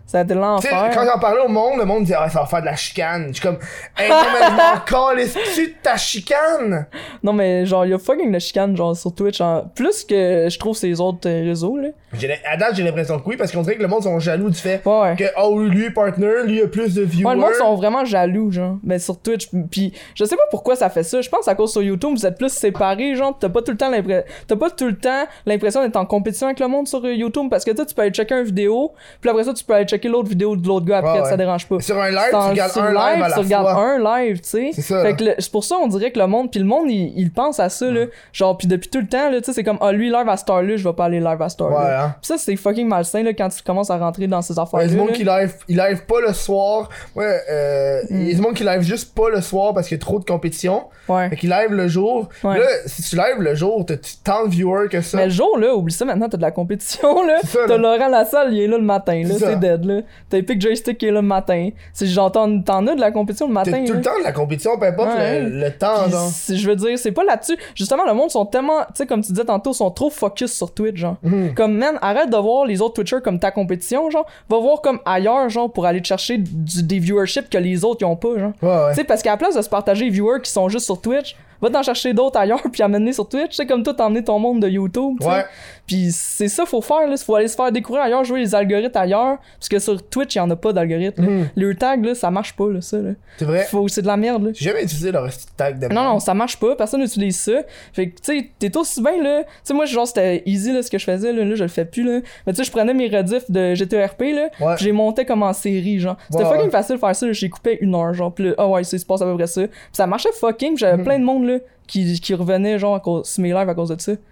Ça a été Tu sais, quand l'enfer. j'en parlais au monde, le monde disait, ah, ça va faire de la chicane. Je suis comme, hey, non, mais je m'en calisse-tu de ta chicane? Non, mais genre, il y a fucking de chicane, genre, sur Twitch. en- Plus que je trouve ces autres euh, réseaux, là. J'ai l'im- À date, j'ai l'impression que oui, parce qu'on dirait que le monde sont jaloux du fait Ouais, ouais. que, oh, lui, partner, lui a plus de viewers. Ouais, le monde sont vraiment jaloux, genre. Mais sur Twitch, puis je sais pas pourquoi ça fait ça. Je pense à cause sur YouTube, vous êtes plus séparés, genre. pis T'as pas tout le temps l'impression, t'as pas tout le temps l'impression d'être en compétition avec le monde sur euh, YouTube parce que toi, tu peux aller checker une vidéo, puis après ça, tu peux aller checker l'autre vidéo de l'autre gars après, Ouais, ouais. ça dérange pas. Sur un live, tu Dans- regardes sur un live, à la tu regardes fois. un live, tu sais. C'est ça. Fait que le- c'est pour ça on dirait que le monde, puis le monde, il, il pense à ça, là. Genre, puis depuis tout le temps, là, tu sais, c'est comme, ah, lui, live à cette heure-là, je vais pas aller live à cette heure-là. Ouais, hein. Pis ça, c'est fucking malsain, là, quand tu commences à rentrer dans ces affaires-là. Il y a du monde là. qui live, il live pas le soir. Ouais, euh, il y Mm. a du monde qui live juste pas le soir parce qu'il y a trop de compétition. Ouais. Fait qu'il live le jour. Ouais. Là, si tu live le jour, t'as tant de viewers que ça. Mais le jour, là, oublie ça maintenant, t'as de la compétition, là. C'est ça, T'as là. Laurent Lassalle, il est là le matin, là. C'est ça. C'est dead, là. T'as Epic Joystick qui est là le matin. Si j'entends, t'en as de la compétition le T'as matin. tout là. le temps de la compétition, peu importe Ouais. le, le temps. Puis genre. si- je veux dire, c'est pas là-dessus. Justement, le monde sont tellement, tu sais, comme tu disais tantôt, sont trop focus sur Twitch, genre. Mhm. Comme, man, arrête de voir les autres Twitchers comme ta compétition, genre. Va voir comme ailleurs, genre, pour aller te chercher du, des viewerships que les autres, ils ont pas, genre. Ouais, ouais. Tu sais, parce qu'à la place de se partager les viewers qui sont juste sur Twitch, va t'en chercher d'autres ailleurs puis amener sur Twitch. C'est comme toi, t'emmener ton monde de YouTube. tu sais. Ouais. Puis c'est ça, faut faire. Là. Faut aller se faire découvrir ailleurs, jouer les algorithmes ailleurs. Parce que sur Twitch, il en a pas d'algorithme. là. Mhm. Le tag, là, ça marche pas, là, ça. Là. C'est vrai. Faut, c'est de la merde. Là. J'ai jamais utilisé le reste de tag de Non, non, ça marche pas, personne n'utilise ça. Fait que, tu sais, t'es aussi bien, là. Tu sais, moi, genre, c'était easy, là, ce que je faisais, là, là, je le fais plus, là. Mais tu sais, je prenais mes rediffs de GTRP, là, Ouais. pis je les montais comme en série, genre. C'était Ouais, fucking ouais. facile de faire ça, là. J'ai coupé une heure, genre, pis là, ah ouais, ça il se passe à peu près ça. Pis ça marchait fucking, pis j'avais Mhm. plein de monde, là, qui, qui revenait, genre, à cause, sur mes lives à cause de ça. Pis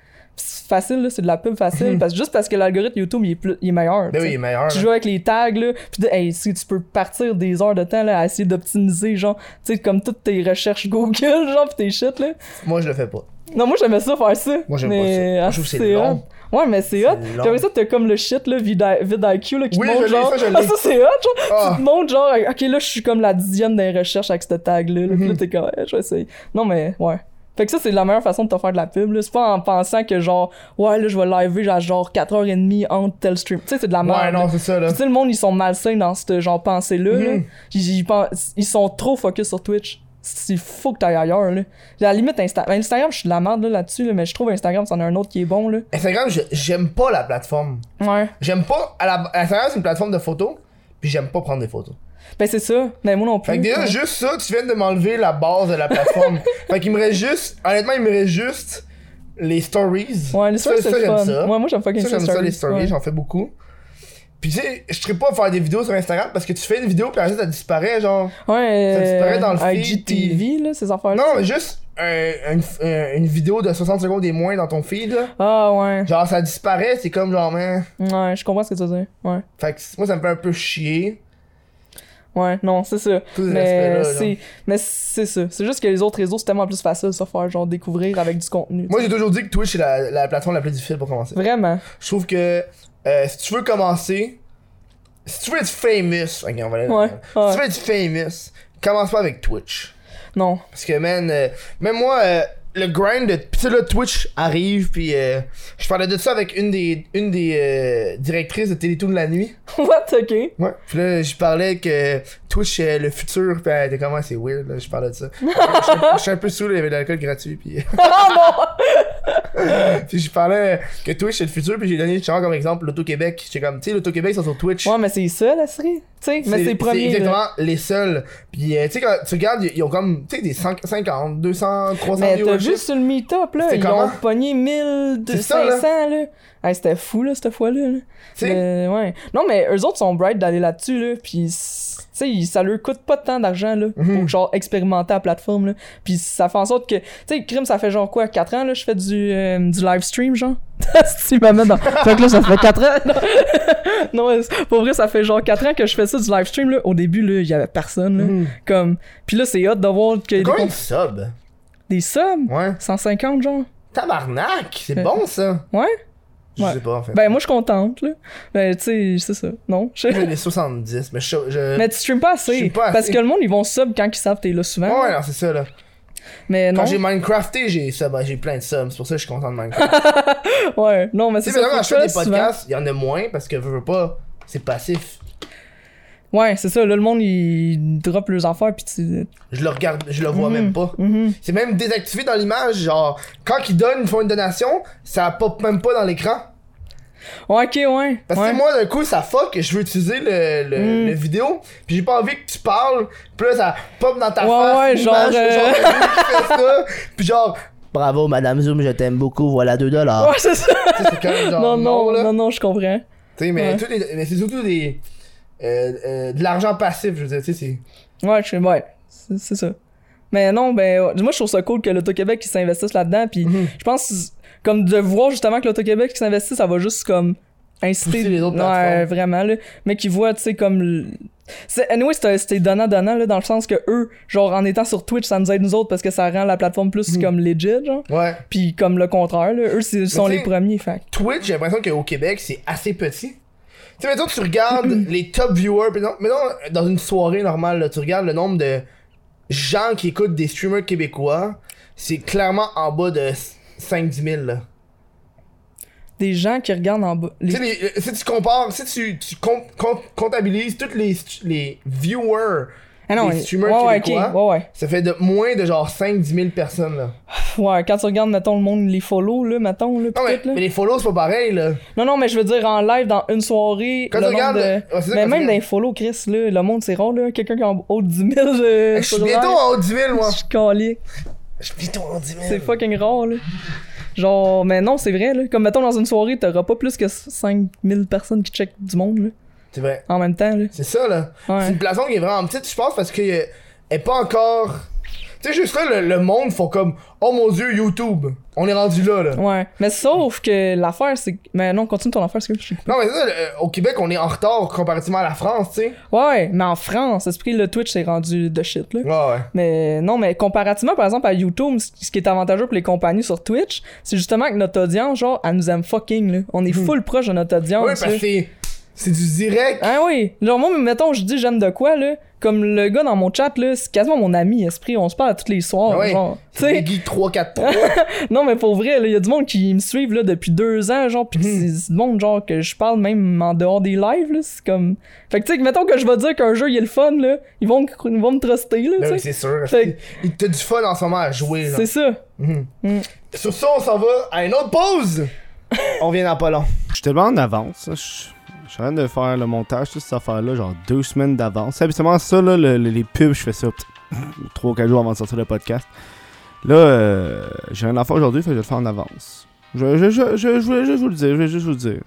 c'est facile, là, c'est de la pub facile, parce, juste parce que l'algorithme YouTube, il est, plus, il est meilleur. Ben tu oui, sais. il est meilleur. Tu là. joues avec les tags, là. Puis, de- hey, si tu peux partir des heures de temps, là, à essayer d'optimiser, genre, tu sais, comme toutes tes recherches Google, genre, pis tes shit, là. Moi, je le fais pas. Non, moi, j'aimais ça faire ça. Moi, j'aime mais... pas ça. ah, Je trouve que c'est long. hot. Ouais, mais c'est hot. long. J'avais ça, t'as comme le shit, là, vid Vid IQ, là, qui Oui, te montre, je l'ai, genre. ça, je l'ai. ah, ça, c'est hot, genre. Ah. Tu te montres, genre, ok, là, je suis comme la dixième des recherches avec ce tag-là. Là, Puis Mm-hmm. là, t'es comme, ouais, je vais essayer. Non, mais, ouais. Fait que ça, c'est la meilleure façon de te faire de la pub, là. C'est pas en pensant que, genre, ouais, là, je vais liver, à genre, 4h30 entre tel stream. Tu sais, c'est de la merde. Ouais, là. non, c'est ça, là. Puis, tu sais, le monde, ils sont malsains dans cette genre pensée-là. là. Mhm. Ils, ils pensent- ils sont trop focus sur Twitch. Il faut que t'ailles ailleurs, là. À la limite, Insta- ben, Instagram, je suis de la merde là, là-dessus, là, mais je trouve Instagram, c'en a un autre qui est bon, là. Instagram, je- j'aime pas la plateforme. Ouais. J'aime pas. À la... Instagram, c'est une plateforme de photos, puis j'aime pas prendre des photos. Ben, c'est ça. Mais moi non plus. Fait que déjà, Ouais. juste ça, tu viens de m'enlever la base de la plateforme. fait qu'il me reste juste. Honnêtement, il me reste juste les stories. Ouais, les Ça, stories, ça, c'est le j'aime fun. ça. Ouais, moi, j'aime fucking Ça, j'aime ça, les stories, ouais. j'en fais beaucoup. Puis tu sais, je serais pas à faire des vidéos sur Instagram parce que tu fais une vidéo, puis après ça, ça disparaît, genre. Ouais, Ça disparaît dans le euh, feed, IGTV, là, ces affaires-là. Non, mais juste euh, une, euh, une vidéo de 60 secondes et moins dans ton feed, là. Ah, ouais. Genre, ça disparaît, c'est comme genre, man. Ouais, je comprends ce que tu veux dire. Ouais. Fait que moi, ça me fait un peu chier. Ouais, non, c'est ça. Tous ces Mais aspects-là, c'est mais c'est ça. C'est juste que les autres réseaux, c'est tellement plus facile de se faire, genre, découvrir avec du contenu. Moi, j'ai toujours dit que Twitch est la, la plateforme la plus difficile pour commencer. Vraiment. Je trouve que euh, si tu veux commencer, si tu veux être famous, ok, on va aller- Ouais, ouais. Si tu veux être famous, commence pas avec Twitch. Non. Parce que, man, euh, même moi, euh, le grind de. Puis, tu sais, là, Twitch arrive, puis euh, je parlais de ça avec une des, une des euh, directrices de Télétoon de la nuit. What, ok. Ouais. Puis là, je parlais que Twitch, euh, le futur, puis elle était comment c'est weird, là, je parlais de ça. Je suis un- je suis un peu saoul, il y avait de l'alcool gratuit, puis. Ah, puis je parlais que Twitch, c'est le futur, puis j'ai donné, genre, comme exemple, l'Auto-Québec. J'étais comme, tu sais, l'Auto-Québec, ils sont sur Twitch. Ouais, mais c'est ça, la série. Tu sais, mais c'est premier. exactement là. les seuls. Puis, euh, tu sais, quand tu regardes, ils ils ont comme, tu sais, des 100 50, 200, 300 Mais t'as viewerships. vu sur le meet-up, là, C'était ils comment? ont pogné 1500, C'est ça, là. là. Hey, c'était fou, là, cette fois-là. là. Tu sais, Mais, ouais. Non, mais eux autres sont bright d'aller là-dessus, là. Puis, c- tu sais, ça leur coûte pas tant d'argent, là, Mhm. pour, genre, expérimenter la plateforme, là. Puis, ça fait en sorte que, tu sais, crime, ça fait genre quoi, 4 ans, là, je fais du, euh, du live stream, genre. si tu m'amènes dans. Fait que là, ça fait 4 ans. Non. Non, mais c'est- pour vrai, ça fait genre 4 ans que je fais ça du live stream, là. Au début, là, il y avait personne, là. Mhm. Comme. Puis là, c'est hot de voir qu'il y a des, Combien de comp- subs? des sommes. Ouais. 150, genre. Tabarnak! C'est Euh. bon, ça! Ouais. Je Ouais. sais pas, en fait. Ben, moi, je suis contente, là. Ben, tu sais, c'est ça. Non. Je- J'ai les 70, mais je. je- Mais tu streames pas Je assez. stream pas parce assez. que le monde, ils vont sub quand ils savent que t'es là souvent. Ouais, non, c'est ça, là. Mais Quand Ah non. j'ai Minecrafté, j'ai ça, ben, j'ai plein de subs. C'est pour ça que je suis content de Minecraft. Ouais. Non, mais tu c'est sais, ça. maintenant, quand faut je fais que là, des souvent- podcasts, il y en a moins parce que, veux, veux pas, c'est passif. Ouais, c'est ça. Là, le monde, il drop leurs affaires. Puis tu. Je le regarde, je le vois Mhm. même pas. Mhm. C'est même désactivé dans l'image, genre, quand ils donnent, ils font une donation, ça pop même pas dans l'écran. Ouais, ok, ouais. Parce que ouais. moi, d'un coup, ça fuck, je veux utiliser le, le, Mm. le vidéo, puis j'ai pas envie que tu parles, puis là, ça pop dans ta Ouais, face. ouais, l'image, genre, euh, genre, qui fait ça, puis genre, Bravo, Madame Zoom, je t'aime beaucoup, voilà 2 dollars. Ouais, c'est ça. tu sais, c'est quand même genre, non, non, Ah, là. non, non, je comprends. Tu sais, mais, Ouais. tous les- mais c'est surtout des. euh, euh, de l'argent passif, je veux dire, tu sais, c'est. Ouais, je ouais, c'est c'est ça. Mais non, ben, ouais, moi, je trouve ça cool que l'Auto-Québec qui s'investisse là-dedans. Puis Mhm. je pense, comme de voir justement que l'Auto-Québec qui s'investit, ça va juste comme inciter. Pousser les autres ouais, plateformes. vraiment, là. Mais qui voient, tu sais, comme. l- c'est- Anyway, c'était c'était donnant-donnant, là, dans le sens que eux, genre, en étant sur Twitch, ça nous aide nous autres parce que ça rend la plateforme plus Mhm. comme legit, genre. Ouais. Puis comme le contraire, là, eux, c'est- sont tu sais- les premiers, fait. Twitch, j'ai l'impression qu'au Québec, c'est assez petit. Tu sais, mettons, tu regardes Mm. les top viewers, pis non, mettons, dans une soirée normale, là, tu regardes le nombre de gens qui écoutent des streamers québécois, c'est clairement en bas de 5-10 000, là. Des gens qui regardent en bas. les- Tu sais, les- euh, si tu compares, si tu, tu com- com- comptabilises tous les, st- les viewers, Ah non, les ouais, streamers ouais, ok, québécois, ouais, ouais. ça fait de moins de genre 5-10 000 personnes, là. Ouais, quand tu regardes, mettons, le monde, les follow, là, mettons, là, Non, Ah mais, peut-être, là. mais les follows, c'est pas pareil, là. Non, non, mais je veux dire, en live, dans une soirée, Quand le tu nombre regardes- de- ouais, c'est ça, mais quand tu même dans les regardes. follow, Chris, là, le monde, c'est rare, là. Quelqu'un qui est en haut de 10 000, euh, Je suis sur bientôt live. en 10 000, moi. Je suis calé. Je suis bientôt en 10 000. C'est fucking rare, là. Genre, mais non, c'est vrai, là. Comme, mettons, dans une soirée, t'auras pas plus que 5000 personnes qui checkent du monde, là. C'est vrai. En même temps, là. C'est ça, là. Ouais. C'est une plateforme qui est vraiment petite, je pense, parce que euh, elle est pas encore. Tu sais, juste là, le, le monde font comme Oh mon dieu, YouTube. On est rendu là, là. Ouais. Mais sauf que l'affaire, c'est. que- Mais non, continue ton affaire, c'est que je sais pas. Non, mais c'est ça, le- au Québec, on est en retard comparativement à la France, tu sais. Ouais, mais en France, esprit, le Twitch s'est rendu de shit, là. Ouais, ouais. Mais non, mais comparativement, par exemple, à YouTube, ce ce qui est avantageux pour les compagnies sur Twitch, c'est justement que notre audience, genre, elle nous aime fucking, là. On est full proche de notre audience. oui, Mhm. parce là. que c'est. C'est du direct. Ah oui, genre moi, mettons, je dis j'aime de quoi, là, comme le gars dans mon chat, là, c'est quasiment mon ami, esprit, on se parle à tous les soirs, Ah ouais. genre, tu C'est sais, Guy 343. non mais pour vrai, là, il y a du monde qui me suivent, là, depuis deux ans, genre, pis Mhm. c'est c'est du monde, genre, que je parle même en dehors des lives, là, c'est comme, fait que tu sais, que mettons que je vais dire qu'un jeu, il est le fun, là, ils vont, me cro- ils vont me truster, là, Ben oui, tu sais, c'est sûr. Fait- Il T'as du fun en ce moment à jouer, là. c'est ça. Mhm. Mm. Sur ça, on s'en va à une autre pause. on vient dans pas long. Je suis tellement en avance. là. Je je suis en train de faire le montage, toute cette affaire-là, genre deux semaines d'avance. Habituellement, ça, là, le- le- les pubs, je fais ça pff, trois, quatre jours avant de sortir le podcast. Là, euh, j'ai rien à faire aujourd'hui, fait que je vais le faire en avance. Je, je, je, je, je voulais juste vous le dire, je voulais juste vous le dire.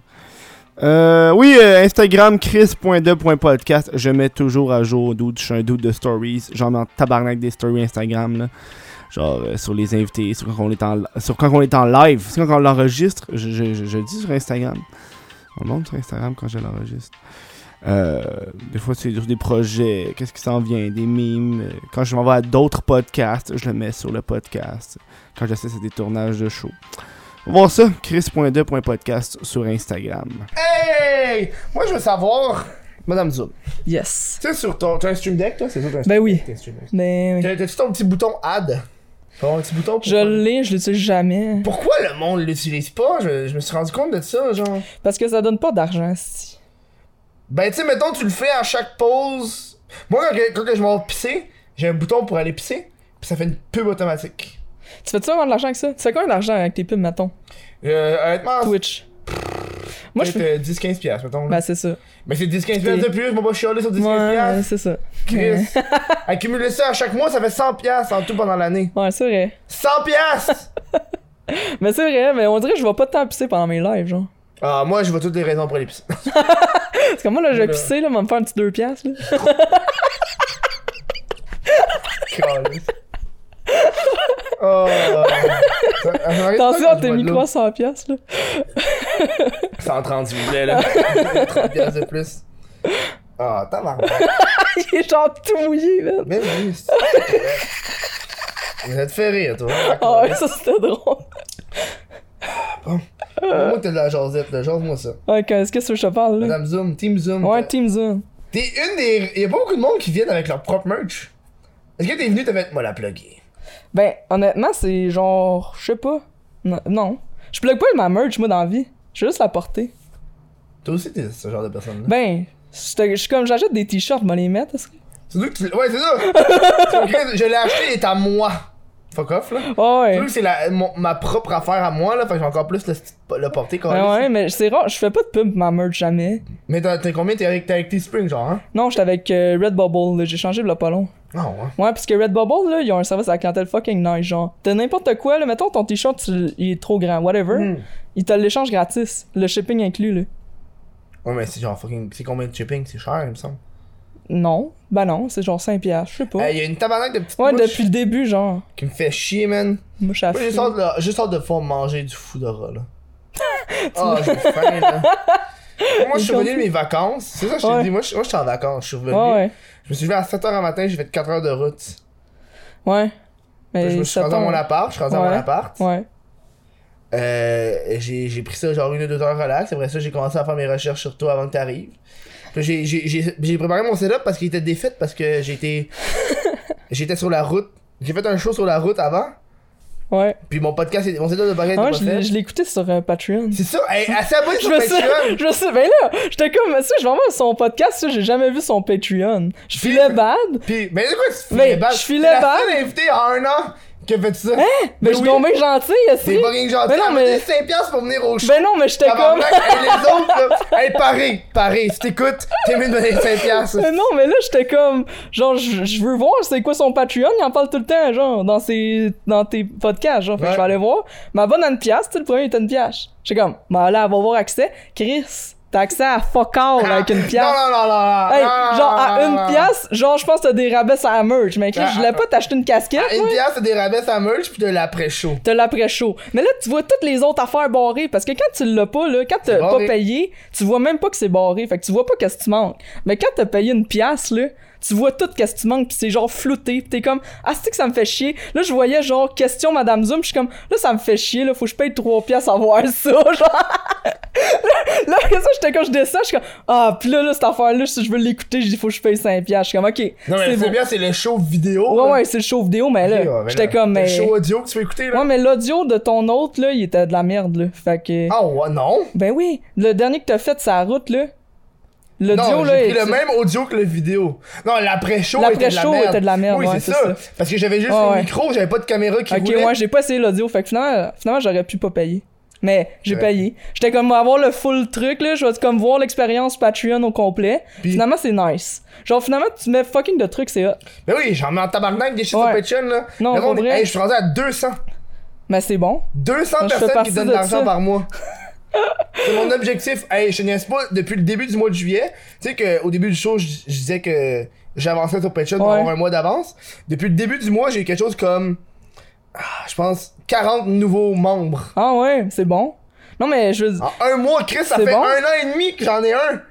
Euh, oui, euh, Instagram, chris.de.podcast. Je mets toujours à jour, dude. Je suis un dude de stories. J'en mets en tabarnak des stories Instagram, là. Genre euh, sur les invités, sur quand on est en, sur quand on est en live, sur quand on l'enregistre. Je, je, je, je le dis sur Instagram. On le montre sur Instagram quand je l'enregistre. Euh, des fois, c'est sur des projets, qu'est-ce qui s'en vient, des mimes. Euh, Quand je m'en vais à d'autres podcasts, je le mets sur le podcast. Quand je sais, c'est des tournages de show. On va voir ça, chris.de.podcast sur Instagram. Hey! Moi, je veux savoir, Madame Zoom. Yes. Tu sais, sur ton. T'as un stream deck, toi? C'est ça, t'as un Ben oui. T'as un stream deck. Mais T'as- T'as-tu ton petit bouton add? T'as un petit bouton pour- je l'ai, je l'utilise jamais. Pourquoi le monde l'utilise pas? Je, je me suis rendu compte de ça, genre. Parce que ça donne pas d'argent, si. Ben, tu sais, mettons, tu le fais à chaque pause. Moi, quand, que- quand que je m'en vais pisser, j'ai un bouton pour aller pisser, puis ça fait une pub automatique. Tu fais-tu vraiment de l'argent avec ça? Tu fais combien d'argent avec tes pubs, mettons? Euh, honnêtement, Twitch. Moi, je peut-être fais. euh, 10-15$, piastres, mettons. Ben, c'est ça. Mais c'est 10-15$ piastres de plus, moi, pas chialer sur 10-15$. Ouais, piastres. c'est ça. Chris, accumuler ça à chaque mois, ça fait 100$ piastres en tout pendant l'année. Ouais, c'est vrai. 100$! piastres! Mais c'est vrai, mais on dirait que je vais pas tant pisser pendant mes lives, genre. Ah, moi, je vois toutes les raisons pour aller pisser. Parce que moi, là, je vais Là. pisser, là, on va me faire un petit 2 piastres, là. Calisse. Oh. Attention à tes micros à 100 piastres, là. 130, s'il vous plaît, là. 30 piastres de plus. Ah, t'as marre. Il est genre tout mouillé, man. Mais oui, c'est- Vous êtes fait rire, toi. Ah Moi, ouais, ça, c'était drôle. que t'as de la jasette, là. Jase-moi ça. Ouais, qu'est-ce que tu veux que je te parle, là? Madame Zoom, Team Zoom. Ouais, t'as- Team Zoom. T'es une des. Y'a pas beaucoup de monde qui viennent avec leur propre merch. Est-ce que t'es venu te mettre moi la plugger? Ben, honnêtement, c'est genre. Je sais pas. Non- Non. Je plug pas ma merch, moi, dans la vie. Je veux juste la porter. Toi aussi, t'es ce genre de personne-là. Ben, je te- je suis comme, j'achète des t-shirts, moi les mettre. est-ce que- C'est nous que tu l'as- Ouais, c'est ça! C'est ok, je l'ai acheté, il est à moi. fuck off, là. Ah ouais. Surtout que c'est la- mon- ma propre affaire à moi, là. Fait que j'ai encore plus le, le porté quand Ouais, Ben ouais, mais c'est rare, je fais pas de pub pour ma merch jamais. Mais t'as t'as combien T'es avec, t'es avec Teespring, genre, hein? Non, j'étais avec euh, Redbubble, là, j'ai changé il y a pas long. Ah ouais. Ouais, parce que Redbubble, là, ils ont un service à la clientèle fucking nice, genre. T'as n'importe quoi, là, mettons ton t-shirt, tu- il est trop grand, whatever. Hmm. Ils te l'échangent gratis, le shipping inclus, là. Ouais, mais c'est genre fucking. C'est combien de shipping C'est cher, il me semble. Non, bah non, c'est genre 5 piastres, je sais Il pas. y a une tabarnak de petites Ouais, mouches depuis Ah, le début, genre. qui me fait chier, man. Moi, je Moi, j'ai suis sorte de, j'ai sorte de fois manger du foudora, là. Ah, j'ai faim, là. Moi, je suis revenu de mes vacances. C'est ça, je t'ai Ouais. dit. Moi, je moi, j'étais en vacances. Je suis revenu. Ouais, ouais. Je me suis levé à 7h du matin, j'ai fait 4 heures de route. Ouais. Mais Ben, je me suis ça rendu à tombe. mon appart. Je suis rendu à mon Ouais. appart. Ouais. Euh, j'ai j'ai pris ça genre une ou deux heures relax. Après ça, j'ai commencé à faire mes recherches sur toi avant que t'arrives. Puis j'ai- j'ai- J'ai j'ai préparé mon setup parce qu'il était défait parce que j'étais j'étais sur la route. J'ai fait un show sur la route avant. Ouais. Puis mon podcast, mon setup de podcast Ah, était ouais, pas je l'ai- fait. je l'ai écouté sur euh, Patreon. C'est ça. Hey, elle s'est abonnée Je sur me suis, Patreon. je me suis, ben là, j'étais comme, si je m'en vais à son podcast, ça, j'ai jamais vu son Patreon. Je Puis- filais bad, Puis, mais de quoi tu Mais filais balle? je filais T'es la balle. seule invitée à un an qui a fait ça. Hein? mais je suis oui. tombé gentil, C'est aussi. pas rien que gentil. Mais non, Elle m'a mais- donné 5 piastres pour venir au show. Ben non, mais j'étais comme, Tabarnak, hey, les autres, là. Hey, pareil, pareil. Si t'écoutes, t'es mieux de donner 5 piastres. Mais non, mais là, j'étais comme, genre, je je veux voir c'est quoi son Patreon, il en parle tout le temps, genre, dans ses, dans tes podcasts, genre, Fait que Ouais. je vais aller voir. Ma bonne à une pièce, tu sais, le premier était une pièce. J'étais comme, ben là, elle va avoir accès. Chris, t'as accès à fuck all avec une pièce. Ah, Non, non, non, non, non. Hey, non, genre, non, à non, une non, non. pièce, genre, je pense que t'as des rabais à la merch, mais Chris, Ah, je voulais ah, pas t'acheter une casquette, Une pièce, c'est des rabais à merch puis de l'après-chaud. t'as l'après-chaud. Mais là, tu vois toutes les autres affaires barrées, parce que quand tu l'as pas, là, quand t'as pas barré. payé, tu vois même pas que c'est barré, fait que tu vois pas qu'est-ce que tu manques. Mais quand t'as payé une pièce, là, tu vois tout qu'est-ce que tu manques, pis c'est genre flouté, pis t'es comme, ah, c'est que ça me fait chier. Là, je voyais genre, question Madame Zoom, pis je suis comme, là, ça me fait chier, là, faut que je paye trois pièces à voir ça, genre. là, là, après ça, j'étais comme, je descends, je suis comme, ah, pis là, là, cette affaire-là, si je veux l'écouter, j'ai dit, faut que je paye cinq pièces. Je suis comme, ok, Non, mais c'est c'est bon. bien, c'est le show vidéo. Ouais, là. ouais, c'est le show vidéo, mais Ok, ouais, là, mais j'étais là, comme, mais. Le show audio que tu veux écouter, là. Ouais, mais l'audio de ton autre, là, il était de la merde, là. Fait que. Ah, ouais, non. Ben oui, le dernier que t'as fait, c'est la route, là. Non, L'audio, là. j'ai pris est- le même audio que le vidéo. Non, l'après-show était de la L'après-show merde. était de la merde, Oui, ouais, c'est c'est ça. Parce que j'avais juste Ouais, le ouais. micro, j'avais pas de caméra qui Ok, roulait. ouais, j'ai pas essayé l'audio. Fait que finalement, finalement j'aurais pu pas payer. Mais j'ai Ouais. payé. J'étais comme avoir le full truc, là. Je vais comme voir l'expérience Patreon au complet. Puis- Finalement, c'est nice. Genre, finalement, tu mets fucking de trucs, c'est hot. Mais Ben oui, j'en mets en tabarnak des shit Ouais. sur Patreon, là. Non, Le pour monde- vrai. Hey, je suis rendu à 200. Mais c'est bon. 200 Moi, je fais personnes qui partie donnent de de l'argent ça. par mois. C'est mon objectif. Hey, je niaise pas depuis le début du mois de juillet. Tu sais qu'au début du show, je je disais que j'avançais sur Patreon pour Ouais. avoir un mois d'avance. Depuis le début du mois, j'ai eu quelque chose comme, ah, je pense, 40 nouveaux membres. Ah ouais, c'est bon. Non, mais je veux dire- En un mois, Chris, ça C'est fait bon. un an et demi que j'en ai un.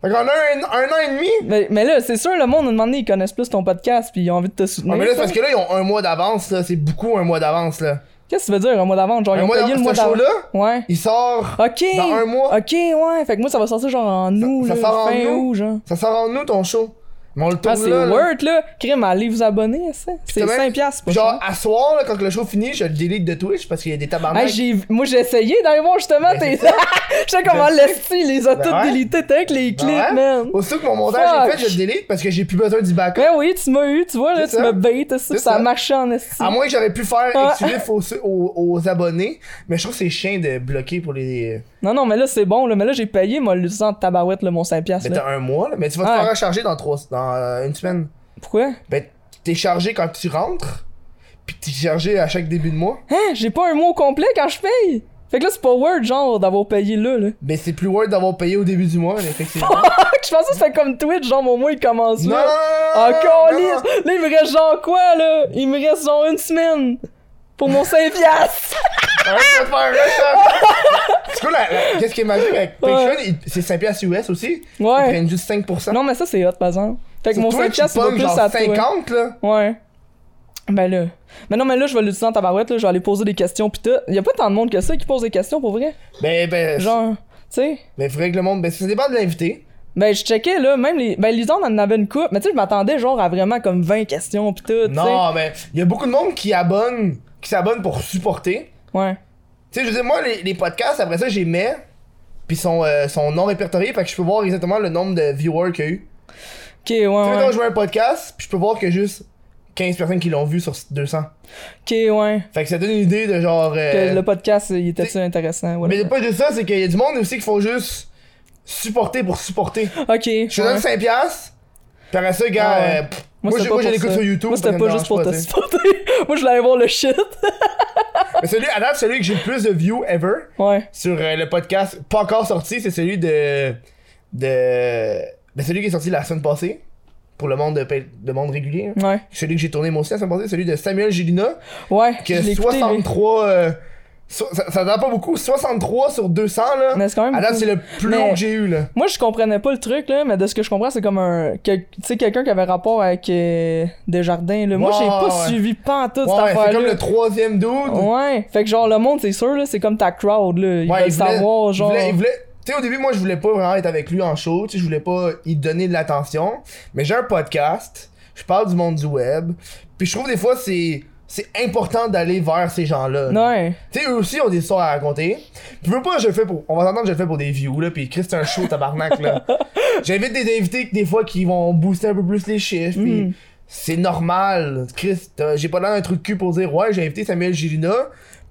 Fait qu'en un, un an et demi. Mais, mais là, c'est sûr, le monde, à un moment donné, ils connaissent plus ton podcast, puis ils ont envie de te soutenir. Ouais, Ah, mais là, c'est parce ça. que là, ils ont un mois d'avance, là. C'est beaucoup un mois d'avance, là. Qu'est-ce que tu veux dire, un mois d'avant? Genre, Un ils ont mois payé le d'avance, mois ce d'avant. show-là, Ouais. il sort. Ok. Dans un mois. Ok, ouais. Fait que moi, ça va sortir genre en août, ça là, sort en fin août. août, genre. Ça sort en nous, ton show. Mais on le tourne Ah, c'est là, là. Word, là. Crime, allez vous abonner, ça. C'est Puis t'as même- 5$, piastres, pas Genre, ah, cher. à soir, là, quand le show finit, je le delete de Twitch parce qu'il y a des tabarnak. Hey, Ah, j'ai... Moi, j'ai essayé d'aller voir justement Ben, tes. c'est ça. Je sais comment Je sais. l'esti, il les a Ben tous ouais. Ben délités, t'es avec les clips, Ah ouais. man. Aussitôt que mon montage est Fuck. fait, je le delete parce que j'ai plus besoin du backup. Ben oui, tu m'as eu, tu vois, là, C'est tu ça. m'as bait, ça, ça, ça. a marché en esti. À moins que j'aurais pu faire Ah. exclusif aux, aux, aux abonnés, mais je trouve que c'est chiant de bloquer pour les. Non, non, mais là, c'est bon, là. Mais là, j'ai payé, moi, le sang de tabarouette, là, mon 5$, Mais piastres, là. ben, t'as un mois, là. Mais tu vas te Ouais. faire recharger dans, trois, dans euh, une semaine. Pourquoi? Ben, t'es chargé quand tu rentres, puis t'es chargé à chaque début de mois. Hein? J'ai pas un mot complet quand je paye. Fait que là, c'est pas Word, genre, d'avoir payé là, là. Mais Ben, c'est plus worth d'avoir payé au début du mois, là, effectivement. Je pensais que c'était comme Twitch, genre, au moins, il commence non! là. Ah, non, non. calisse! Là, il me reste genre quoi, là? Il me reste genre une semaine pour mon 5 piastres! Arrête de faire recherche! C'est quoi la- la- Qu'est-ce qui est magique avec Patreon? il- C'est 5$ piastres US aussi. Ils Ouais. prennent juste 5%. Non, mais ça, c'est hot, par exemple. Fait que mon 5 piastres, piastres, c'est pas plus genre à toi. 50, là. Ouais. Ben là. Mais non, mais là, je vais l'utiliser en tabarouette, là. Je vais aller poser des questions, pis tout. Y'a pas tant de monde que ça qui pose des questions, pour vrai. Ben, ben, Genre, tu sais. ben, faudrait que le monde. Ben, ça dépend de l'invité. Ben, je checkais, là, même les. Ben, Lisande en avait une coupe, mais tu sais, je m'attendais, genre, à vraiment comme 20 questions, pis tout. tu sais. Non, mais il y a beaucoup de monde qui abonne, qui s'abonne pour supporter. Ouais. Tu sais, je veux dire, moi, les, les podcasts, après ça, j'y mets, puis sont, euh, sont non répertoriés, fait que je peux voir exactement le nombre de viewers qu'il y a eu. Ok, ouais, Tu sais, mettons, ouais. je mets un podcast, puis je peux voir que juste 15 personnes qui l'ont vu sur 200. Ok, ouais. Fait que ça donne une idée de genre. euh, Que le podcast, il était t'sais- ça intéressant. Ah, Mais whatever. le pas de ça, c'est qu'il y a du monde aussi qui font juste supporter pour supporter. Ok. Je te ouais. Ah donne 5 piastres. Puis après ça, gars, Ouais. euh, pff, Moi, moi, c'était je- pas moi, je pour l'écoute ça. sur YouTube. Moi, ça c'était me pas dérange juste pour te tu sais. supporter. Moi, je voulais aller voir le shit. Mais celui, à date, celui que j'ai le plus de views ever Ouais. sur euh, le podcast, pas encore sorti, c'est celui de. de. Ben, celui qui est sorti la semaine passée. Pour le monde, de, pa- le monde régulier. hein. Ouais. Celui que j'ai tourné moi aussi la semaine passée, celui de Samuel Gélina. Ouais. Que je l'ai écouté, lui. 63. euh, so- ça, ça donne pas beaucoup. 63 sur 200, là. Mais c'est quand même À date, beaucoup. c'est le plus Mais- long que j'ai eu, là. Moi, je comprenais pas le truc, là, mais de ce que je comprends, c'est comme un. que- Tu sais, quelqu'un qui avait rapport avec euh, Desjardins, là. Moi, Ouais, j'ai pas ouais. suivi pantoute Ouais, cette ouais, c'est affaire-là. comme le troisième dude. Ouais. Fait que, genre, le monde, c'est sûr, là, c'est comme ta crowd, là. Ils Ouais, veulent il voulait- savoir, il genre. voulait- il voulait- Tu sais, au début, moi, je voulais pas vraiment être avec lui en show. Tu sais, je voulais pas y donner de l'attention. Mais j'ai un podcast. Je parle du monde du web. Puis je trouve des fois, c'est. C'est important d'aller vers ces gens-là. Ouais. Tu sais, eux aussi ont des histoires à raconter. Puis veux pas, je le fais pour. On va s'entendre, que je le fais pour des views, là. Puis Chris, c'est un show, tabarnak, là. J'invite des invités, que des fois, qui vont booster un peu plus les chiffres. Puis Mm. c'est normal. Chris, t'as- j'ai pas l'air d'un truc de cul pour dire, ouais, j'ai invité Samuel Gilina.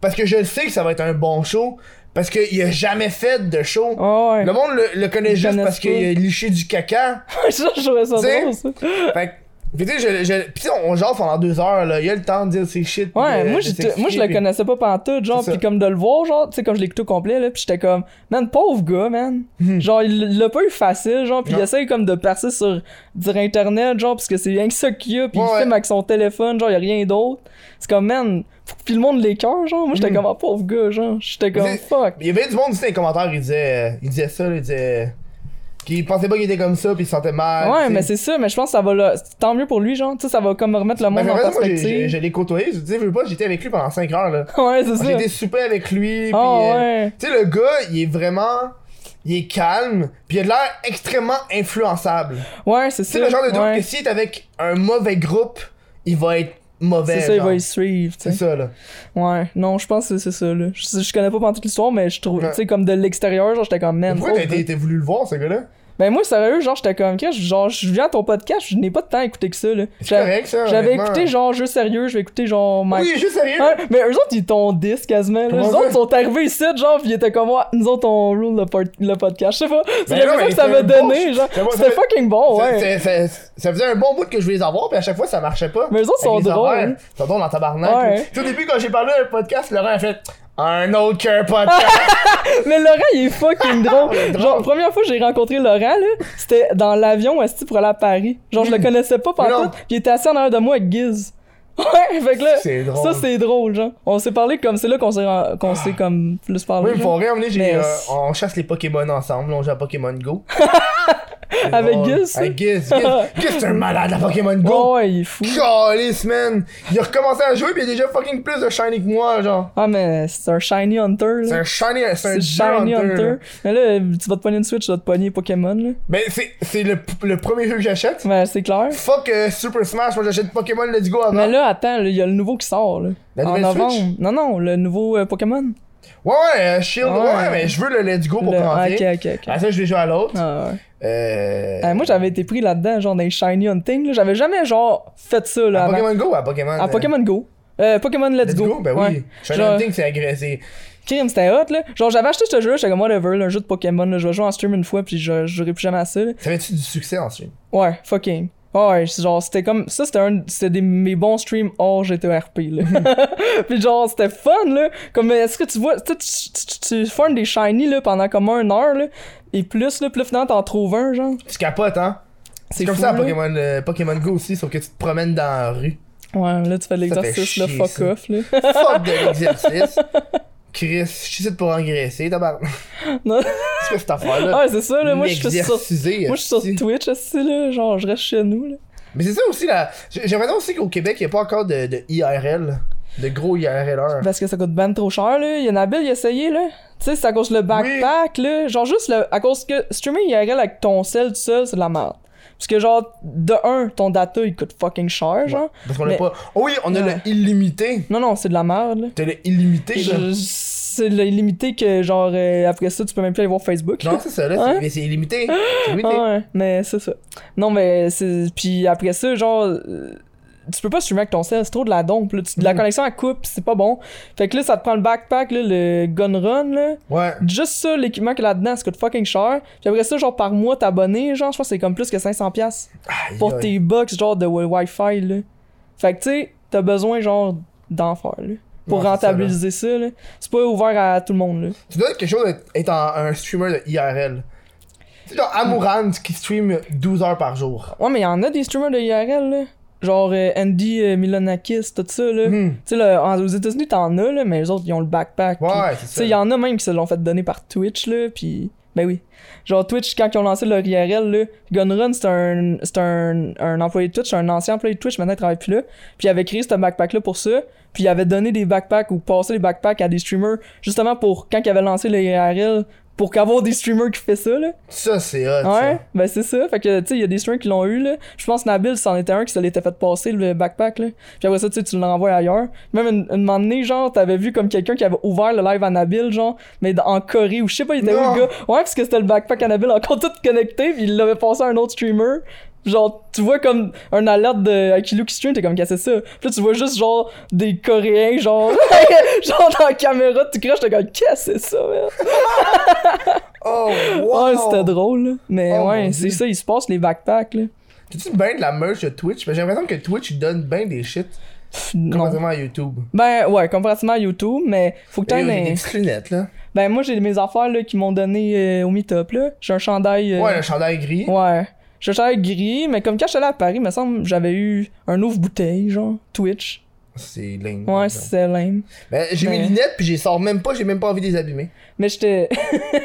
Parce que je le sais que ça va être un bon show. Parce qu'il a jamais fait de show. Ouais, ouais. Le monde le, le connaît Ils juste connaissent parce pas. qu'il a liché du caca. ça, je trouvais ça T'sais? drôle, ça. fait que. Puis tu sais, je, je, puis tu sais, on jase pendant deux heures, là. Il a le temps de dire ses shit. Ouais, puis de- moi, de j'étais- s'expliquer, moi je le puis- connaissais pas pantoute, genre, C'est pis ça. comme de le voir, genre, tu sais, comme je l'écoute au complet, là, pis j'étais comme, man, pauvre gars, man. Genre, il l'a pas eu facile, genre, pis il Hmm. Non. essaye comme de percer sur, dire internet, genre, parce que c'est rien que ça qu'il y a, pis Ouais, il ouais. filme avec son téléphone, genre, y a rien d'autre. C'est comme, man, pis le monde les cœurs, genre, moi, j'étais comme, ah, pauvre gars, genre, j'étais comme, Hmm. Mais- fuck. Il y avait du monde aussi dans les commentaires, il disait, il disait ça, là, il disait. qu'il pensait pas qu'il était comme ça, puis il se sentait mal. Ouais, tu mais sais. c'est ça, mais je pense que ça va le... tant mieux pour lui, genre, tu sais, ça va comme remettre le Ben, monde c'est en vrai, moi, j'ai- j'ai- perspective. je l'ai côtoyé, je dis, veux pas, j'étais avec lui pendant 5 heures, là. Ouais, c'est ça. J'ai été souper avec lui, puis. Ah, euh, ouais. Tu sais, le gars, il est vraiment. Il est calme, puis il a de l'air extrêmement influençable. Ouais, c'est Tu sais, ça. le genre de truc ouais. que s'il est avec un mauvais groupe, il va être mauvais. C'est ça, il genre. va y suivre, tu C'est sais. ça, là. Ouais, non, je pense que c'est ça, là. Je, je connais pas pendant toute l'histoire, mais je trouve, Ouais. tu sais, comme de l'extérieur, genre, j'étais comme, man, Pourquoi t'as pauvre été, gars. t'as voulu le voir, ce gars-là Ben, moi, sérieux, genre, j'étais comme, Qu'est-ce que- genre, je viens à ton podcast, je n'ai pas de temps à écouter que ça, là. C'est J'avais- correct, ça. J'avais honnêtement. écouté, genre, jeu sérieux, je vais écouter, genre, Mike. Oui, juste sérieux. Ouais, mais eux autres, ils t'ont 10 quasiment, là. Comment Eux ça? autres sont arrivés ici, genre, pis ils étaient comme, moi, nous autres, on rule le, pod- le podcast, je sais pas. C'est Ben la non, raison mais que ça m'a c'était bon, donné, je- genre. ça va- ça C'était fait- fucking bon, Ça- Oh, ouais. Ça, ça- ça faisait un bon bout que je voulais les avoir, puis à chaque fois ça marchait pas. Mais eux autres sont Avec les drôles, horaires, hein. Ils sont drôles en tabarnak. Ouais. là. Tu sais, Au début, quand j'ai parlé d'un podcast, Laurent a fait un autre qu'un podcast. Mais Laurent, il est fucking drôle. Il est drôle. Genre, première fois que j'ai rencontré Laurent, là, c'était dans l'avion esti pour aller à Paris. Genre, je le connaissais pas Hmm. Mais non. pendant tout. Il était assis en arrière de moi avec Giz. Ouais, fait que là, C'est drôle. ça c'est drôle, genre. On s'est parlé comme, c'est là qu'on s'est, ren- qu'on s'est comme plus parlé. oui, genre. pour rien, j'ai, Mais euh, c'est- on chasse les Pokémon ensemble, on joue à Pokémon Go. C'est Avec drôle. Giz, ça? Avec Giz. Giz, Giz, c'est un malade à Pokémon Ouais, Go. ouais, il est fou. Calice, man. Il a recommencé à jouer, puis il a déjà fucking plus de shiny que moi, genre. Ah, mais c'est un shiny hunter, C'est là. un shiny, c'est un shiny shiny hunter. là. Mais là, tu vas te pogner une Switch, tu vas te pogner Pokémon, là. Ben, c'est, c'est le, le premier jeu que j'achète. Ben, c'est clair. Fuck euh, Super Smash, moi j'achète Pokémon Let's Go avant. Mais là, attends, là, il y a le nouveau qui sort, là. La en nouvelle novembre. Switch? Non, non, le nouveau euh, Pokémon. Ouais, ouais, euh, Shield, Ouais. ouais. mais je veux le Let's Go pour Le- ah, commencer. ok, ok, ok. Ah, ça, je vais jouer à l'autre. Ah, ouais. Euh. Euh, moi, j'avais été pris là-dedans, genre dans les Shiny Hunting. là. J'avais jamais, genre, fait ça, là. à avant. Pokémon Go ou à Pokémon À euh, Pokémon Go. Euh, Pokémon Let's, Let's Go, Ben oui. Ouais. Je suis Genre, un hunting, c'est agressé. Crime, c'était hot, là. Genre, j'avais acheté ce jeu-là, j'étais comme, whatever, là, un jeu de Pokémon, là. Je vais jouer en stream une fois, puis je je jouerai plus jamais à ça, là. Ça fait-tu du succès en stream? Ouais, fucking. Ouais, c'est genre, c'était comme. Ça, c'était un. C'était des, mes bons streams hors GTRP, là. puis genre, c'était fun, là. Comme, est-ce que tu vois. Tu, sais, tu, tu, tu- tu farmes des shiny, là, pendant comme une heure, là. Et plus, là. Puis là, finalement, t'en trouves un, genre. Tu capotes, hein? C'est C'est comme fou, ça à là. Pokémon, euh, Pokémon Go aussi, sauf que tu te promènes dans la rue. Ouais, là, tu fais de Ça fait l'exercice, là. chier, Fuck ça. off, là. Fuck de l'exercice. Chris, je suis ici pour engraisser, tabarnak. Non. C'est quoi cette affaire-là? Ah, c'est ça, là. Moi, je suis sur. M'exerciser, Moi, je suis sur esti. Twitch aussi, là. Genre, je reste chez nous, là. Mais c'est ça aussi, là. J'ai j'ai l'impression aussi qu'au Québec, il n'y a pas encore de, de IRL. De gros IRL. Parce que ça coûte ben trop cher, là. Il y en a Bill, il a essayé, là. Tu sais, c'est à cause le backpack, là. Genre, juste le- à cause que streamer IRL avec ton sel tout seul, c'est de la merde. Parce que, genre, de un, ton data, il coûte fucking cher, genre. Parce qu'on a Mais- pas. Oh oui, on a Ouais. le illimité. Non, non, c'est de la merde, là. T'as le illimité, là. Je- C'est le- limité que, genre, euh, après ça, tu peux même plus aller voir Facebook. Non, c'est ça, là. Hein? c'est- Mais c'est illimité. C'est illimité. Ah ouais, mais c'est ça. Non, mais c'est. Puis après ça, genre. euh, tu peux pas streamer avec ton sel, c'est trop de la dompe. Là. Tu- Mm. de la connexion à coupe, c'est pas bon. Fait que là, ça te prend le backpack, là, le gun run. Là. Ouais. Juste ça, l'équipement qu'il y a là-dedans, ça coûte fucking cher. Puis après ça, genre par mois, t'abonner, genre, je pense que c'est comme plus que 500$ piastres Aïe, pour aïe. tes box, genre de wi- Wi-Fi. Là. Fait que tu sais, t'as besoin, genre, d'en faire. Là, pour Ouais, c'est ça, rentabiliser ça. là. C'est pas ouvert à tout le monde. Là. Tu dois être quelque chose d'être être un, un streamer de IRL. C'est genre Amourant qui stream 12 heures par jour. Ouais, mais il y en a des streamers de IRL, là. Genre euh, Andy euh, Milanakis, tout ça, là. Hmm. Tu sais, là, en- aux États-Unis, t'en as, là, mais les autres, ils ont le backpack. Ouais, puis- ouais, Tu c'est ça. sais, il y en a même qui se l'ont fait donner par Twitch, là, puis... Ben oui. Genre, Twitch, quand ils ont lancé leur IRL, là, Gunrun, c'est un, c'est un, un employé de Twitch, un ancien employé de Twitch, maintenant, il travaille plus là. Puis il avait créé ce backpack-là pour ça. Puis il avait donné des backpacks ou passé les backpacks à des streamers, justement pour, quand il avait lancé le IRL, pour qu'avoir des streamers qui fait ça, là. Ça, c'est hot. Ouais, ben c'est ça. Fait que, tu sais, il y a des streamers qui l'ont eu, là. Je pense que Nabil, c'en était un qui se l'était fait passer, le backpack, là. Puis après ça, tu sais, tu l'envoies ailleurs. Même une, une moment donné, genre, t'avais vu comme quelqu'un qui avait ouvert le live à Nabil, genre, mais dans- en Corée, ou je sais pas, il était où, Non. le gars. Ouais, parce que c'était le backpack à Nabil encore tout connecté, puis il l'avait passé à un autre streamer. Genre, tu vois comme un alerte de Akilu qui stream, t'es comme cassé ça. Puis là, tu vois juste, genre, des Coréens, genre, genre dans la caméra, tu craches, t'es comme cassé ça, man. ça. Oh, wow. Ouais, c'était drôle, là. Mais Oh, mon ouais, c'est Dieu. ça, il se passe les backpacks, là. T'as-tu bien de la merch de Twitch? Ben, j'ai l'impression que Twitch, il donne bien des shit. Pff, non. Comparativement à YouTube. Ben ouais, comparativement à YouTube, mais faut que Putain, t'aies j'ai des un- petites lunettes, là. Ben moi j'ai mes affaires là qui m'ont donné euh, au meet-up là. J'ai un chandail. euh, Ouais, le chandail gris. ouais. J'ai un chandail gris, mais comme quand j'étais allé à Paris, me semble j'avais eu un ouvre bouteille, genre Twitch. C'est lame. Ouais, c'est lame. Ben, j'ai mes Mais- lunettes, puis j'y sors même pas, j'ai même pas envie de les abîmer. Mais j'étais.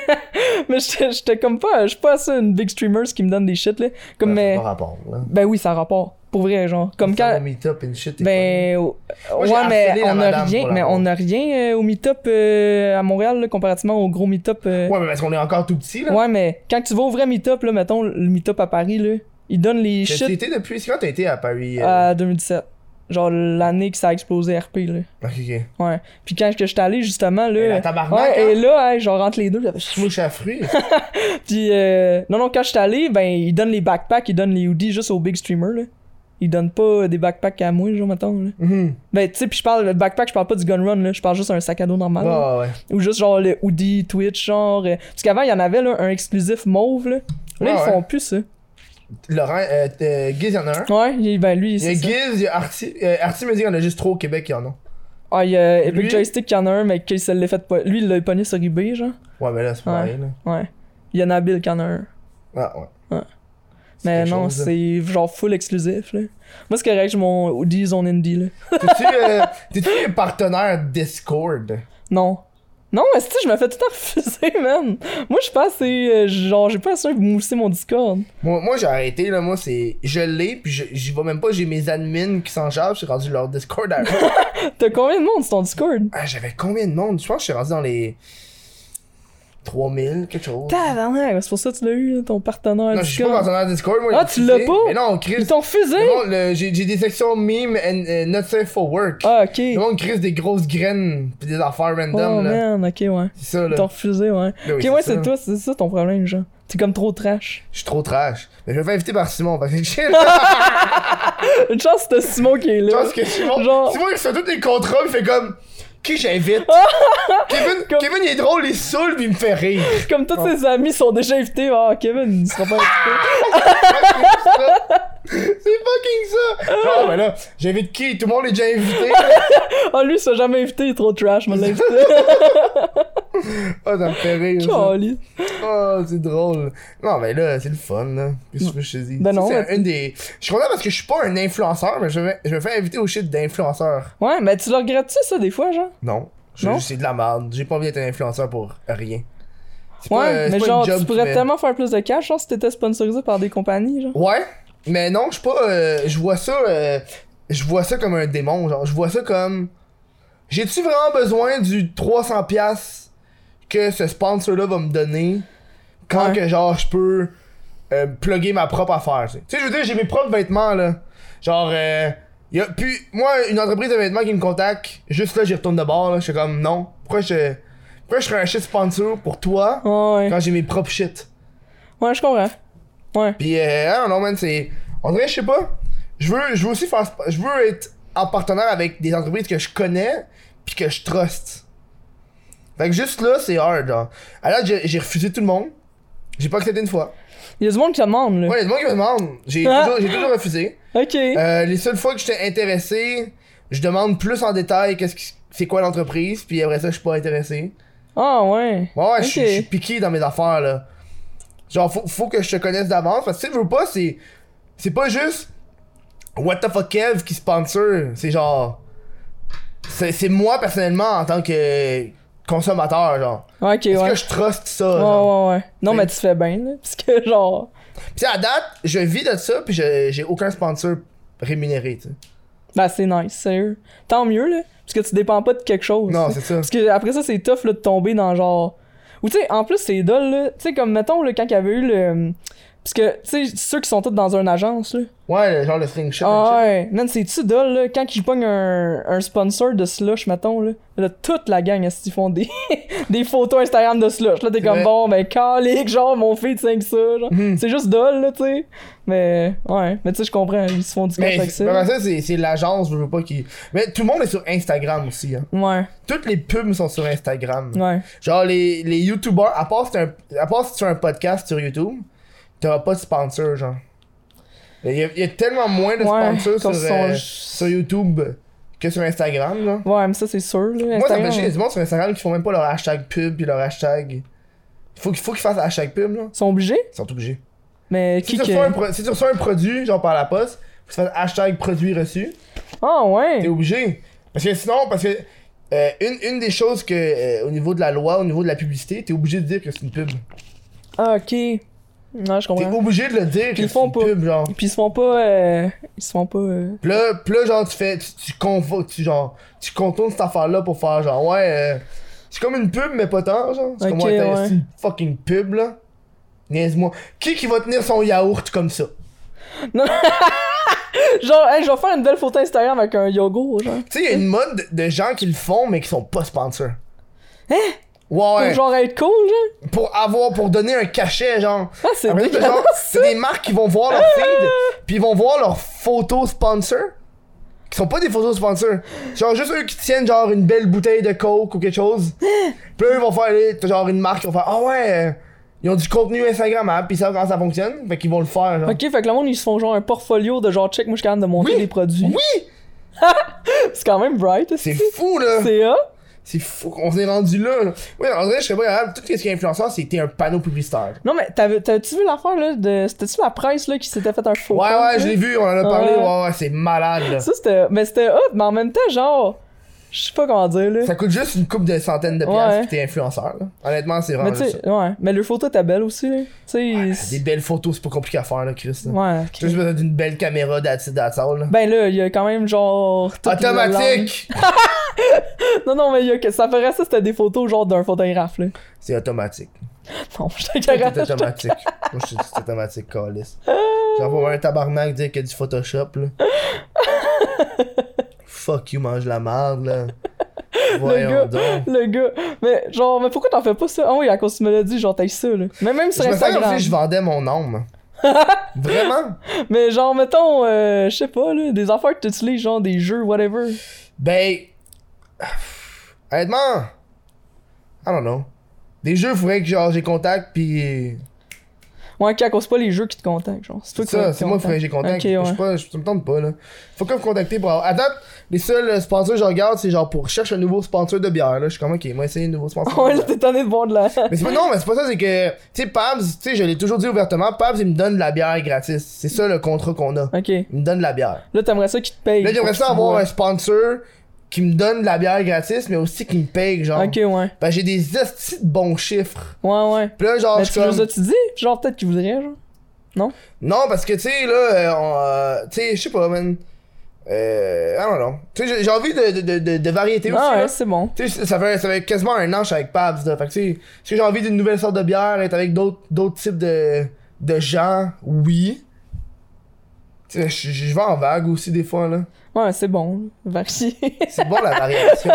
mais j'étais j'étais comme pas. Je suis pas assez une big streamer ce qui me donne des shit là. Comme Ben, mais. Par rapport, là. Ben oui, ça a rapport. Pour vrai, genre. Comme Ça va quand. au meet-up and shit, t'es Ben, euh, j'ai ouais, mais harcelé la on a madame rien, pour la mais voir. on a rien euh, au meet-up euh, à Montréal, là, comparativement au gros meet-up. euh, pas- Ouais, mais parce qu'on est encore tout petit, là. Ouais, mais quand tu vas au vrai meet-up, là, mettons le meet-up à Paris, là, ils donnent les T'as- t'as shit été depuis. C'est quand t'as été à Paris? euh, à 2017. Genre l'année que ça a explosé RP, là. Ah, Ok, ok. Ouais. Puis quand que j'étais allé, justement, là. Et la tabarnak, ouais, hein? et là, hey, genre entre les deux, j'avais. Mouche à fruits. Puis, euh, non, non, quand j'étais allé, ben, ils donnent les backpacks, ils donnent les hoodies juste aux big streamers, là. Ils donnent pas des backpacks à moi, genre, mettons, là. Mhm. Ben, tu sais, puis je parle, le backpack, je parle pas du gun run, là. Je parle juste d'un sac à dos normal. là. Ah, ouais. Ou juste genre le hoodie Twitch, genre. euh, Parce qu'avant, il y en avait là, un exclusif mauve, là. Là, Ouais, ils Ah ouais. font plus ça. Laurent, euh, t- euh, Giz, y en a un. Ouais, il- ben lui, Il y a c'est ça. Giz, il y a Artie. Euh, Artie me dit qu'il y en a juste trop au Québec, il y en a. Ah, il y a Epic Lui- Joystick, il y en a un, mais qu'il se l'est fait pas. Lui, il l'a pogné sur eBay, genre. Ouais, mais là, c'est pas Ouais. pareil, là. Ouais. Il y en a Bill qui en a un. Ah, ouais. Ouais. C'est Mais quelque non, chose, hein. là. c'est genre full exclusif, là. Moi, c'est correct, j'ai mon hoodie Zone Indie, là. T'es-tu euh, t'es-tu partenaire Discord? Non. Non, mais si je me fais tout à refuser, man. Moi, je suis pas assez. euh, genre, j'ai pas assez moussé mon Discord. Moi, moi j'ai arrêté, là. Moi, c'est. Je l'ai, puis je- j'y vais même pas. J'ai mes admins qui s'en chargent. J'ai rendu leur Discord à eux. T'as combien de monde sur ton Discord? Ah, J'avais combien de monde? Je pense que je suis rendu dans les. 3000, quelque chose. Tabarnak, c'est pour ça que tu l'as eu, là, ton partenaire Non, je suis pas Discord. partenaire Discord, moi. Ah, il est tu l'as refusé. pas? Mais non, Chris. Ils t'ont refusé? le monde, le- J'ai j'ai des sections meme and euh, not safe for work. Ah, ok. Le monde crise des grosses graines pis des affaires random Oh, là. man, ok, ouais. C'est ça Ils t'ont là. refusé, ouais. Ben oui, ok, ouais, c'est ça. c'est toi, c'est ça ton problème, genre. T'es comme trop trash. Je suis trop trash. Mais je vais me faire inviter par Simon parce que je Une chance, c'était Simon qui est là. pense que Simon. Genre- Simon il fait tous des contrats, il fait comme. Qui j'invite Kevin, Comme- Kevin il est drôle, il est saoul pis il me fait rire. Comme tous ses amis sont déjà invités, ah, Kevin, il sera pas invité. C'est fucking ça! Genre, ben là, j'invite qui? Tout le monde est déjà invité. Ah, lui, il sera jamais invité, il est trop trash, mon l'invité. Oh, ça me fait rire. ça. Caliste. Oh, c'est drôle. Non, mais là, c'est le fun, là. Qu'est-ce que je te dis? Ben Ça, non, c'est mais- une des. Je suis content parce que je suis pas un influenceur, mais je me, je me fais inviter au shit d'influenceur. Ouais, mais tu le regrettes-tu, ça, des fois, genre? Non. Je- Non? C'est de la merde. J'ai pas envie d'être un influenceur pour rien. C'est Ouais, pas, euh, c'est mais pas une genre, job tu qui pourrais fait- tellement faire plus de cash, genre, si t'étais sponsorisé par des compagnies, genre. Ouais, mais non, je suis pas. euh, je vois ça. euh, je vois ça comme un démon. Genre, je vois ça comme. J'ai-tu vraiment besoin du 300$ piastres que ce sponsor-là va me donner quand Ouais. que, genre, je peux euh, plugger ma propre affaire, tu sais. Tu sais, je veux dire, j'ai mes propres vêtements, là. Genre, euh, y a, puis, moi, une entreprise de vêtements qui me contacte, juste là, j'y retourne de bord, là. Je suis comme, non. Pourquoi je. Pourquoi je serais un shit sponsor pour toi Ouais, quand j'ai mes propres shit? ouais, je comprends. Ouais. hein, Pis, euh, non, non, man, c'est. On dirait, je sais pas. je veux, je veux aussi faire, je veux être en partenaire avec des entreprises que je connais puis que je trust. Fait que juste là, c'est hard. Genre. Alors j'ai j'ai refusé tout le monde. J'ai pas accepté une fois. Il y a du monde qui demande, là. Ouais, il y a des gens qui me demandent. J'ai Ah. toujours, j'ai toujours refusé. Ok. Euh, les seules fois que j'étais intéressé, je demande plus en détail qu'est-ce qui- c'est quoi l'entreprise, puis après ça, je suis pas intéressé. Ah, ouais. Ouais, ouais, je suis- Ok. je suis piqué dans mes affaires, là. Genre, faut, faut que je te connaisse d'avance, parce que si tu veux pas, c'est. C'est pas juste. What the fuck, Kev qui sponsor. C'est genre. C'est c'est moi, personnellement, en tant que consommateur, genre. Ok, Est-ce ouais. que je trust ça, Ouais, genre? ouais, ouais. Non, C'est- mais tu fais bien, là. Parce que, genre. Pis à date, je vis de ça, puis je- j'ai aucun sponsor rémunéré, tu sais. Bah, c'est nice, sérieux. Tant mieux, là. Parce que tu dépends pas de quelque chose. Non, tu sais. c'est ça. Parce que après ça, c'est tough, là, de tomber dans genre. Ou, tu sais, en plus, c'est dole, là. Tu sais, comme, mettons, là, quand il y avait eu le. Parce que, tu sais, ceux qui sont tous dans une agence, là. Ouais, genre le slingshot. Ah shot ouais, man, c'est-tu dole, là, quand ils pognent un, un sponsor de slush, mettons, là, là, toute la gang, est-ce qu'ils font des, des photos Instagram de slush, là, t'es comme, vrai. Hmm. bon, ben, calique, genre, mon feed, c'est que ça, genre, c'est juste dole, là, tu sais, mais, ouais, mais tu sais, je comprends, ils se font du cash Mais avec ça, c'est- après ça, c'est c'est l'agence, je veux pas qui. Mais tout le monde est sur Instagram aussi, hein. ouais, Toutes les pubs sont sur Instagram. ouais, Genre les, les youtubeurs, à part si t'as un, à part si tu fais un podcast sur YouTube, t'auras pas de sponsor, genre. Il y, a- il y a tellement moins de Ouais, sponsors sur, comme son- euh, sur YouTube que sur Instagram, genre. ouais, mais ça, c'est sûr, là, Moi, ça me Instagram, fait chier, il y a du monde sur Instagram qui font même pas leur hashtag pub puis leur hashtag. Faut qu'il faut qu'ils fassent hashtag pub, là. ils sont obligés, Ils sont obligés. mais Si qui tu, que... reçois un pro- si tu reçois un produit, genre par la poste, faut que tu fasses hashtag produit reçu. Ah T'es ouais, obligé. Parce que sinon, parce que euh, une, une des choses que euh, au niveau de la loi, au niveau de la publicité, t'es obligé de dire que c'est une pub. ah, ok, non, je T'es comprends, obligé de le dire que Ils c'est le font une pas. pub, genre. puis ils se font pas, euh, ils se font pas, euh, Pis là, pis là, genre, tu fais, tu, tu, convo- tu, genre, tu contournes cette affaire-là pour faire genre, ouais, euh, c'est comme une pub, mais pas tant, genre. C'est comme, Ok, ouais, t'as- ouais. c'est une fucking pub, là. Niaise-moi. Qui qui va tenir son yaourt comme ça? genre, hey, je vais faire une belle photo Instagram avec un yogourt, genre, Tu sais, il y a une mode de- de gens qui le font, mais qui sont pas sponsors. Ouais, ouais. Hein? Pour genre être cool, genre. pour avoir, pour donner un cachet, genre. Ah, c'est Après, c'est genre, dégueulasse. c'est des marques qui vont voir leur feed, puis ils vont voir leurs photos sponsor, qui sont pas des photos sponsor. Genre, juste eux qui tiennent, genre, une belle bouteille de coke ou quelque chose. Puis eux, ils vont faire, les- t'as genre, une marque, ils vont faire, ah ouais, euh, ils ont du contenu Instagram, hein, puis ils savent comment ça fonctionne, fait qu'ils vont le faire, genre. Ok, fait que le monde, ils se font genre un portfolio de genre check, moi je suis capable de monter Oui. des produits. Oui! C'est quand même bright, C'est c'est fou, là! C'est hop. C'est fou, on s'est rendu là, là. Ouais, en vrai, je serais pas capable. Tout ce qui est influenceur, c'était un panneau publicitaire. Non, mais t'avais- t'avais-tu vu l'affaire là de. C'était-tu la presse là qui s'était fait un faux Ouais, compte, là? ouais, je l'ai vu, on en a parlé, Ah Ouais. ouais, ouais, c'est malade, là. Ça, c'était. Mais c'était hot, mais en même temps, genre. Je sais pas comment dire là. Ça coûte juste une coupe de centaines de piastres Ouais. pis t'es influenceur. là. Honnêtement, c'est Mais vraiment tu juste ça. sais, ouais. Mais le photo était belle aussi là. Tu sais. Des ils- belles photos, c'est pas compliqué à faire, là, Chris. là. Ouais. ok. T'as juste besoin d'une belle caméra that's it, that's all, là. Ben là, il y a quand même genre. toute une langue. Automatique! Non, non, mais il y a que. Ça ferait ça, c'était des photos genre d'un photographe là. C'est automatique. Non, je te Tout est garantis. automatique. Moi, je te dis, c'est automatique, Calis. J'envoie un tabarnak dire qu'il y a du Photoshop, là. Fuck you, mange la merde, là. gars. Voyons donc. Le gars. Mais genre, mais pourquoi t'en fais pas ça? Ah oui, à cause que tu me l'as dit, genre, t'as ça, là. Mais même sur Je me sens comme Instagram. si je vendais mon âme. Vraiment? Mais genre, mettons, euh, je sais pas, là, des affaires que t'utilises, genre des jeux, whatever. Ben. Honnêtement. I don't know. Des jeux, il faudrait que genre j'ai contact, puis. Ouais, qui à cause pas les jeux qui te contactent, genre. C'est toi C'est qui vas ça, te c'est moi, il faudrait contacter. que j'ai contact. Ok, Je ouais. sais pas, je ça me tente pas, là. Faut que vous contacter pour avoir. À date, les seuls euh, sponsors que je regarde, c'est genre pour chercher un nouveau sponsor de bière, là. Je suis comme, ok, moi, essayer un nouveau sponsor. Ouais, de là, bière. t'es tanné de boire de la. mais c'est pas, non, mais c'est pas ça, c'est que. Tu sais, Pabs, tu sais, je l'ai toujours dit ouvertement, Pabs, il me donne de la bière gratis. C'est ça le contrat qu'on a. Ok. Il me donne de la bière. Là, t'aimerais ça qu'ils te payent. Là, j'aimerais ça avoir un sponsor qui me donne de la bière gratis, mais aussi qui me paye, genre. Ok, ouais. Ben, j'ai des hosties de bons chiffres. Ouais, ouais. Puis là, genre, Ah, mais je Ben, tu suis les comme... as-tu dit? Genre, peut-être qu'ils voudraient, genre. Non, parce que, tu sais, là, euh, on, euh, tu sais, je sais pas, man. Euh, I don't know. Tu sais, j'ai- j'ai envie de, de, de, de- de variété aussi, hein. Ah là. ouais, c'est bon. Tu sais, ça fait, ça fait quasiment un an que je suis avec Pabs, là. Fait que, tu sais, est-ce que j'ai envie d'une nouvelle sorte de bière, être avec d'autres d'autres types de, de gens? Oui. Tu sais, je- je je vais en vague aussi, des fois, là. Ouais, c'est bon. Varié. C'est bon, la variation.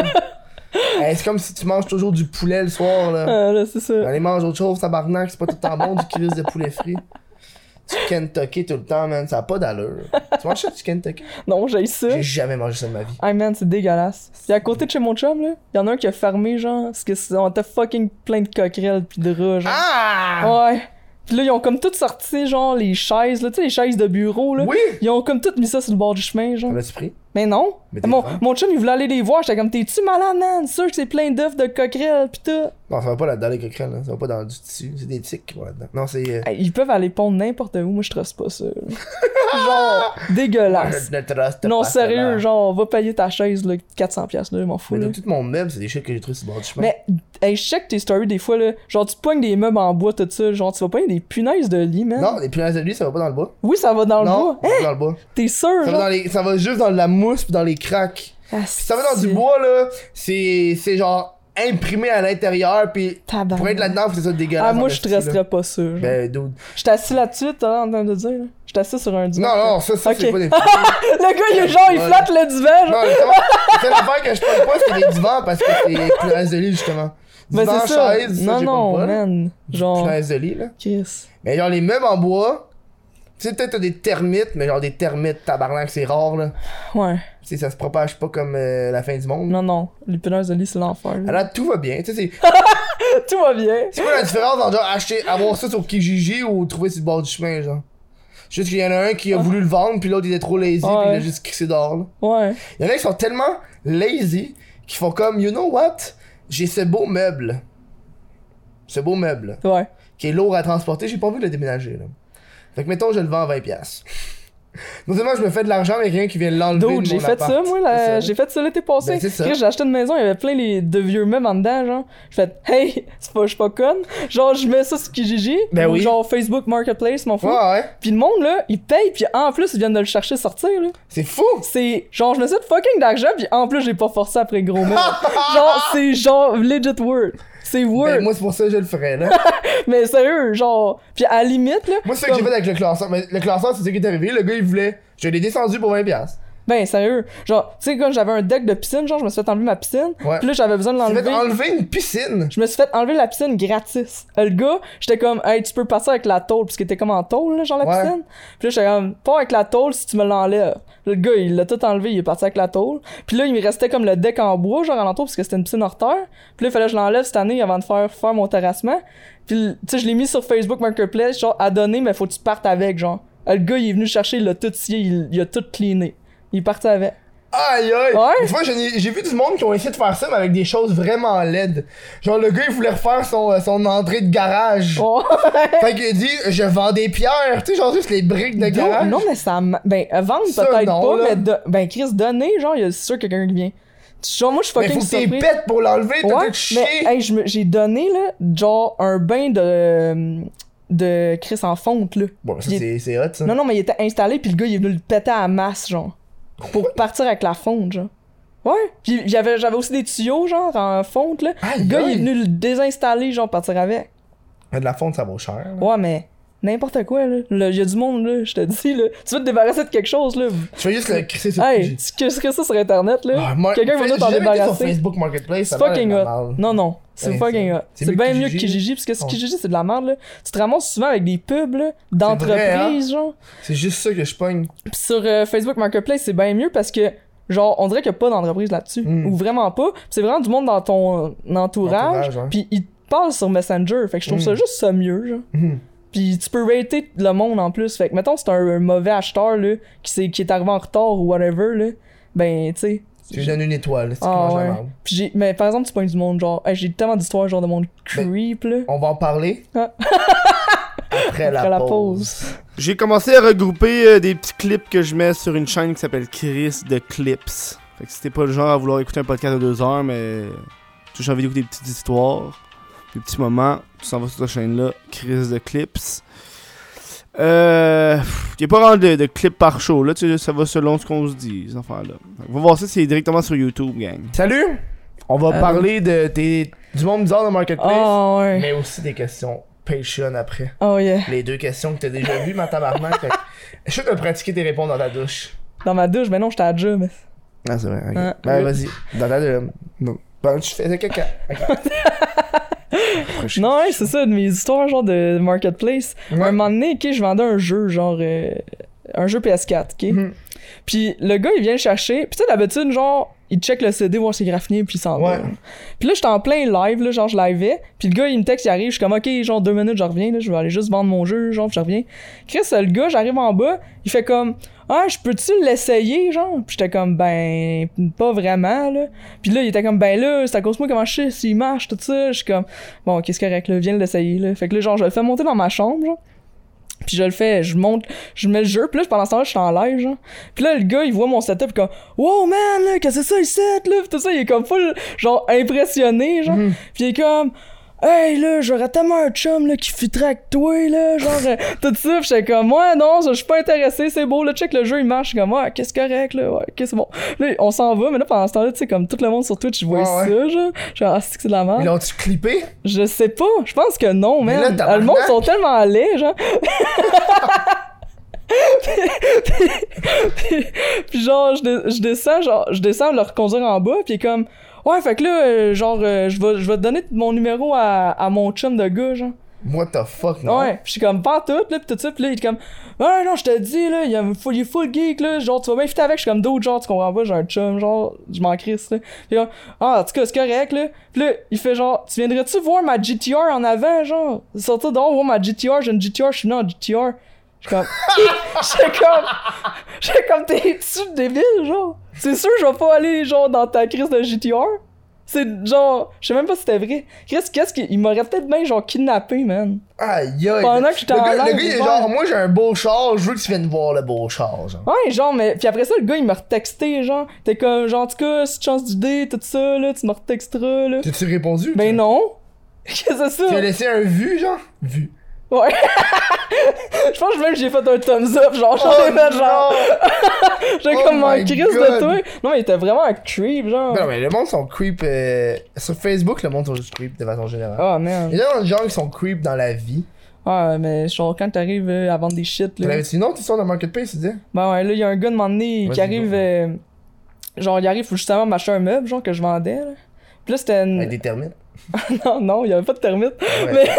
Eh, c'est comme si tu manges toujours du poulet le soir, là. Ah, là, c'est ça. Allez, mange autre chose, tabarnak, c'est pas tout le temps bon du crise de poulet frit. du Kentucky tout le temps, man. Ça n'a pas d'allure. tu manges ça du Kentucky? Non, j'ai ça. J'ai jamais mangé ça de ma vie. Hey man, c'est dégueulasse. Puis à côté de chez mon chum, là, y en a un qui a fermé, genre, parce que c'est- on était fucking plein de coquerelles pis de rats, genre. Ah! Ouais. Pis là, ils ont comme toutes sorti, genre, les chaises, là, tu sais, les chaises de bureau, là. Oui! Ils ont comme toutes mis ça sur le bord du chemin, genre. On l'a-tu pris? Mais non! Mais t'es mon, franc. mon chum, il voulait aller les voir, j'étais comme, t'es-tu malade, man? Sûr que c'est plein d'œufs de coquerelles pis tout. Non, ça va pas là-dedans, les coquerelles, là. Ça va pas dans du tissu. C'est des tiques qui vont là-dedans. Non, c'est. euh, Hey, Ils peuvent aller pondre n'importe où, moi, je trace pas ça. là. genre, dégueulasse. je ne truste Non, pas cela. sérieux, genre, va payer ta chaise, là, 400$, là, je m'en fous, Mais là. de tout mon meuble, c'est des choses que j'ai trouvées sur le bord du chemin. Mais, hey, je check tes stories des fois, là. Genre, tu pognes des meubles en bois, tout ça. Genre, tu vas pogner des punaises de lit, man. Non, les punaises de lui, ça va pas dans le bois. Oui, ça va hein? dans le non, bois. Hein? ça va pas dans le bois. T'es sûr, Ça va, là? dans les... ça va juste dans la mousse pis dans les cracks. Ah, Pis ça va dans du bois, là. C'est c'est genre imprimé à l'intérieur pis Tabarnak. pour être là-dedans, faut que ça dégueulasse. Ah, moi, en je te esti, là. resterais pas sûr. genre. Ben, dude. J'étais assis là-dessus, t'as l'air en train de dire, là. J'étais assis sur un divan. Non, non, ça, ça, c'est Ok. pas des. Le gars, il est genre, il Ouais. flatte le divan, genre. Non, le temps- c'est l'affaire que je parle pas, c'est des divans parce que c'est punaises de lit, justement. Ben, Divan, c'est ça. chaise, ça, non, j'ai non, pas le bol. man. Genre, Punaises de lit, là. Chris. Mais genre, les meubles en bois, tu sais, peut-être t'as des termites, mais genre des termites, tabarnak, c'est rare, là. Ouais. Tu sais, ça se propage pas comme euh, la fin du monde. Non, non. Les punaises de lit, c'est l'enfer. là. Alors, tout va bien, tu sais, c'est- Tout va bien. C'est quoi la différence entre genre acheter, avoir ça sur Kijiji ou trouver sur le bord du chemin, genre? Juste qu'il y en a un qui a voulu le vendre, puis l'autre il était trop lazy, puis il Ah. Ouais. a juste crissé dehors, là. Ouais. Il y en a qui sont tellement lazy qu'ils font comme, you know what? J'ai ce beau meuble. Ce beau meuble, Ouais. qui est lourd à transporter, j'ai pas envie de le déménager, là. Fait que mettons, je le vends à 20$. Non seulement je me fais de l'argent, mais rien qui vient l'enlever. de mon D'autres, j'ai fait appart. ça, moi, là, C'est ça. j'ai fait ça l'été passé. Ben, c'est ça. Chris, j'ai acheté une maison, il y avait plein les, de vieux meubles en dedans, genre. J'ai fait, hey, c'est pas, je suis pas conne. Genre, je mets ça sur Kijiji. Ben ou oui. Genre, Facebook Marketplace, m'en fous. Ouais, ouais. Puis le monde, là, il paye, puis en plus, ils viennent de le chercher sortir, là. C'est fou! C'est, genre, je me suis fait fucking d'argent, puis en plus, j'ai pas forcé après gros meubles. genre, c'est genre, legit word. C'est word. Ben, moi, c'est pour ça que je le ferais, là. Mais sérieux, genre. Puis à la limite, là. Moi, c'est ça que j'ai comme- fait avec le classeur. Mais le classeur, c'est ce qui est arrivé. Le gars, il voulait. Je l'ai descendu pour 20$. Ben, sérieux. Genre, tu sais, quand j'avais un deck de piscine, genre, je me suis fait enlever ma piscine. Ouais. Puis là, j'avais besoin de Il fait l'enlever. enlever une piscine. Je me suis fait enlever la piscine gratis. Euh, Le gars, j'étais comme, hey, tu peux partir avec la tôle, parce qu'il était comme en tôle, là, genre la Ouais. piscine. Puis là, j'étais comme, pas avec la tôle si tu me l'enlèves. Puis Le gars, il l'a tout enlevé, il est parti avec la tôle. Puis là, il me restait comme le deck en bois, genre alentour, parce que c'était une piscine hors terre. Puis là, il fallait que je l'enlève cette année avant de faire, faire mon terrassement. Puis, tu sais, je l'ai mis sur Facebook Marketplace, genre, à donner, mais faut que tu partes avec, genre. Euh, Le gars, il est venu chercher, il l'a tout scié, il, il a tout cleané. Il est parti avec. Aïe aïe! Ouais. Tu vois, j'en ai- j'ai vu du monde qui ont essayé de faire ça, mais avec des choses vraiment laides. Genre, le gars, il voulait refaire son, euh, son entrée de garage. Oh. Fait qu'il a dit, je vends des pierres. Tu sais, genre, juste les briques de Non, garage. Non, mais ça. m- Ben, euh, vendre Ça, peut-être non, pas, là. mais do- ben, Chris, donner, genre, il y a- c'est sûr qu'il y a quelqu'un qui vient. Genre, moi, je suis mais faut fucking que t'es surpris. bête pour l'enlever, t'as Ouais, tout chier. mais hey, je me- j'ai donné, là, genre, un bain de. de Chris en fonte, là. Bon, ça, il- c'est- c'est hot, ça. Non, non, mais il était installé, puis le gars, il est venu le péter à masse, genre. Pour partir avec la fonte, genre. Ouais. Puis j'avais j'avais aussi des tuyaux, genre, en fonte, là. Aïe, Le gars, il aïe. est venu le désinstaller, genre, partir avec. Mais de la fonte, ça vaut cher. là. Ouais, mais. N'importe quoi, là. Là, Il y a du monde, là, je te dis, là. Tu veux te débarrasser de quelque chose, là. Tu fais juste le crisser sur Hey, Kijiji. tu crisserais ça sur internet là? Ah, moi- Quelqu'un va j'ai venir t'en jamais été sur débarrasser. Facebook Marketplace, C'est ça m'a l'air fucking de la hot. merde. Non, non, c'est Ouais, fucking Ben, c'est- hot. c'est C'est mieux bien que Ah. mieux que Kijiji. Kijiji, parce que si Ouais. Kijiji, c'est de la merde, là. Tu te ramasses souvent avec des pubs, hein? là, d'entreprises, genre. C'est juste ça que je pogne. Puis sur euh, Facebook Marketplace, c'est bien mieux parce que, genre, on dirait qu'il n'y a pas d'entreprise là-dessus. Mm. Ou vraiment pas. Puis c'est vraiment du monde dans ton euh, entourage. Entourage, ouais. Puis ils te parlent sur Messenger. Fait que je trouve Mm. ça juste ça mieux, genre. Mhm. Puis tu peux rater le monde en plus. Fait que, mettons, c'est un, un mauvais acheteur, là, qui, s'est- qui est arrivé en retard ou whatever, là. Ben, tu sais. Tu lui donnes une étoile, c'est Ah mange la ouais. merde. Puis j'ai, mais par exemple, tu pognes du monde, genre, hey, j'ai tellement d'histoires, genre de monde creep, là. On va en parler Ah. après, la, Après la pause. J'ai commencé à regrouper euh, des petits clips que je mets sur une chaîne qui s'appelle Chris de Clips. Fait que si t'es pas le genre à vouloir écouter un podcast de deux heures, mais tu as envie d'écouter des petites histoires, des petits moments, tu s'en vas sur cette chaîne-là, Chris de Clips. Euh. pff, y a pas vraiment de, de clips par show, là, tu sais, ça va selon ce qu'on se dit, ces affaires-là. Fait que On va voir ça, c'est directement sur YouTube, gang. Salut! On va Euh. parler de tes, du monde bizarre de Marketplace, Oh, ouais. mais aussi des questions Patreon après. Oh, yeah. Les deux questions que t'as déjà vues, ma tabarnak. fait que- Je suis de pratiquer tes réponses dans ta douche. Dans ma douche, ben non, j'étais à Dieu, mais. Ah, c'est vrai. ok. Ah. Ben, vas-y. Dans ta douche. Non. Ben, tu faisais caca. Ok. fraîchir. Non, ouais, c'est ça, de mes histoires genre de marketplace. Ouais. Un moment donné, ok, je vendais un jeu, genre euh, un jeu PS4, ok. Mhm. Puis le gars, il vient le chercher. Puis tu sais, d'habitude, genre, il check le CD, voir ses graphiques, puis il s'en va. Ouais. Puis là, j'étais en plein live, là, genre, je livais. Puis le gars, il me texte, il arrive, je suis comme, ok, genre, deux minutes, je reviens, là, je vais aller juste vendre mon jeu, genre, puis je reviens. Chris, le gars, j'arrive en bas, il fait comme, ah, je peux-tu l'essayer, genre? Puis j'étais comme, ben, pas vraiment, là. Puis là, il était comme, ben là, c'est à cause de moi comment je sais s'il marche, tout ça. Je suis comme, bon, qu'est-ce correct, là, viens l'essayer, là. Fait que là, genre, je le fais monter dans ma chambre, genre. Puis je le fais, je monte, je mets le jeu, puis là, pendant ce temps-là, je suis en live, genre. Puis là, le gars, il voit mon setup, comme, wow, man, là, qu'est-ce que c'est ça, il set, là, Puis tout ça, il est comme full, genre, impressionné, genre. Mhm. Puis il est comme, hey, là, j'aurais tellement un chum, là, qui fitterait avec toi, là, genre, euh, tout ça. Puis j'étais comme, ouais, non, ça, je suis pas intéressé, c'est beau, là, check le jeu, il marche, Je suis comme, ouais, qu'est-ce correct, là, ouais, qu'est-ce bon. Là, on s'en va, mais là, pendant ce temps-là, tu sais, comme tout le monde sur Twitch, je vois Ouais, ça, genre. Je suis comme, ah, c'est que c'est de la merde. Ils l'ont-tu clippé? Je sais pas, je pense que non, Mais man. Ah, là, tabarnak. le monde sont tellement laids, genre. puis, puis- puis genre, je, de- je descends, genre, je descends leur conduire en bas, puis il est comme, ouais, fait que là, euh, genre, euh, je vais, je vais te donner mon numéro à, à mon chum de gars, genre. What the fuck, non? Ouais, pis je suis comme, pas en tout, là, pis tout ça, pis là, il est comme, ouais, non, je te dis, là, il y a un full, il est full geek, là, genre, tu vas bien fitter avec, je suis comme d'autres, genre, tu comprends pas, j'ai un chum, genre, je m'en crisse, là. Pis là, ah, en tout cas, c'est correct, là. Pis là, il fait genre, tu viendrais-tu voir ma GTR en avant, genre, sortir dehors, voir ma GTR, j'ai une GTR, je suis venu en GTR. Je suis comme, j'étais comme, j'étais comme, t'es-tu débile, genre? C'est sûr, je vais pas aller, genre, dans ta crise de GTR? C'est genre, je sais même pas si c'était vrai. Chris, qu'est-ce qu'il il m'aurait peut-être bien, genre, kidnappé, man. Aïe, aïe. Pendant Le- que j'étais le en gars- Le live, gars, il est ouais. genre, moi, j'ai un beau char, je veux que tu viennes voir le beau char, genre. Ouais, genre, mais. Puis après ça, le gars, il m'a retexté, genre. T'es comme, genre, en tout cas, si tu chances d'idée, tout ça, là, tu me retexteras, là. T'as-tu répondu? Ben non! Qu'est-ce que c'est ça? Tu as laissé un vu, genre? Vu. Ouais! Je pense que même j'ai fait un thumbs up, genre, j'en ai fait, genre. Oh non! J'ai Oh comme mon my crise God. de toi. Non, mais il était vraiment un creep, genre. Ben Non, mais le monde sont creep. euh, Sur Facebook, le monde sont juste creep de façon générale. Oh Il man. y a des gens qui sont creep dans la vie. Ouais, mais genre, quand t'arrives euh, à vendre des shit, Tu là. l'avais dit non, tu sors dans Marketplace, tu dis? Ben ouais, là, il y a un gars de moment donné Ben, Vas-y, qui arrive. go. euh, Genre, il arrive justement m'acheter un meuble, genre, que je vendais, là. Puis là, c'était une. Avec des termites. Non, non, il y avait pas de termites. Ouais. Mais,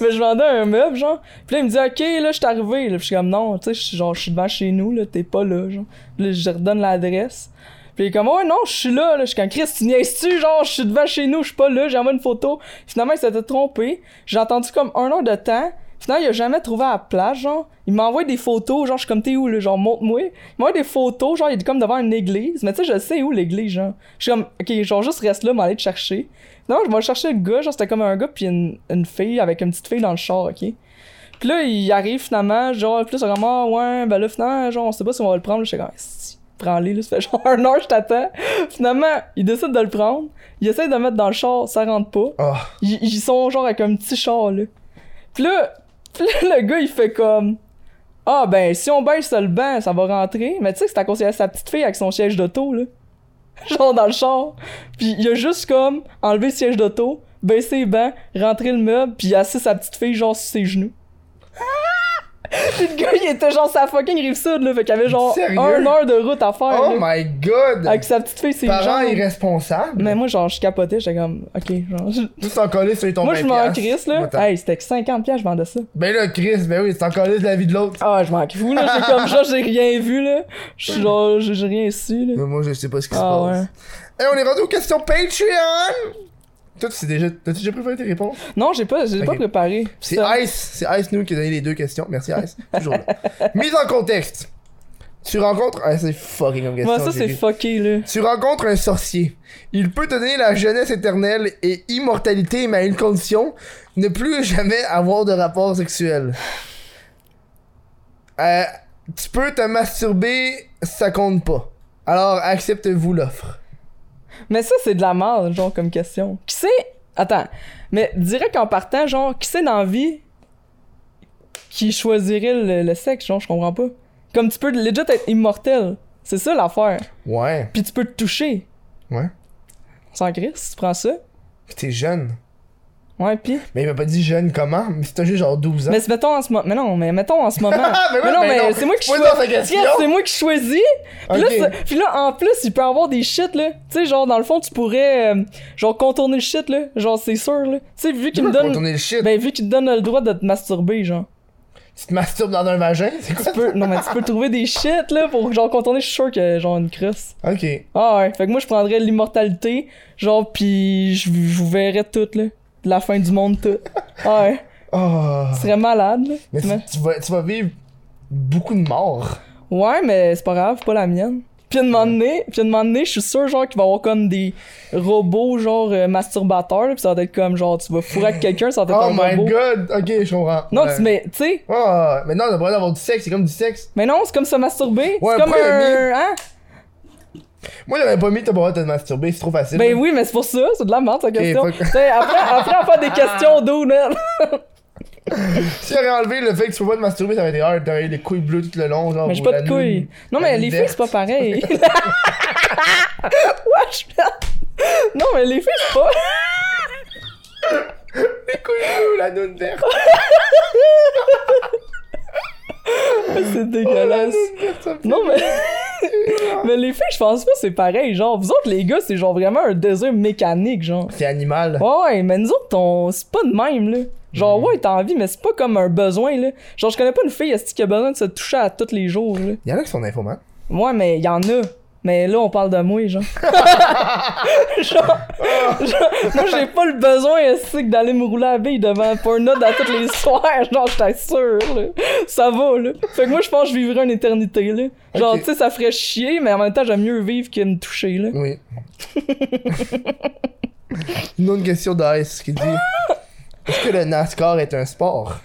mais je vendais un meuble, genre. Puis là, il me dit, OK, là, je suis arrivé. Là, puis je suis comme, non, tu sais, je suis- genre, je suis devant chez nous, là, t'es pas là, genre. Puis là, je lui redonne l'adresse. Puis il est comme, ouais, non, je suis là, là. Je suis comme, Chris, tu niaises-tu? Genre, je suis devant chez nous, je suis pas là, j'ai envoyé une photo. Finalement, il s'était trompé. J'ai attendu comme un an de temps. Finalement, il a jamais trouvé la place, genre. Il m'envoie des photos, genre, je suis comme, t'es où, là? Genre, montre-moi. Il m'envoie des photos, genre, il est comme devant une église. Mais tu sais, je sais où l'église, genre. Je suis comme, ok, genre, juste reste là, m'aller te chercher. Non, je vais chercher le gars, genre c'était comme un gars puis une, une fille avec une petite fille dans le char, ok? Puis là, il arrive finalement, genre, plus vraiment, ouais, ben là, finalement, genre, on sait pas si on va le prendre, là, j'étais comme, si, prends-le, là, ça fait genre un heure, je t'attends. Finalement, il décide de le prendre, il essaie de le mettre dans le char, ça rentre pas. Oh, Ils, ils sont genre avec un petit char, là. Pis là, pis là, le gars, il fait comme. Ah, ben, si on baisse le banc, ça va rentrer. Mais tu sais que c'est à cause qu'il y a sa petite fille avec son siège d'auto, là. Genre dans le char. Puis il a juste comme enlevé le siège d'auto, baissé les bancs, rentré le meuble, puis il a assis sa petite fille, genre, sur ses genoux. Puis le gars, il était genre sa fucking rive sud, là. Fait qu'il avait genre Sérieux? un heure de route à faire, oh là, my god! Avec sa petite fille, c'est Parents genre. irresponsables. Mais moi, genre, je capotais, j'étais comme, ok, genre. je- Tout s'en coller sur les tombes moi, je m'en crisse, là. Attends. Hey, c'était que 50 piastres, je vendais ça. Ben là, Chris, ben oui, c'est encore là de la vie de l'autre. Ah, je m'en fous, là. J'ai comme ça, j'ai rien vu, là. Je suis genre, j'ai j'ai rien su, là. Mais moi, je sais pas ce qui se Ah, passe. Et on est rendu aux questions Patreon! Toi, tu sais déjà, t'as-tu déjà préparé tes réponses? Non, j'ai pas, j'ai pas Ok. préparé. C'est Ça- Ice, c'est Ice nous qui a donné les deux questions. Merci Ice, toujours là. Mise en contexte. Tu rencontres. Ah, c'est fucking comme question. Moi, ça, j'ai c'est ri. fucké, là. Tu rencontres un sorcier. Il peut te donner la jeunesse éternelle et immortalité, mais à une condition ne plus jamais avoir de rapport sexuel. Euh, tu peux te masturber, ça compte pas. Alors accepte-vous l'offre. Mais ça, c'est de la merde, genre, comme question. Qui sait. Attends. Mais direct en partant, genre, qui sait dans la vie qui choisirait le, le sexe, genre, je comprends pas. Comme tu peux legit être immortel. C'est ça l'affaire. Ouais, Puis tu peux te toucher. ouais. Sans crise, tu prends ça. Puis t'es jeune. Ouais, pis. Mais il m'a pas dit jeune comment, mais c'était juste genre 12 ans. Mais c'est- mettons en ce moment. Mais non, mais mettons en ce moment. Ben oui, mais non, ben mais non. c'est moi qui Pose choisis. dans ta question. Yes, c'est moi qui choisis. Puis, Ok. là, c'est- puis là, en plus, il peut avoir des shit, là. Tu sais, genre, dans le fond, tu pourrais, euh, genre, contourner le shit, là. Genre, c'est sûr, là. Tu sais, vu qu'il me Pourquoi donne. contourner le shit? Ben, vu qu'il te donne le droit de te masturber, genre. Tu te masturbes dans un vagin? C'est quoi? Tu peux- non, mais tu peux trouver des shit, là, pour, genre, contourner, je suis sûr que, genre, une crosse. Ok. Ah ouais. Fait que moi, je prendrais l'immortalité, genre, pis je je vous verrais tout, là. La fin du monde, tout. Ah ouais. Oh. Tu serais malade, là. Mais Mais- tu, tu vas, tu vas vivre beaucoup de morts. Ouais, mais c'est pas grave, pas la mienne. Puis à un moment donné, puis à un moment donné, je suis sûr genre qu'il va y avoir comme des robots genre euh, masturbateurs, là, puis ça va être comme genre tu vas fourrer avec quelqu'un, ça va être Oh un my robot. god! Ok, je comprends. Non, Ouais. tu mais tu sais, Oh, mais non, on a pas le droit d'avoir du sexe, c'est comme du sexe. mais non, c'est comme se masturber, Ouais, c'est comme après, un hein? Moi, j'aurais pas mis t'as pas le droit de te masturber, c'est trop facile. Ben oui, mais c'est pour ça, c'est de la merde ta question. fuck. Tu sais, après après on fait des questions d'eau, man. Si j'aurais enlevé le fait que tu peux pas te masturber, ça aurait été hard. T'aurais eu les couilles bleues tout le long, genre. Mais Ben, j'ai pour pas la de couilles. nuit. Non, la mais les nuit filles, c'est pas pareil. Wesh, man. Non, mais les filles, c'est pas. Les couilles bleues, la noune verte. C'est Oh, La dégueulasse. noune verte, ça me fait Non, mais. mais les filles, je pense pas c'est pareil. Genre, vous autres, les gars, c'est genre vraiment un désir mécanique, genre. C'est animal. Ouais, ouais, mais nous autres, on... c'est pas de même, là. Genre, ouais, t'as envie, mais c'est pas comme un besoin, là. Genre, je connais pas une fille est-ce qui a besoin de se toucher à tous les jours, là. Y'en a qui sont infomans. Ouais, mais y en a. Mais là, on parle de moi, genre. genre, genre, moi, j'ai pas le besoin, est-ce que d'aller me rouler la bille devant Pornhub à tous les soirs. Genre, je t'assure, là. Ça va, là. Fait que moi, je pense que je vivrais une éternité, là. Genre, Ok. tu sais, ça ferait chier, mais en même temps, j'aime mieux vivre que me toucher, là. Oui. Une autre question d'Ice qui dit Est-ce que le NASCAR est un sport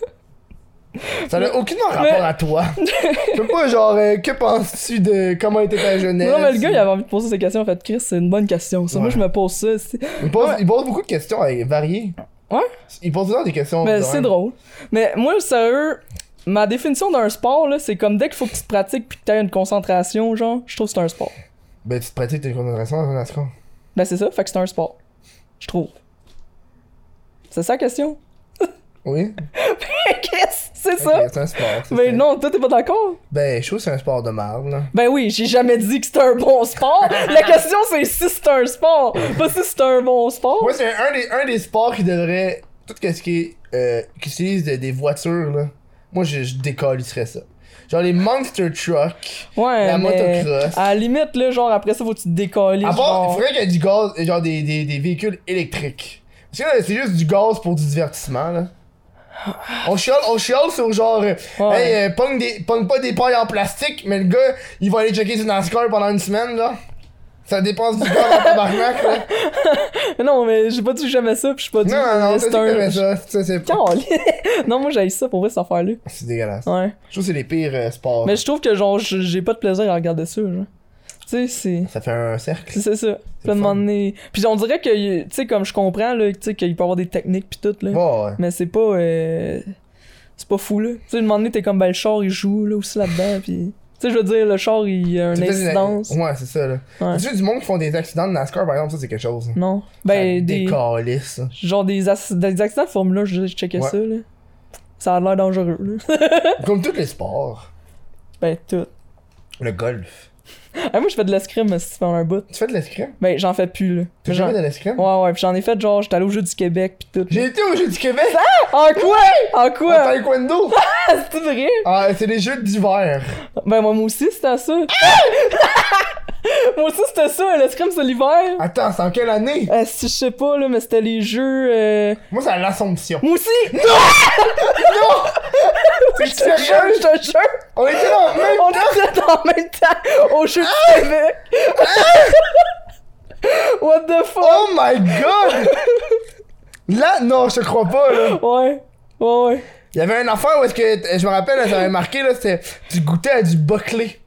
Ça n'a aucunement rapport mais- à toi. Je sais pas, genre, euh, que penses-tu de comment était ta jeunesse Non, mais le gars, il avait envie de poser ces questions. En fait, Chris, c'est une bonne question, ça. Moi, Ouais. je me pose ça. c'est- il, pose, il pose beaucoup de questions euh, variées. Ouais. Il pose toujours des questions. Mais genre, c'est drôle. Mais moi, sérieux, ma définition d'un sport, là, c'est comme dès qu'il faut que tu te pratiques puis que t'aies une concentration, genre, je trouve que c'est un sport. Ben, tu te pratiques tes concentration dans un NASCAR. Ben c'est ça, fait que c'est un sport. Je trouve. C'est ça la question? Oui Qu'est-ce? C'est ça? Ok, C'est un sport. c'est Ben ça. non, toi t'es pas d'accord? Ben, je trouve que c'est un sport de marde, là. Ben oui, j'ai jamais dit que c'était un bon sport. La question c'est si c'est un sport, pas si c'est un bon sport. Moi, c'est un des, un des sports qui devrait. Tout ce qui est. Euh, qui utilise de- des voitures, là. Moi, je, je décollisserais ça. Genre les Monster Truck. Ouais, La mais motocross. Ah à la limite là, genre après ça faut que tu te décolles. À part, il genre. faudrait qu'il y ait du gaz, et genre des, des, des véhicules électriques. Parce que là, c'est juste du gaz pour du divertissement, là. On chiale, on chiale sur genre. euh, Ouais. Hey, euh, pogne, des, pogne pas des pailles en plastique, mais le gars, il va aller checker sur NASCAR pendant une semaine, là. Ça dépense du gaz en tabarnak, là. Mais Non, mais j'ai pas dit que j'aimais ça, puis j'ai pas dit Non, non, non, que c'est c'est un. ça. ça, c'est Calais. non, moi j'ai ça pour vrai cette affaire-là. C'est dégueulasse. Ouais. Je trouve que c'est les pires euh, sports. Mais je trouve que genre j- j'ai pas de plaisir à regarder ça, genre. Tu sais, c'est. Ça fait un cercle. C'est c'est ça. Puis à fun. un moment donné- Puis on dirait que, tu sais, comme je comprends, là, tu sais, qu'il peut y avoir des techniques pis tout, là. Ouais, ouais. Mais c'est pas. euh, C'est pas fou, là. Tu sais, à un moment donné, t'es comme, ben, le char, il joue, là, aussi là-dedans, pis. Tu sais, je veux dire, le char, il a une C'est peut-être une- incidence. Ouais, c'est ça, là. Ouais. Tu sais, du monde qui font des accidents de NASCAR, par exemple, ça, c'est quelque chose. là. Non. Ça Ben, des. décalisse, hein. ça. Genre des, ac- des accidents de Formule 1, je, je checkais Ouais. ça, là. Ça a l'air dangereux, là. Comme tous les sports. ben, tout. Le golf. Ah, moi, je fais de l'escrime, si tu fais un bout. Tu fais de l'escrime? Ben, j'en fais plus, là. Tu J'en- jamais de l'escrime? Ouais, ouais, pis j'en ai fait, genre, j'étais allé au Jeu du Québec pis tout. J'ai été au Jeu du Québec! En quoi? En En quoi? taekwondo! C'est vrai? ah, c'est les Jeux d'hiver. Ben moi, moi aussi c'était ça. moi aussi c'était ça, l'escrime c'est l'hiver. Attends, c'est en quelle année? Euh, si je sais pas là, mais c'était les jeux. euh, Moi, c'est à l'Assomption. Moi aussi! T'es Je te jure, sérieux? je te jure! On était là en même On était en même temps au jeu du Québec! What the fuck? Oh my god! Là, non, je te crois pas, là. Ouais, ouais, ouais. Il y avait une affaire où est-ce que, je me rappelle, ça avait marqué, là, c'était, tu goûtais à du boclé.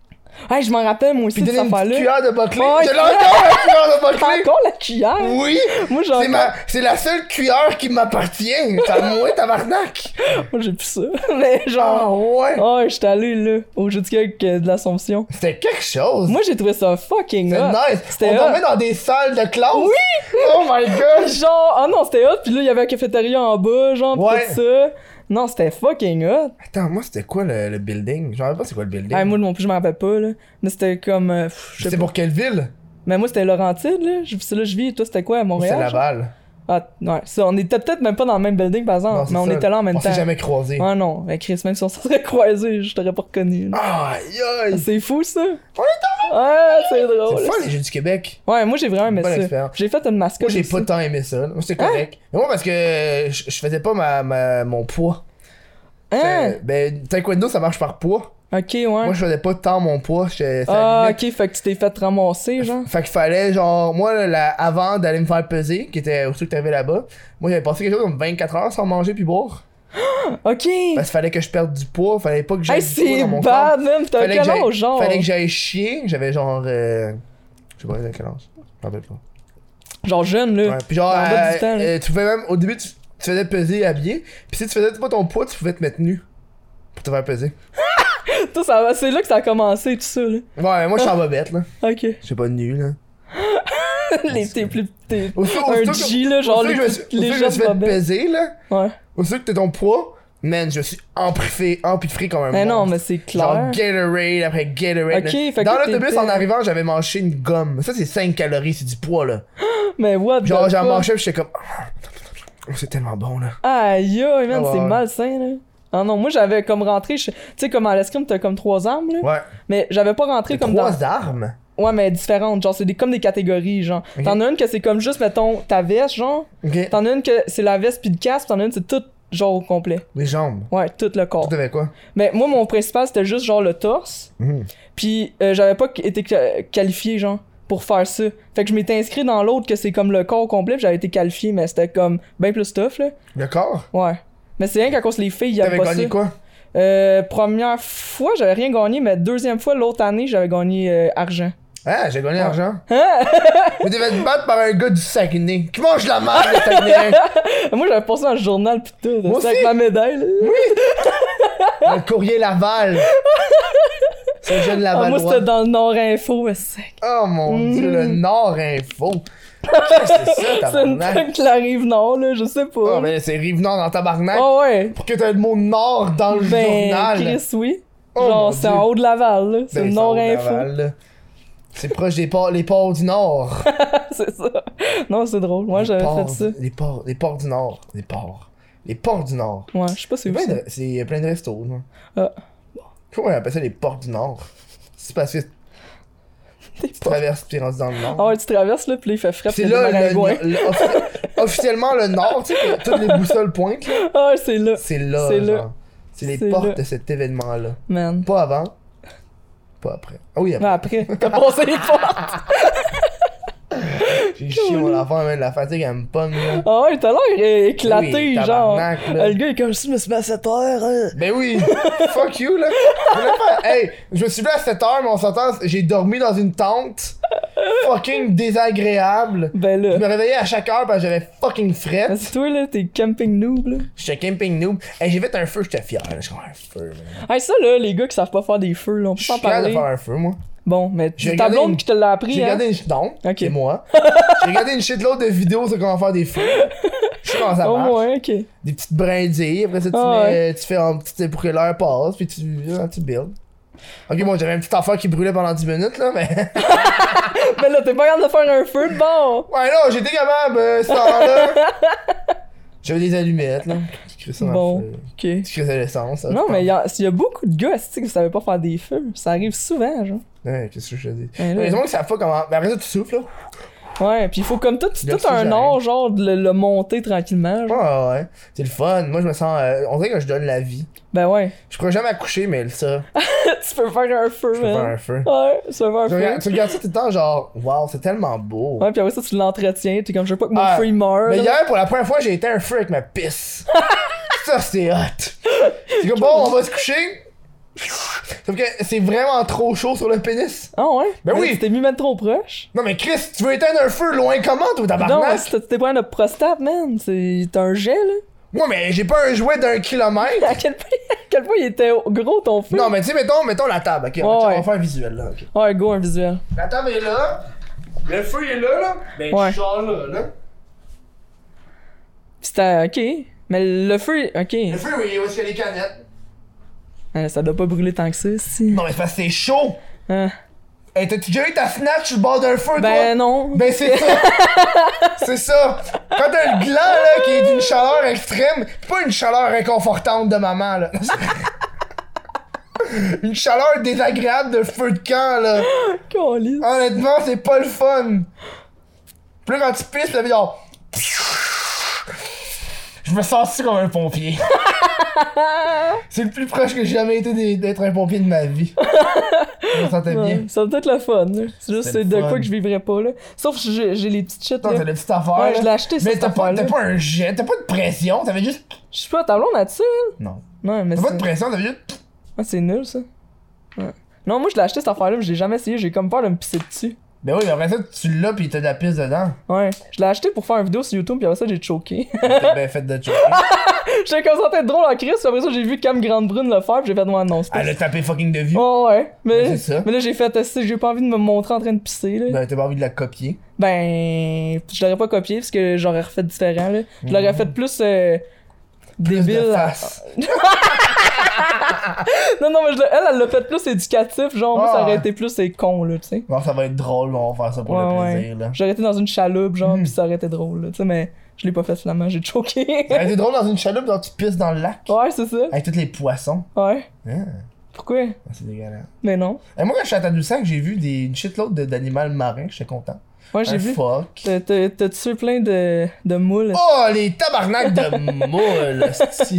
Hey, je m'en rappelle, moi aussi, Puis de cette donner une petite affaire-là. cuillère de Buckley. Ouais, J'ai encore une cuillère de T'as Buckley. encore la cuillère? Oui, Moi, j'ai c'est encore... ma- c'est la seule cuillère qui m'appartient. C'est à moi, tabarnak. Moi, j'ai plus ça. Mais genre... Ah ouais. Oh, j'étais allé, là, au jeu de cake euh, de l'Assomption. C'était quelque chose. Moi, j'ai trouvé ça ah, fucking C'était hot. nice. C'était On hot. dormait dans des salles de classe. Oui. Oh my gosh. Genre, ah non, c'était hot, puis là, il y avait la cafétéria en bas, genre, pis Ouais. tout ça. Non, c'était fucking hot. Attends, moi, c'était quoi le, le building? Je me rappelle pas c'est quoi le building. Hey, moi non plus, je m'en rappelle pas, là. Mais c'était comme. euh, pff, je sais c'est pas. pour quelle ville? Mais moi, c'était Laurentide, là. Je- C'est là que je vis. Toi, c'était quoi à C'est Montréal? genre? Laval. Ah, ouais. Ça, on était peut-être même pas dans le même building, par exemple. Non, c'est mais on ça. était là en même Ah, On temps. s'est jamais croisés. Ah non, mais Chris, même si on se serait croisés, je t'aurais pas reconnu. là. Aïe aïe! C'est fou, ça. Ouais, c'est C'est drôle. le fun les Jeux du Québec. Ouais, moi, j'ai vraiment aimé Bonne ça. expérience. J'ai fait une mascotte. Moi j'ai aussi. pas tant aimé ça. là. Moi c'est correct. Mais moi parce que je, je faisais pas ma, ma- mon poids. Euh, Hein? ben taekwondo ça marche par poids. Ok, ouais. Moi je faisais pas tant mon poids. j'étais- ça ah, limite. ok, fait que tu t'es fait ramasser, genre. Fait qu'il fallait genre moi là, la- avant d'aller me faire peser, qui était au truc que t'arrivais là-bas, moi j'avais passé quelque chose comme 24 heures sans manger puis boire. Ok! Parce qu'il fallait que je perde du poids, fallait pas que j'aille Hey, du poids c'est dans mon corps. bad, man! T'as Fallait quel que j'aille- âge, genre? Fallait que j'aille chier, j'avais genre euh, je sais pas quel âge. Je me rappelle pas. Genre jeune, là. Ouais, puis genre, Dans le bas du euh, temps, là. euh, tu pouvais même, au début, tu, tu faisais peser et habillé. Puis si tu faisais pas ton poids, tu pouvais te mettre nu. Pour te faire peser. Tout ça, va- C'est là que ça a commencé, tout ça, là. Ouais, moi je suis Ah. en bobette, là. Ok. Je suis pas nu, là. les t'es plus t'es Au sûr, un G là genre les que je me suis, petites- aussitôt que je les me suis jeunes fait bobettes. peser, là. ouais Au sûr que t'es ton poids, man, je suis empiffé, empiffé comme un mais non mais monstre. c'est Genre clair Gatorade après Gatorade. là. Ok, fait que Dans là, l'autobus, t'étais- en arrivant, j'avais mangé une gomme. Ça, c'est 5 calories, c'est du poids, là. mais what Genre, the j'en fuck? mangeais, puis j'étais comme. Oh, c'est tellement bon, là. aïe aïe man Ah, ouais, c'est ouais. malsain là ah non moi j'avais comme rentré je- tu sais comme à l'escrime t'as comme trois armes là Ouais. mais j'avais pas rentré comme Trois armes. dans ouais mais différentes genre c'est des comme des catégories genre Ok. t'en as une que c'est comme juste mettons ta veste genre Ok. t'en as une que c'est la veste puis le casque t'en as une c'est tout genre au complet Les jambes. ouais tout le corps Tout avec quoi? mais moi mon principal c'était juste genre le torse Mhm. Puis euh, j'avais pas été qua- qualifié, genre, pour faire ça. Fait que je m'étais inscrit dans l'autre que c'est comme le corps complet, puis j'avais été qualifié, mais c'était comme ben plus tough, là. Le corps? Ouais. Mais c'est rien qu'à cause des filles, il y avait T'avais pas gagné ça. quoi? Euh, première fois, j'avais rien gagné, mais deuxième fois, l'autre année, j'avais gagné euh, argent. Ah, j'ai gagné l'argent. Hein? Mais t'es fait te battre par un gars du Saguenay qui mange de la merde, le Saguenay. Moi, j'avais passé dans le journal, pis tout, Moi ça, avec aussi. ma médaille, là. Le courrier Laval. Ce jeune Ah, moi, Lavalois. c'était dans le Nord Info, ouais, sec. Oh mon Mm. dieu, le Nord Info. Qu'est-ce que c'est ça, C'est une tabarnak? truc qui arrive Nord, là, je sais pas. Oh, mais c'est Rive-Nord en tabarnak. Ah ouais. Pour que t'aies le mot Nord dans le Ben, journal. Chris, oui. Oh, mon Genre, c'est Dieu. en haut de Laval, là. C'est Ben, le ça, Nord au Info. Laval, là. C'est proche des ports, les ports du Nord. c'est ça. Non, c'est drôle. Moi, Les Ah, j'avais ports- fait ça. Les ports, les ports du Nord. Les ports. Les ports du Nord. Ouais, je sais pas si C'est vous. plein de- C'est plein de restos, là. Ah. Comment on appelle ça les portes du Nord? C'est parce que tu traverses pis t'es rendu dans le Nord. Ah ouais, tu traverses là, puis là, il fait frais, c'est puis il y a là, des le, maringouins. le- offici- officiellement, le Nord, tu sais, que toutes les boussoles pointent, là, Ah, ouais, c'est là. c'est là, C'est là. genre. C'est les C'est portes là. de cet événement-là. Man. Pas avant, pas après. Ah oui, Mais après. après, t'as passé les portes. J'ai chié mon enfant, man, la fatigue, elle me pogne, là. Ah ouais, t'as l'air euh, éclaté, Oui, genre. tabarnak, là. Ah, Le gars, il est comme si je me suis mis à cette heure. hein. Ben oui, fuck you là. Je voulais faire- Hey, je me suis levé à 7h, mais on s'entend, j'ai dormi dans une tente. Fucking désagréable. Ben Je me là. réveillais à chaque heure parce que j'avais fucking fret. Parce que toi, là, t'es camping noob, là. J'étais camping noob. Hey, j'ai fait un feu, j'étais fier. là. J'ai fait un feu, man. Hey, ça, là, les gars qui savent pas faire des feux, là, on peut Je suis s'en fier de parler. faire un feu, moi. Bon, mais J'ai c'est ta blonde regardé une- qui te l'a appris, J'ai hein. regardé une... Non, Ok. c'est moi. j'ai regardé une shitload de vidéos sur comment faire des feux. Je sais comment ça Au marche. moins, ok. Des petites brindilles. Après ça, tu, Ah mets- tu fais en petit... pour que l'heure passe, puis tu, là, tu builds. Ok, bon, j'avais une petite affaire qui brûlait pendant 10 minutes, là, mais... Mais Ben là, t'es pas capable de faire un feu de bord. Ouais, non, j'étais capable, euh, ce temps-là. J'avais des allumettes, là. Tu crées ça dans Bon. le feu. Ok. Tu crées de l'essence. là, Non, tu mais il y, a- il y a beaucoup de gars, tu sais, qui savent pas faire des feux. Ça arrive souvent, genre. Ouais, qu'est-ce que je te dis? Ben là. Les gens qui savent pas comment. Mais après ça, tu souffles, là. Ouais, pis il faut comme tout, Le tout un sujet. or, genre, de le, le monter tranquillement. Ouais, Genre. ouais, Ah, ouais. C'est le fun. Moi, je me sens. euh, on dirait que je donne la vie. Ben ouais. Je pourrais jamais accoucher, mais ça, tu peux faire un feu, je peux man. faire un feu. Ouais, tu peux Tu faire un regardes, feu. tu regardes ça tout le temps, genre, waouh, c'est tellement beau. Ouais, pis après ça, tu l'entretiens, t'es comme, je veux pas que mon Ah, feu il meure. Mais là. hier, pour la première fois, j'ai été un feu avec ma pisse. ça, c'est hot. C'est comme, bon, on va se coucher. Sauf que c'est vraiment trop chaud sur le pénis. Ah ouais? Ben Mais oui. Tu t'es mis même trop proche. Non, mais Chris, tu veux éteindre un feu loin comment, toi, non, tabarnak? si t'es pas un prostate, man. C'est t'as un jet, là. Moi, mais j'ai pas un jouet d'un kilomètre. À quel point, à quel point il était gros ton feu. Non, mais tu sais, mettons, mettons la table, ok? on, va- Ouais, on ouais. va faire un visuel, là, ok? Ouais, go, un visuel. La table est là. Le feu est là, là. Ben, Ouais. je sors là, là. Pis c'était. Ok. Mais le feu. Ok. Le feu, oui, où est-ce qu'il y a les canettes? Ah, ça doit pas brûler tant que ça, si. Non, mais c'est parce que c'est chaud. Ah. Hey, t'as-tu déjà eu ta snatch sur le bord d'un feu, Ben toi? non. Ben, c'est ça. c'est ça. Quand t'as le gland, là, qui est d'une chaleur extrême, c'est pas une chaleur réconfortante de maman, là. une chaleur désagréable de feu de camp, là. Câlisse. Honnêtement, c'est pas le fun. Puis là, quand tu pisses, le genre. Je me sens comme un pompier. c'est le plus proche que j'ai jamais été des- d'être un pompier de ma vie. Je me sentais bien. Ouais, ça doit être le fun. là. C'est juste C'était c'est le de fun. quoi que je vivrais pas là. Sauf que j'ai j'ai les petites shit Toi, là. t'as la petite affaire. Ouais, là. je l'ai acheté, Mais cette t'as pas, affaire-là. t'as pas un jet, t'as pas de pression, t'avais juste. Je suis pas à tableau là-dessus. hein. Non. Non, mais T'as c'est pas de pression, t'avais juste. ah, c'est nul ça. Ouais. Non, moi je l'ai acheté cette affaire là, mais je l'ai jamais essayé, j'ai comme peur de me pisser dessus. Ben oui, mais après ça, tu l'as pis t'as de la pisse dedans. Ouais, je l'ai acheté pour faire une vidéo sur YouTube, puis après ça j'ai choqué. T'es bien fait de choquer. J'étais comme ça tête drôle en crise, puis après ça j'ai vu Cam Grande Brune le faire, puis j'ai fait non, non, c'est pas Elle a tapé fucking de vue. Oh ouais, mais, Ouais, c'est ça. mais là j'ai fait tester, j'ai pas envie de me montrer en train de pisser là. Ben, t'as pas envie de la copier. Ben, je l'aurais pas copié parce que j'aurais refait différent là. Je Mm-hmm. l'aurais fait plus euh, Plus de débile. hein. face. Non, non, mais je l'ai- elle, elle l'a fait plus éducatif, genre, moi, Ah, ça aurait ouais. été plus c'est con, là, tu sais. Bon, ça va être drôle, on va faire ça pour le Ouais, plaisir, là. J'aurais été dans une chaloupe, genre, Mhm. pis ça aurait été drôle, là, tu sais, mais je l'ai pas fait finalement, j'ai choqué. Ça aurait été drôle dans une chaloupe, genre tu pisses dans le lac. ouais, c'est ça. Avec tous les poissons. Ouais. Hein? Pourquoi? Ah, C'est dégueulasse. Mais non. Et moi, quand je suis à Tadoussac, j'ai vu des, une shitload de- d'animaux marins, j'étais content. Ouais, Un j'ai vu. phoque. T'as- t'as- T'as tué plein de, de moules. Oh, les tabarnaks de moules, hostie.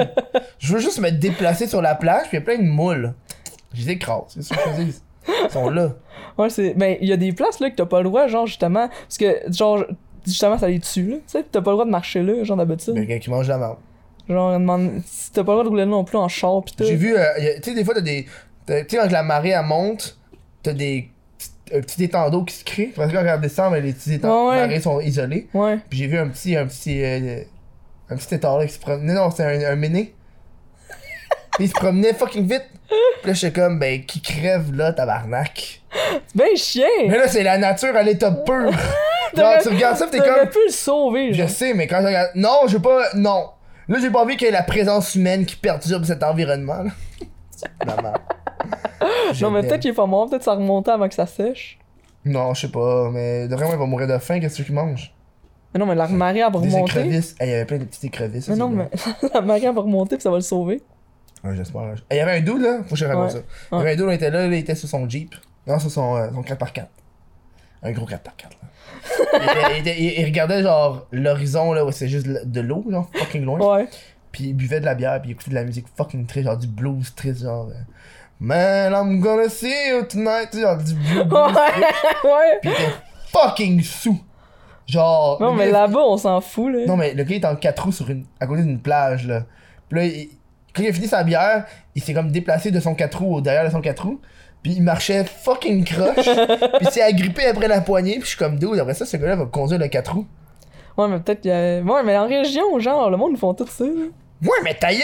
Je veux juste me déplacer sur la plage, puis il y a plein de moules. Je les écrase, c'est ce que je dis. Ils sont là. Ouais, c'est. Mais il y a des places, là, que t'as pas le droit, genre, justement, parce que, genre, justement, ça les tue, là, tu sais, pis t'as pas le droit de marcher là, genre, d'habitude. Mais quelqu'un qui mange la marde. Genre, demande... si t'as pas le droit de rouler là non plus en char, pis tout. J'ai vu, euh, y a- tu sais, des fois, t'as des. t'as- Tu sais, quand la marée, elle monte, t'as des. Un petit étang d'eau qui se crée. Parce que quand elle descend, mais les petits étangs Ah ouais. de marée sont isolés. Ouais. Puis j'ai vu un petit, un petit, euh, un petit étard là qui se promenait. Non, c'est un, un méné. Puis il se promenait fucking vite. Puis là, j'étais comme, ben, qui crève là, tabarnak. C'est Ben chien! Mais là, c'est la nature à l'état pur. Genre, T'aurais- tu regardes ça, pis t'es T'aurais comme, pu le sauver, je genre. sais, mais quand je regarde. Non, j'ai pas. Non. Là, j'ai pas envie qu'il y ait la présence humaine qui perturbe cet environnement, là. La merde. Je Non, mais l'aime. peut-être qu'il est pas mort, peut-être ça remontait avant que ça sèche. Non, je sais pas, mais de vraiment, il va mourir de faim, qu'est-ce qu'il mange? Mais non, mais la marée, elle va Des remonter. écrevisses. Eh, Il y avait plein de petites écrevisses. Mais aussi, non, là. mais la marée, elle va remonter, puis ça va le sauver. Ouais, j'espère. Eh, Il y avait un dude, là. Faut que je raconte Ouais. ça. Il y avait un dude, on était là, là, il était sur son Jeep. Non, sur son, euh, son 4x4. Un gros 4x4, là. il, était- il était- il- il regardait, genre, l'horizon, là, où c'est juste de de l'eau, genre, fucking loin. Ouais. Puis il buvait de la bière, puis il écoutait de la musique fucking triste, genre du blues triste, genre. euh, Man, I'm gonna see you tonight, tu sais, genre du blues. Ouais, ouais. Puis il était fucking sous. Genre. Non, le mais gars- là-bas, on s'en fout, là. non, mais le gars est en quatre roues sur une, à côté d'une plage, là. Puis là, il- quand il a fini sa bière, il s'est comme déplacé de son quatre roues au derrière de son quatre roues. Puis il marchait fucking croche. puis il s'est agrippé après la poignée. Puis je suis comme, dude, après ça, ce gars-là va conduire le quatre roues. Ouais, mais peut-être qu'il y a. Ouais, mais en région, genre, le monde, ils font tout ça, là. Ouais, mais ta gueule!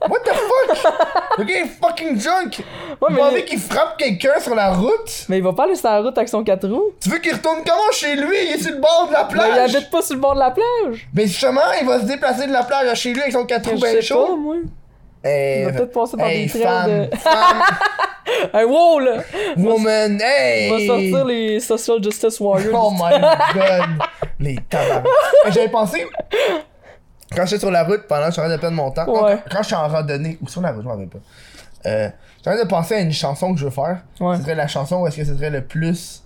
What the fuck? le gars est fucking junk! Ouais, J'ai pas envie mais. qu'il frappe quelqu'un sur la route? Mais il va pas aller sur la route avec son 4 roues. Tu veux qu'il retourne comment chez lui? Il est sur le bord de la Ben, il plage! habite pas sur le bord de la plage. Mais justement, il va se déplacer de la plage à chez lui avec son 4 roues Je bien sais pas, chaud. moi. Il Hey, va peut-être passer par hey, des femme, trails femme, de. Hey, wow, là! woman, hey! On va sortir les Social Justice Warriors. Oh my god! Les tabarnak. Hey, J'avais pensé, quand j'étais sur la route pendant que je suis en train de perdre mon temps, non, Ouais. quand- quand je suis en randonnée, ou sur la route, je m'en rappelle pas, euh, j'étais en train de penser à une chanson que je veux faire. Ouais. Ce serait la chanson où est-ce que ce serait le plus.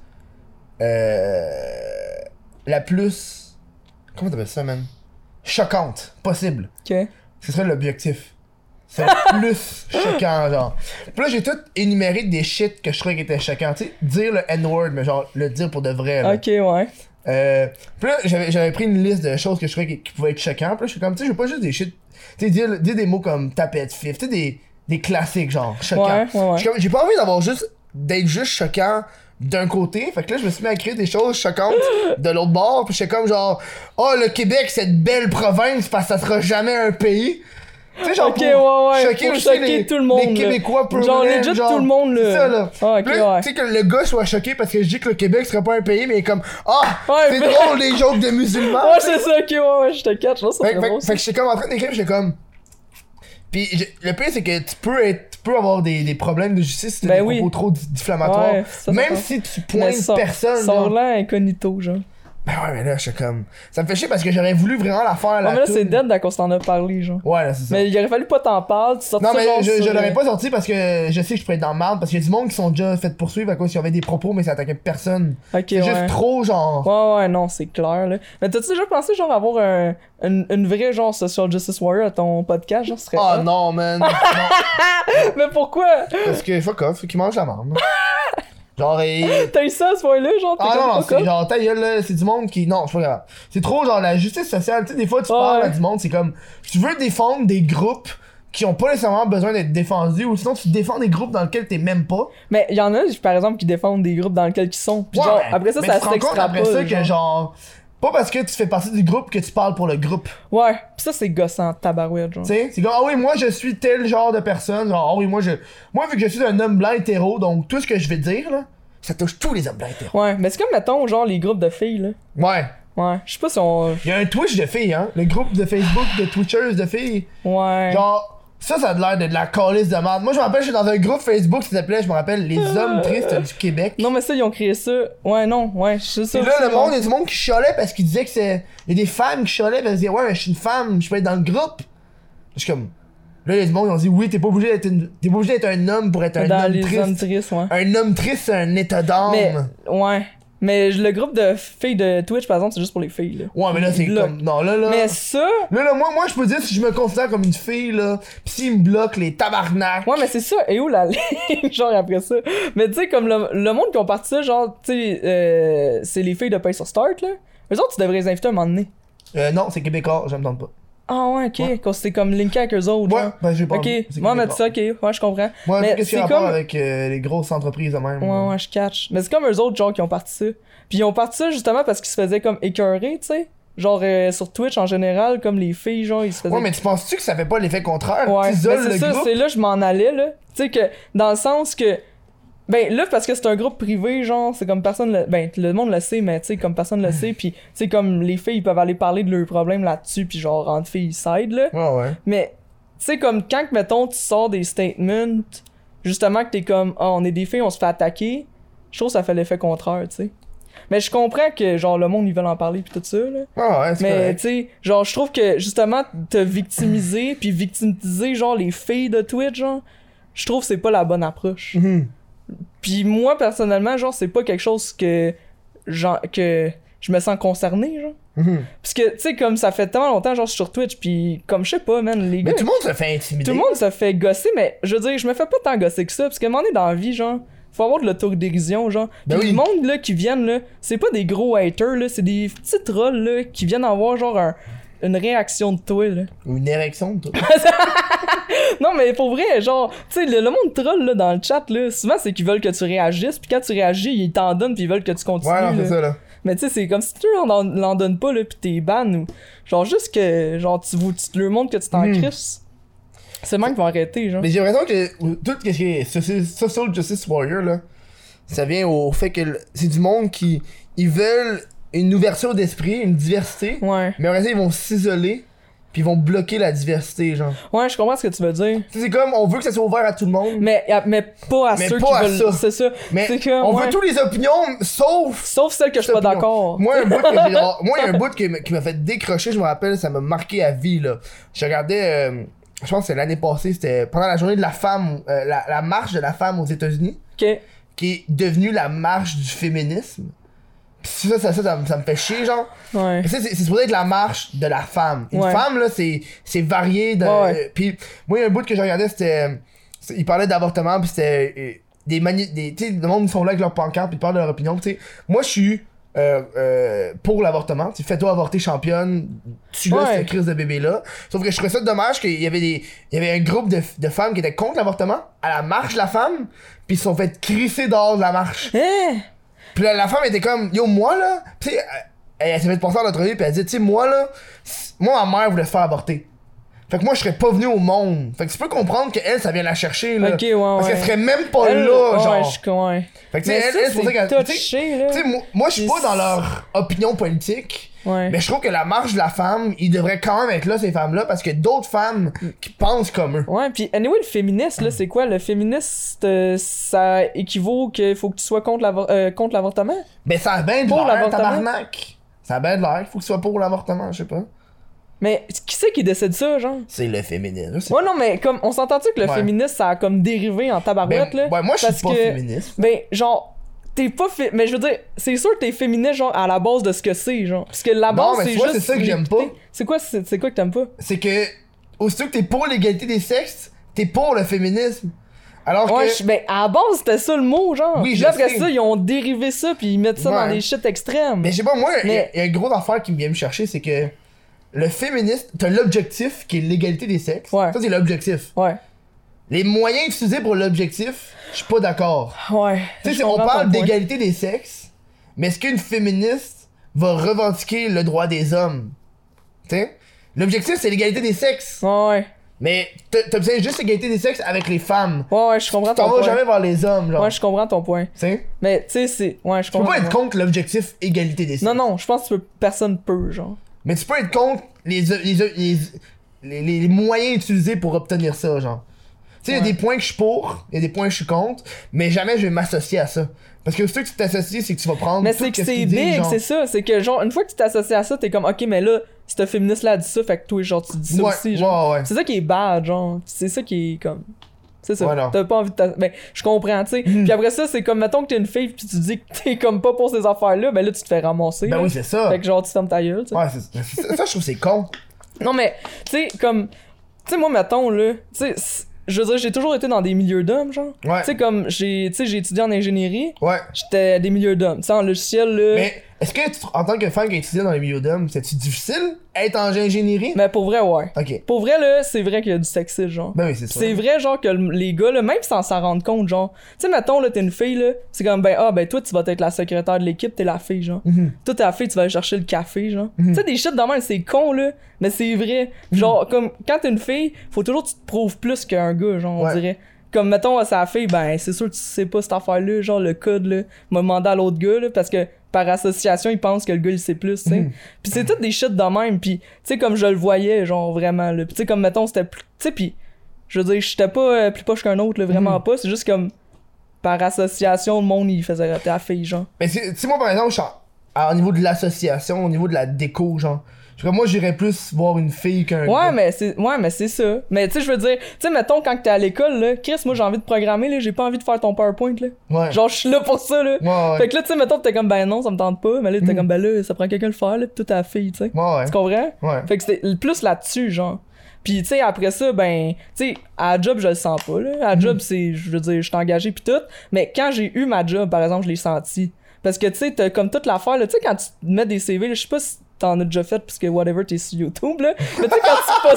Euh, la plus. Comment t'appelles ça, man? Choquante, possible. Ok. Ce serait l'objectif. C'est le plus choquant, genre. Puis là, j'ai tout énuméré des shit que je trouvais qui étaient choquants. Tu sais, dire le N-word, mais genre, le dire pour de vrai. là. Ok, ouais. Euh, puis là, j'avais, j'avais pris une liste de choses que je trouvais qui, qui pouvaient être choquantes. Puis là, je suis comme, tu sais, je veux pas juste des shit. Tu sais, dire, dire des mots comme tapette fif. Tu sais, des, des classiques, genre, choquants. Ouais, ouais, ouais. Je suis comme- J'ai pas envie d'avoir juste, d'être juste choquant d'un côté. Fait que là, je me suis mis à créer des choses choquantes de l'autre bord. Puis j'étais comme genre, oh, le Québec, cette belle province, parce que ça sera jamais un pays. Tu sais, genre, Ok, pour ouais, ouais, pour aussi choquer les- tout le monde, Les Québécois, là. peu Genre, relèves, legit, tout le monde, là. C'est ça, là. Ah, ok, Puis là, ouais. Tu sais, que le gars soit choqué parce que je dis que le Québec serait pas un pays, mais il est comme, ah, Ouais, c'est mais- drôle, les jokes de musulmans. Ouais, c'est ça, ok, ouais, ouais, je te catch, là, ça Fait, serait que- fait, que- fait drôle, ça. que j'étais comme en train d'écrire, j'étais comme. Puis j'ai- le pire, c'est que tu peux, être, tu peux avoir des, des problèmes de justice si t'as Ben des oui. propos trop di- diffamatoires. Ouais, ça, ça même va. si tu Mais pointes sors- personne. genre. Sors-là incognito, genre. Ben ouais, mais là, j'étais comme. Ça me fait chier parce que j'aurais voulu vraiment la faire. la Non, Ah, mais là, toune. c'est dead dès qu'on s'en a parlé, genre. Ouais, là, c'est Bah, ça. Mais il aurait fallu pas t'en parler, tu sortis Non, mais genre je, sur, je l'aurais euh, pas sorti parce que je sais que je pourrais être dans le marde. Parce qu'il y a du monde qui sont déjà fait poursuivre à cause qu'ils avaient des propos, mais ça attaquait personne. Ok, C'est ouais. juste trop, genre. Ouais, ouais, non, c'est clair, là. Mais t'as-tu déjà pensé, genre, avoir un, une, une vraie, genre, social justice warrior à ton podcast, genre, ce serait. Oh hot. non, man. Non, Mais pourquoi parce que fuck off, qui mange la marde. Genre, et- T'as eu ça à ce point-là, genre, t'es Ah comme non, non, pas c'est comme- genre, ta gueule, là, c'est du monde qui. Non, c'est pas grave. C'est trop genre la justice sociale. Tu sais, des fois, tu Ouais, parles à ouais. du monde, c'est comme. Tu veux défendre des groupes qui ont pas nécessairement besoin d'être défendus ou sinon tu défends des groupes dans lesquels t'es même pas. Mais il y en a, par exemple, qui défendent des groupes dans lesquels ils sont. Puis Ouais, genre, mais- après ça, mais ça tu te rends compte s'extrapole. après ça que genre. genre. Pas parce que tu fais partie du groupe que tu parles pour le groupe. Ouais, pis ça, c'est gossant, tabarouette, genre. Tu sais, c'est comme, ah oui, moi je suis tel genre de personne. Genre, ah oui, moi je. Moi, vu que je suis un homme blanc hétéro, donc tout ce que je vais dire, là, ça touche tous les hommes blancs hétéros. Ouais, mais c'est comme, mettons, genre, les groupes de filles, là. Ouais. Ouais, je sais pas si on. Il y a un Twitch de filles, hein. Le groupe de Facebook de Twitchers de filles. Ouais. Genre, ça, ça a l'air d'être de la calice de merde. Moi, je me rappelle, j'étais dans un groupe Facebook qui s'appelait, je me rappelle, Les Hommes Tristes du Québec. Euh. Non, mais ça, ils ont créé ça. Ouais, non, ouais, c'est ça. Et là, le aussi, monde, il genre. y a du monde qui chialait parce qu'il disait que c'est. Il y a des femmes qui chialaient parce qu'ils disaient, ouais, mais je suis une femme, je peux être dans le groupe. Je suis comme. Là, il y a du monde, ils ont dit, oui, t'es pas obligé d'être une... t'es pas obligé d'être un homme pour être un Dans homme les triste. hommes tristes, ouais. Un homme triste, c'est un état d'âme. Mais, ouais. Mais le groupe de filles de Twitch, par exemple, c'est juste pour les filles, là. Ouais, mais là, c'est Ils bloquent. comme. Non, là, là. Mais ça. Là, là, moi, moi, je peux dire si je me considère comme une fille, là, pis s'ils me bloquent, les tabarnak. Ouais, mais c'est ça. Et où la ligne, genre, après ça? Mais tu sais, comme le, le monde qui ont parti ça, genre, tu sais, euh, c'est les filles de Pay sur Start, là. Eux autres, tu devrais les inviter un moment donné. Euh, non, c'est québécois, je me tente pas. Ah ouais, ok. Quand c'était comme linké avec eux autres. Ouais, genre. ben, j'ai pas Ok, envie. C'est moi, mais québécois. ça, ok, ouais, je comprends. Moi, mais qu'est-ce qu'il y a c'est rapport comme. avec euh, les grosses entreprises de même? Ouais, ouais, je catch. Mais c'est comme eux autres, genre, qui ont parti ça. Puis ils ont parti ça justement parce qu'ils se faisaient comme écœurer, tu sais. Genre, euh, sur Twitch en général, comme les filles, genre, ils se faisaient Ouais, mais tu penses-tu que ça fait pas l'effet contraire? Ouais, T'isoles ben le c'est ça, groupe? c'est là que je m'en allais, là. Tu sais que, dans le sens que. Ben là, parce que c'est un groupe privé, genre, c'est comme personne. Le... Ben, le monde le sait, mais tu sais, comme personne le sait, puis tu sais, comme les filles, ils peuvent aller parler de leurs problèmes là-dessus, puis genre, entre filles, ils s'aident, là. Ouais, ouais. Mais, tu sais, comme quand, que, mettons, tu sors des statements, justement, que t'es comme, ah, on est des filles, on se fait attaquer, je trouve que ça fait l'effet contraire, tu sais. Mais je comprends que, genre, le monde, ils veulent en parler, puis tout ça, là. Ah, Ouais, ouais, c'est Mais correct. tu sais, genre je trouve que justement te victimiser puis victimiser genre les filles de Twitch genre, je trouve que c'est pas la bonne approche. Mhm. Puis moi personnellement genre c'est pas quelque chose que genre que je me sens concerné genre. Mhm. Parce que tu sais comme ça fait tellement longtemps genre je suis sur Twitch puis comme je sais pas man les Mais gars tout le monde se fait intimider. tout le monde se fait gosser mais je veux dire je me fais pas tant gosser que ça parce que m'en est dans la vie genre faut avoir de l'autodérision genre Ben puis oui. le monde là qui viennent là c'est pas des gros haters là c'est des petits trolls là qui viennent avoir genre un- une réaction de toi là Une érection, toi. non mais pour vrai genre tu sais le, le monde troll là dans le chat là souvent c'est qu'ils veulent que tu réagisses puis quand tu réagis ils t'en donnent puis ils veulent que tu continues ouais, non, là. c'est ça, là. mais tu sais c'est comme si tu leur en, l'en donnes pas là puis t'es ban ou genre juste que genre tu, vous- tu le montres que tu t'en Mhm. crisses c'est le monde qui va arrêter genre Mais j'ai l'impression que tout ce qui est soci- Social Justice Warrior, là, ça vient au fait que le- c'est du monde qui. Ils veulent une ouverture d'esprit, une diversité. ouais Mais en réalité, ils vont s'isoler, puis ils vont bloquer la diversité, genre. Ouais, je comprends ce que tu veux dire. Tu sais, c'est comme, on veut que ça soit ouvert à tout le monde. Mais, à- mais pas à Mais ceux pas à qui veulent. ça. C'est ça. Mais c'est que, on ouais. veut toutes les opinions, sauf Sauf celles que je suis pas Cette opinion. d'accord. Moi, un bout que j'ai- oh, moi, il y a un bout qui m- qui m'a fait décrocher, je me rappelle, ça m'a marqué à vie, là. Je regardais, euh, je pense que c'est l'année passée, c'était pendant la journée de la femme, euh, la, la marche de la femme aux États-Unis, Ok. qui est devenue la marche du féminisme. Pis ça, ça, ça, ça, me- ça me fait chier, genre. Ouais. Mais ça, C'est c'est supposé être la marche de la femme. Une Ouais. femme, là, c'est c'est varié. De... euh, Ouais, ouais. Puis, moi, il y a un bout que je regardais, c'était. c'est- Il parlait euh, d'avortement, puis c'était. euh, Des mani... des, tu sais, le monde, ils sont là avec leurs pancartes, puis ils parlent de leur opinion. tu sais. moi, je suis euh, euh, pour l'avortement. Tu fais toi avorter championne, tu Ouais. laisses cette crise de bébé-là. Sauf que je trouvais ça dommage qu'il y avait des. Il y avait un groupe de, de femmes qui étaient contre l'avortement, à la marche de la femme, puis ils se sont fait crisser dehors de la marche. Hein? Puis là, la femme était comme, yo, moi là, tu sais, elle, elle s'est fait passer en entrevue, puis elle dit, tu sais, moi là, c- moi ma mère voulait se faire avorter. Fait que moi, je serais pas venu au monde. Fait que tu peux comprendre qu'elle, ça vient la chercher, là. Ok, ouais, Parce ouais. qu'elle serait même pas Elle, Oh, là, ouais, genre. je comprends. Fait que tu sais, Mais elle, ça, elle, c'est pour ça c'est qu'elle- tu sais, touché, là. tu sais, moi, moi, je suis pas C'est- dans leur opinion politique. Ouais. Mais je trouve que la marche de la femme, ils devraient quand même être là, ces femmes-là, parce que d'autres femmes Mm. qui pensent comme eux. Ouais, puis anyway, le féministe, là, c'est quoi? Le féministe, euh, ça équivaut qu'il faut que tu sois contre l'avor- euh, contre l'avortement? Ben, ça a bien de Pour l'air, l'avortement. tabarnak. Ça a bien de l'air, faut que ce soit pour l'avortement, je sais pas. mais qui c'est qui décide ça, genre? C'est le féminisme. c'est- Ouais, non, mais comme, on s'entend-tu que le Ouais. féministe, ça a comme dérivé en Ben, tabarouette, là? ouais, moi, je Parce suis pas que- féministe. Ben, genre, t'es pas fait. Mais je veux dire, c'est sûr que t'es féministe, genre, à la base de ce que c'est, genre. Parce que la Non, base, mais c'est tu vois, juste. c'est ça que j'aime pas. l'équité. C'est quoi, c'est c'est quoi que t'aimes pas? c'est que aussitôt que t'es pour l'égalité des sexes, t'es pour le féminisme. Alors Ouais, que je- ben, à la base, c'était ça le mot, genre. Oui, Puis je là, après sais. ça, ils ont dérivé ça, puis ils mettent ça dans Ouais. des shit extrêmes. mais je sais pas moi, il y a- Mais- il y, a une grosse affaire qui me vient me chercher, c'est que le féministe, t'as l'objectif qui est l'égalité des sexes. Ouais. Ça c'est l'objectif. Ouais. Les moyens utilisés pour l'objectif, je suis pas d'accord. Ouais. Tu sais, Je c'est- on comprends parle ton point. d'égalité des sexes, mais est-ce qu'une féministe va revendiquer le droit des hommes Tu sais L'objectif c'est l'égalité des sexes, Ouais, ouais. mais t'- t'obtiens juste l'égalité des sexes avec les femmes. Ouais, ouais, je comprends ton T'en vas point. jamais vers les hommes, genre. Ouais, je comprends ton point. Tu sais Mais, tu sais, c'est. Ouais, je Tu peux comprends. pas ton être point. contre l'objectif égalité des sexes. Non, non, je pense que tu peux- personne peut, genre. Mais tu peux être contre les, les, les, les, les- les moyens utilisés pour obtenir ça, genre. Tu sais, il y a Ouais. des points que je suis pour, il y a des points que je suis contre, mais jamais je vais m'associer à ça. Parce que ceux que tu t'associes, c'est que tu vas prendre. Mais tout c'est que ce c'est qu'ils disent, big, genre. c'est ça. C'est que, genre, une fois que tu t'associes à ça, t'es comme, ok, mais là, ce féministe-là a dit ça, fait que toi, genre, tu dis ça Ouais, aussi. genre. ouais, ouais. C'est ça qui est bad, genre. C'est ça qui est comme. C'est ça. Voilà. Mm. T'as pas envie de. t'a- Ben, je comprends, tu sais. Puis après ça, c'est comme, mettons que t'es une fille, puis tu dis que t'es comme pas pour ces affaires-là, ben là, tu te fais ramasser. Ben là. oui, c'est ça. Fait que, genre, tu fermes ta gueule, tu sais. Ouais, c'est- c'est- ça, je trouve que c'est con. Non, mais, tu sais, comme. Tu sais, moi, mettons, là. Tu sais, c'est- je veux dire, j'ai toujours été dans des milieux d'hommes, genre. Ouais. Tu sais, comme, j'ai tu sais, j'ai étudié en ingénierie, Ouais. j'étais à des milieux d'hommes. Tu sais, en logiciel, là. Mais est-ce que, tu- en tant que femme qui a étudié dans les milieux d'hommes, c'est-tu difficile être en ingénierie? Mais pour vrai, ouais. Ok. Pour vrai, là, c'est vrai qu'il y a du sexisme, genre. Ben oui, c'est Pis ça. C'est vrai, genre, que le- les gars, là, même sans s'en rendre compte, genre, tu sais, mettons, là, t'es une fille, là, c'est comme, ben, ah, ben, toi, tu vas être la secrétaire de l'équipe, t'es la fille, genre. Mhm. Toi, t'es la fille, tu vas aller chercher le café, genre. Tu sais, des shit de même, c'est con, là, mais c'est vrai. Mhm. Genre, comme, quand t'es une fille, faut toujours que tu te prouves plus qu'un gars, genre, Ouais. on dirait. Comme, mettons, à sa fille, ben, c'est sûr que tu sais pas cette affaire-là, genre, le code, là, m'a demandé à l'autre gars, là, parce que par association, il pense que le gars, il sait plus, tu sais. Mhm. Puis c'est tout des shit de même, puis, tu sais, comme je le voyais, genre, vraiment, là. Puis, tu sais, comme, mettons, c'était plus. Tu sais, puis je veux dire, j'étais pas euh, plus poche qu'un autre, là, Mhm. vraiment pas. C'est juste comme par association, le monde il faisait rater la fille, genre. Mais c'est- tu sais, moi, par exemple, je suis en- à- au niveau de l'association, au niveau de la déco, genre. Je crois que moi, j'irais plus voir une fille qu'un Ouais, gars. mais c'est ouais, mais c'est ça. Mais tu sais, je veux dire, tu sais, mettons, quand t'es à l'école, là, Chris, moi j'ai envie de programmer, là, j'ai pas envie de faire ton PowerPoint, là. Ouais. Genre, je suis là pour ça, là. Ouais, ouais. Fait que là, tu sais, mettons, t'es comme, ben non, ça me tente pas, mais là, t'es comme, ben là, ça prend quelqu'un de le faire, là, pis toute la fille, tu sais. Ouais, ouais. Tu comprends? Ouais. Fait que c'était plus là-dessus, genre. Puis, tu sais, après ça, ben, tu sais, à la job, je le sens pas, là. À Mhm. la job, c'est, je veux dire, je suis engagé, puis tout. Mais quand j'ai eu ma job, par exemple, je l'ai senti. Parce que, tu sais, t'as comme toute l'affaire, là. Tu sais, quand tu mets des CV, là, je sais pas si t'en as déjà fait, parce que whatever, t'es sur YouTube, là. Mais tu sais, quand tu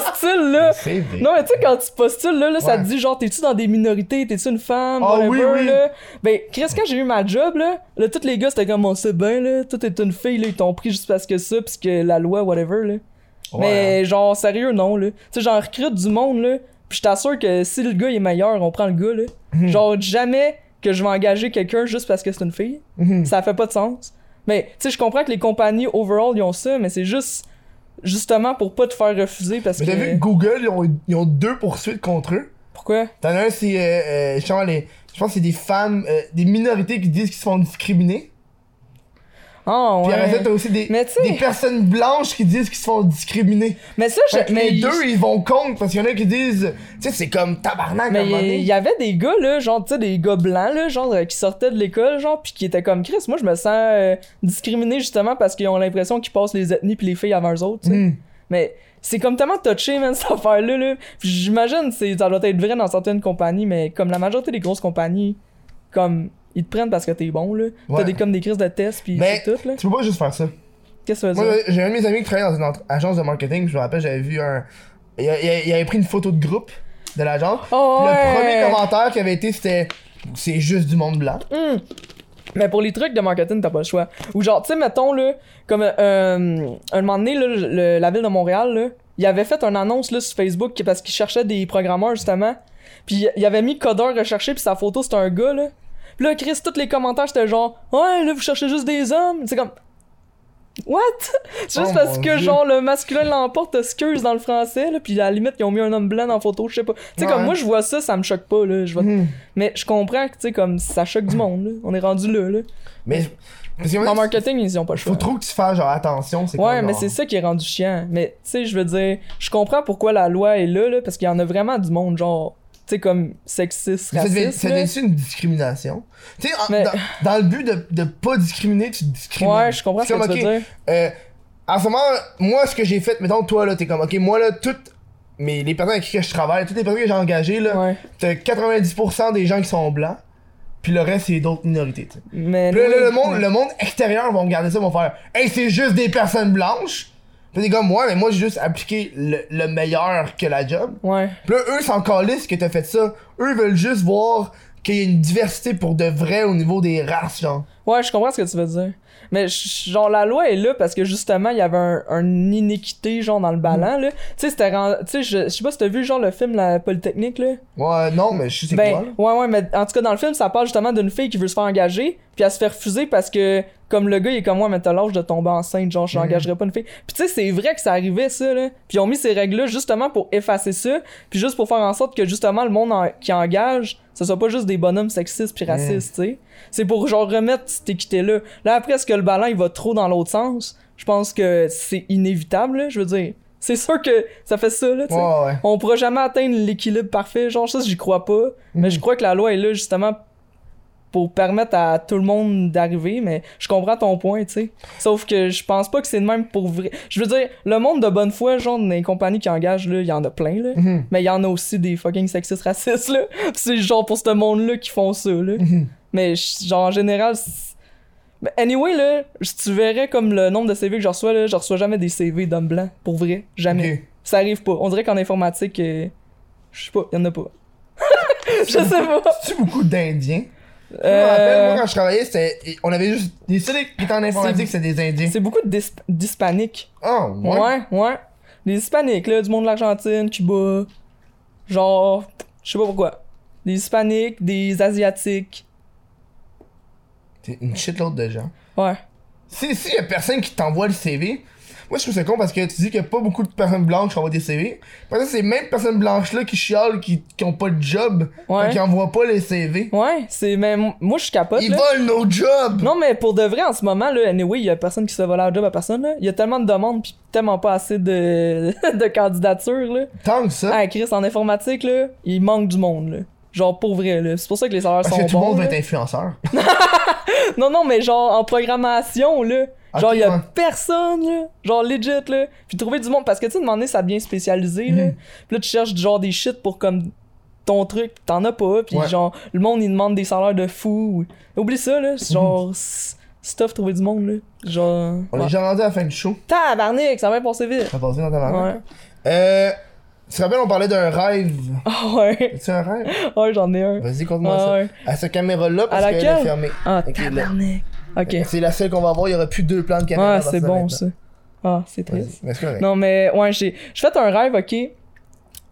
postules, là. C'est vrai. Non, mais tu sais, quand tu postules, là, là ça Ouais. te dit, genre, t'es-tu dans des minorités, t'es-tu une femme, Ah, whatever, oui, oui. là. Ben, Chris, quand j'ai eu ma job, là, là, tous les gars, c'était comme, on sait bien, là, tout est une fille, là, ils t'ont pris juste parce que ça, parce que la loi, whatever, là. Ouais. hein. Mais genre, sérieux, non, là. Tu sais, genre, recrute du monde, là. Puis je t'assure que si le gars est meilleur, on prend le gars, là. Mhm. Genre, jamais que je vais engager quelqu'un juste parce que c'est une fille. Mhm. Ça fait pas de sens. Mais, tu sais, je comprends que les compagnies overall, ils ont ça, mais c'est juste. Justement pour pas te faire refuser parce Mais t'as vu que. que Google, ils ont, ils ont deux poursuites contre eux. Pourquoi? T'en as un, c'est. euh, euh, je pense les- je pense que c'est des femmes, euh, des minorités qui disent qu'ils se font discriminer. Ah, Puis après ça, ouais. t'as aussi des, Mais tu sais- des personnes blanches qui disent qu'ils se font discriminer. Mais ça, Fait que je. Mais les il- deux, ils vont contre parce qu'il y en a qui disent. Tu sais, c'est comme tabarnak à un Mais moment donné. il y avait des gars, là, genre, tu sais, des gars blancs, là, genre, euh, qui sortaient de l'école, genre, puis qui étaient comme Chris. Moi, je me sens euh, discriminé justement parce qu'ils ont l'impression qu'ils passent les ethnies puis les filles avant eux autres, tu sais. Mm. Mais c'est comme tellement touché, man, cette affaire-là, là. Puis J'imagine, c'est, ça doit être vrai dans certaines compagnies, mais comme la majorité des grosses compagnies, comme, Ils te prennent parce que t'es bon, là. Ouais. T'as des, comme des crises de tests, puis Mais- c'est tout, là. Tu peux pas juste faire ça. Qu'est-ce que ça veut Moi, dire? j'ai un de mes amis qui travaillait dans une entre- agence de marketing. Je me rappelle, j'avais vu un. Il, a- il a- il avait pris une photo de groupe de l'agence. Oh, Puis ouais. Le premier commentaire qui avait été, c'était. C'est juste du monde blanc. Hum. Mais pour les trucs de marketing, t'as pas le choix. Ou genre, tu sais, mettons, là, comme euh, euh, un moment donné, là, le- la ville de Montréal, là, il avait fait une annonce là, sur Facebook qui- parce qu'il cherchait des programmeurs, justement. Puis il avait mis codeur recherché, puis sa photo, c'était un gars, là. Puis là, Chris, tous les commentaires, c'était genre, ouais, là, vous cherchez juste des hommes. C'est comme. What? C'est juste Oh, parce mon que, Dieu. genre, le masculin l'emporte, excuse dans le français, là, puis à la limite, ils ont mis un homme blanc en photo, je sais pas. Tu sais, Ouais. comme moi, je vois ça, ça me choque pas, là. Je vois- Mhm. Mais je comprends que, tu sais, comme ça choque du monde, là. On est rendu là, là. Mais. Parce que En marketing, ils y ont pas le faut choix. trop que tu fasses genre attention. c'est Ouais, comme, mais genre- c'est ça qui est rendu chiant. Mais tu sais, je veux dire, je comprends pourquoi la loi est là, là parce qu'il y en a vraiment du monde, genre, tu sais, comme sexiste, Ça devient- raciste. ça là. devient-tu une discrimination? Tu sais, en- Mais- dans, dans le but de, de pas discriminer, tu discrimines. Ouais, je comprends C'est ce que comme, tu ok, veux dire. euh, en ce moment, moi, ce que j'ai fait, mettons, toi, là, t'es comme, ok, moi, là, toutes mais les personnes avec qui que je travaille, toutes les personnes que j'ai engagées, là, Ouais. t'as 90% des gens qui sont blancs, puis le reste, c'est d'autres minorités, tu sais. Mais Puis là, là, oui, le, monde, ouais. le monde extérieur vont regarder ça, vont faire Hey, c'est juste des personnes blanches. Puis t'es comme, ouais, mais moi, j'ai juste appliqué le, le meilleur que la job. Ouais. Puis là, eux s'en calissent que t'as fait ça. Eux veulent juste voir qu'il y a une diversité pour de vrai au niveau des races, genre. Ouais, je comprends ce que tu veux dire. Mais je- genre, la loi est là parce que justement, il y avait un, un iniquité, genre, dans le Mm. ballon, là. Tu sais, c'était. rend- Tu sais, je je sais pas si t'as vu, genre, le film La Polytechnique, là. Ouais, non, mais je sais c'est Ben, quoi, là. ouais, ouais, mais en tout cas, dans le film, ça parle justement d'une fille qui veut se faire engager, puis elle se fait refuser parce que, comme le gars, il est comme moi, mais t'as l'âge de tomber enceinte, genre, Mhm. je n'engagerai pas une fille. Puis tu sais, c'est vrai que ça arrivait, ça, là. Puis ils ont mis ces règles-là justement pour effacer ça, puis juste pour faire en sorte que justement, le monde en- qui engage, ce soit pas juste des bonhommes sexistes Mhm. puis racistes, tu sais. C'est pour, genre, remettre cette équité-là. Là, après, est-ce que le ballon, il va trop dans l'autre sens? Je pense que c'est inévitable, là, je veux dire. C'est sûr que ça fait ça, là, tu sais. Ouais, ouais. On pourra jamais atteindre l'équilibre parfait, genre ça j'y crois pas, mais je crois que la loi est là justement pour permettre à tout le monde d'arriver, mais je comprends ton point, tu sais. Sauf que je pense pas que c'est le même pour vrai. Je veux dire, le monde de bonne foi, genre des compagnies qui engagent, là, il y en a plein, là. Mhm. Mais il y en a aussi des fucking sexistes racistes, là. C'est genre pour ce monde-là qui font ça, là. Mhm. Mais je- genre en général, c'est- Mais anyway, là, si tu verrais comme le nombre de CV que je reçois, là, je reçois jamais des CV d'hommes blancs, pour vrai. Jamais. Ok. Ça arrive pas. On dirait qu'en informatique, euh, je sais pas, y'en a pas. je sais pas. C'est-tu beaucoup d'Indiens? Je me rappelle, Euh, moi, quand je travaillais, c'était. On avait juste. Les seuls qui étaient en informatique, c'était des Indiens. c'est beaucoup d'his- d'hispaniques. Oh, Ouais. ouais. ouais, Des hispaniques, là, du monde de l'Argentine, Cuba. Genre, je sais pas pourquoi. Des hispaniques, des asiatiques. C'est une shitload de gens. Ouais. Si, si y a personne qui t'envoie le CV, moi je trouve ça con parce que tu dis qu'il y a pas beaucoup de personnes blanches qui envoient des CV. Parce que c'est les mêmes personnes blanches là qui chialent, qui, qui ont pas de job, Ouais. donc qui envoient pas les CV. Ouais, c'est. Mais m- moi, je capote. Ils là. volent nos jobs! Non, mais pour de vrai, en ce moment, là, anyway, il y a personne qui se vole la job à personne, là. Il y a tellement de demandes, pis tellement pas assez de, de candidatures, là. Tant que ça, Ah, Chris, en informatique, là, il manque du monde, là. Genre, pour vrai, là. C'est pour ça que les salaires parce sont que tout le bons. monde veut là. être influenceur. Non, non, mais genre, en programmation, là. Genre, Ok, il y a ouais. personne, là. Genre, legit, là. Puis trouver du monde, parce que, tu sais, demander, ça devient spécialisé, là. Mhm. Puis là, tu cherches, genre, des shit pour, comme, ton truc, pis t'en as pas. Puis Ouais. genre, le monde, il demande des salaires de fou. Oublie ça, là. C'est Genre, c'est c'est tough trouver du monde, là. Genre... Mhm. On est Ouais. déjà rendu à la fin du show. Tabarnak, ça va passer vite. Ça passe bien dans ta main. Ouais. Euh. Tu te rappelles, on parlait d'un rêve. Ah ouais. As-tu un rêve? Ouais, j'en ai un. Vas-y, conte-moi Ah ça. ouais. À cette caméra-là, parce À qu'elle est laquelle? fermée. Ah, Ok, là. tabarnak. Ok. C'est la seule qu'on va avoir, il y aura plus deux plans de caméra. Ah, dans c'est ça bon maintenant. ça. Ah, c'est Vas-y, triste. mais c'est correct. Non, mais ouais, j'ai j'ai fait un rêve, ok.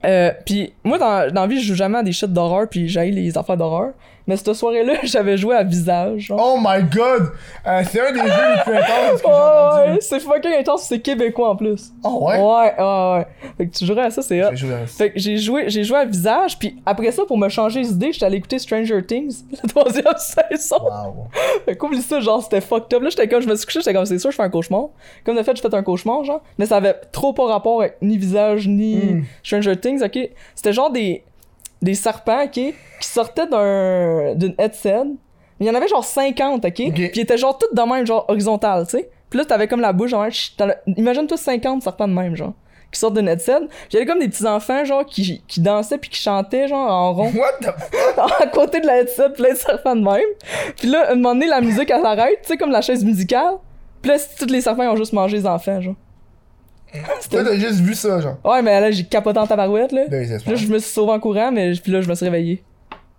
Euh, puis moi, dans, dans la vie, je joue jamais à des shit d'horreur, puis j'aille les affaires d'horreur. Mais cette soirée-là, j'avais joué à Visage. genre. Oh my god! Euh, c'est un des jeux les plus intenses que j'ai ouais, entendu. c'est fucking intense, c'est québécois en plus. Oh ouais? Ouais, ouais, ouais. Fait que tu jouerais à ça, c'est hot. J'ai joué à ça. Fait que j'ai joué, j'ai joué à Visage, puis après ça, pour me changer d'idée, j'étais allé écouter Stranger Things, la troisième saison. Wow. Fait qu'oublie ça, genre, c'était fucked up. Là, j'étais comme, je me suis couché, j'étais comme, c'est sûr, je fais un cauchemar. Comme de fait, je fais un cauchemar, genre. Mais ça avait trop pas rapport avec ni visage, ni Mm. Stranger Things, ok? C'était genre des, des serpents, ok? Qui sortaient d'un, d'une headset. Il y en avait genre 50, ok? Puis ils étaient genre toutes de même, genre horizontales, tu sais? Puis là, t'avais comme la bouche, genre, chut, t'en as- imagine-toi 50 serpents de même, genre. qui sortent de notre scène. Puis il y avait comme des petits enfants, genre, qui, qui dansaient puis qui chantaient, genre, en rond, What the fuck? à côté de la headset, plein de serpents de même. Puis là, à un moment donné, la musique, elle s'arrête, tu sais, comme la chaise musicale. Puis là, c'est- tous les serpents, ils ont juste mangé les enfants, genre. Toi, t'as juste vu ça, genre. Ouais, mais là, j'ai capoté en tabarouette, là. Deux Puis là, espoirs. je me suis sauvé en courant, mais puis là, je me suis réveillé.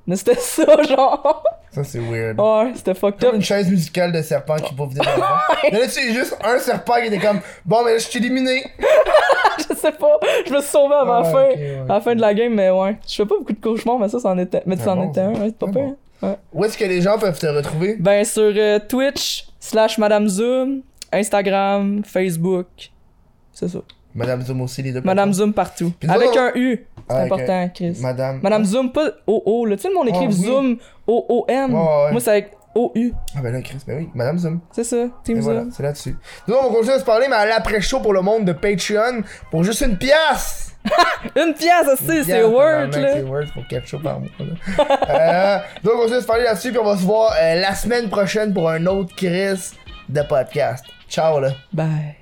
Mais c'était ça, genre. Ça, c'est weird. Ouais, c'était fucked up. Comme une chaise musicale de serpent qui pauvre des enfants. Mais là, c'est juste un serpent qui était comme Bon, mais là, je suis éliminé. Je sais pas. Je me suis sauvé Ah, avant la ouais, fin. ok, ouais, À la fin de la game, mais ouais. Je fais pas beaucoup de cauchemars, mais ça, c'en était. Mais Ah c'en bon, était un, ça. ouais, c'est pas Ah pire. bon. Ouais. Où est-ce que les gens peuvent te retrouver Ben, sur euh, Twitch, slash Madame Zoom, Instagram, Facebook. C'est ça. Madame Zoom aussi, les deux. Madame Zoom partout. Puis Avec toi, un U. C'est Ah, ok. important, Chris. Madame. Madame Zoom, pas O-O. Là. Tu sais, le monde écrit Ah, oui. Zoom, O-O-M. Ouais, ouais. Moi, c'est avec O-U. Ah, ben là, Chris, ben oui, Madame Zoom. C'est ça. Team Et Zoom. voilà, c'est là-dessus. Nous, on va continuer à se parler, mais à l'après-show pour le monde de Patreon, pour juste une pièce! Une pièce aussi, c'est Pièce, Word, tabarnak, là. C'est Word pour quatre shows par mois, là. Euh, donc, on continue à se parler là-dessus, puis on va se voir euh, la semaine prochaine pour un autre Chris de podcast. Ciao, là. Bye.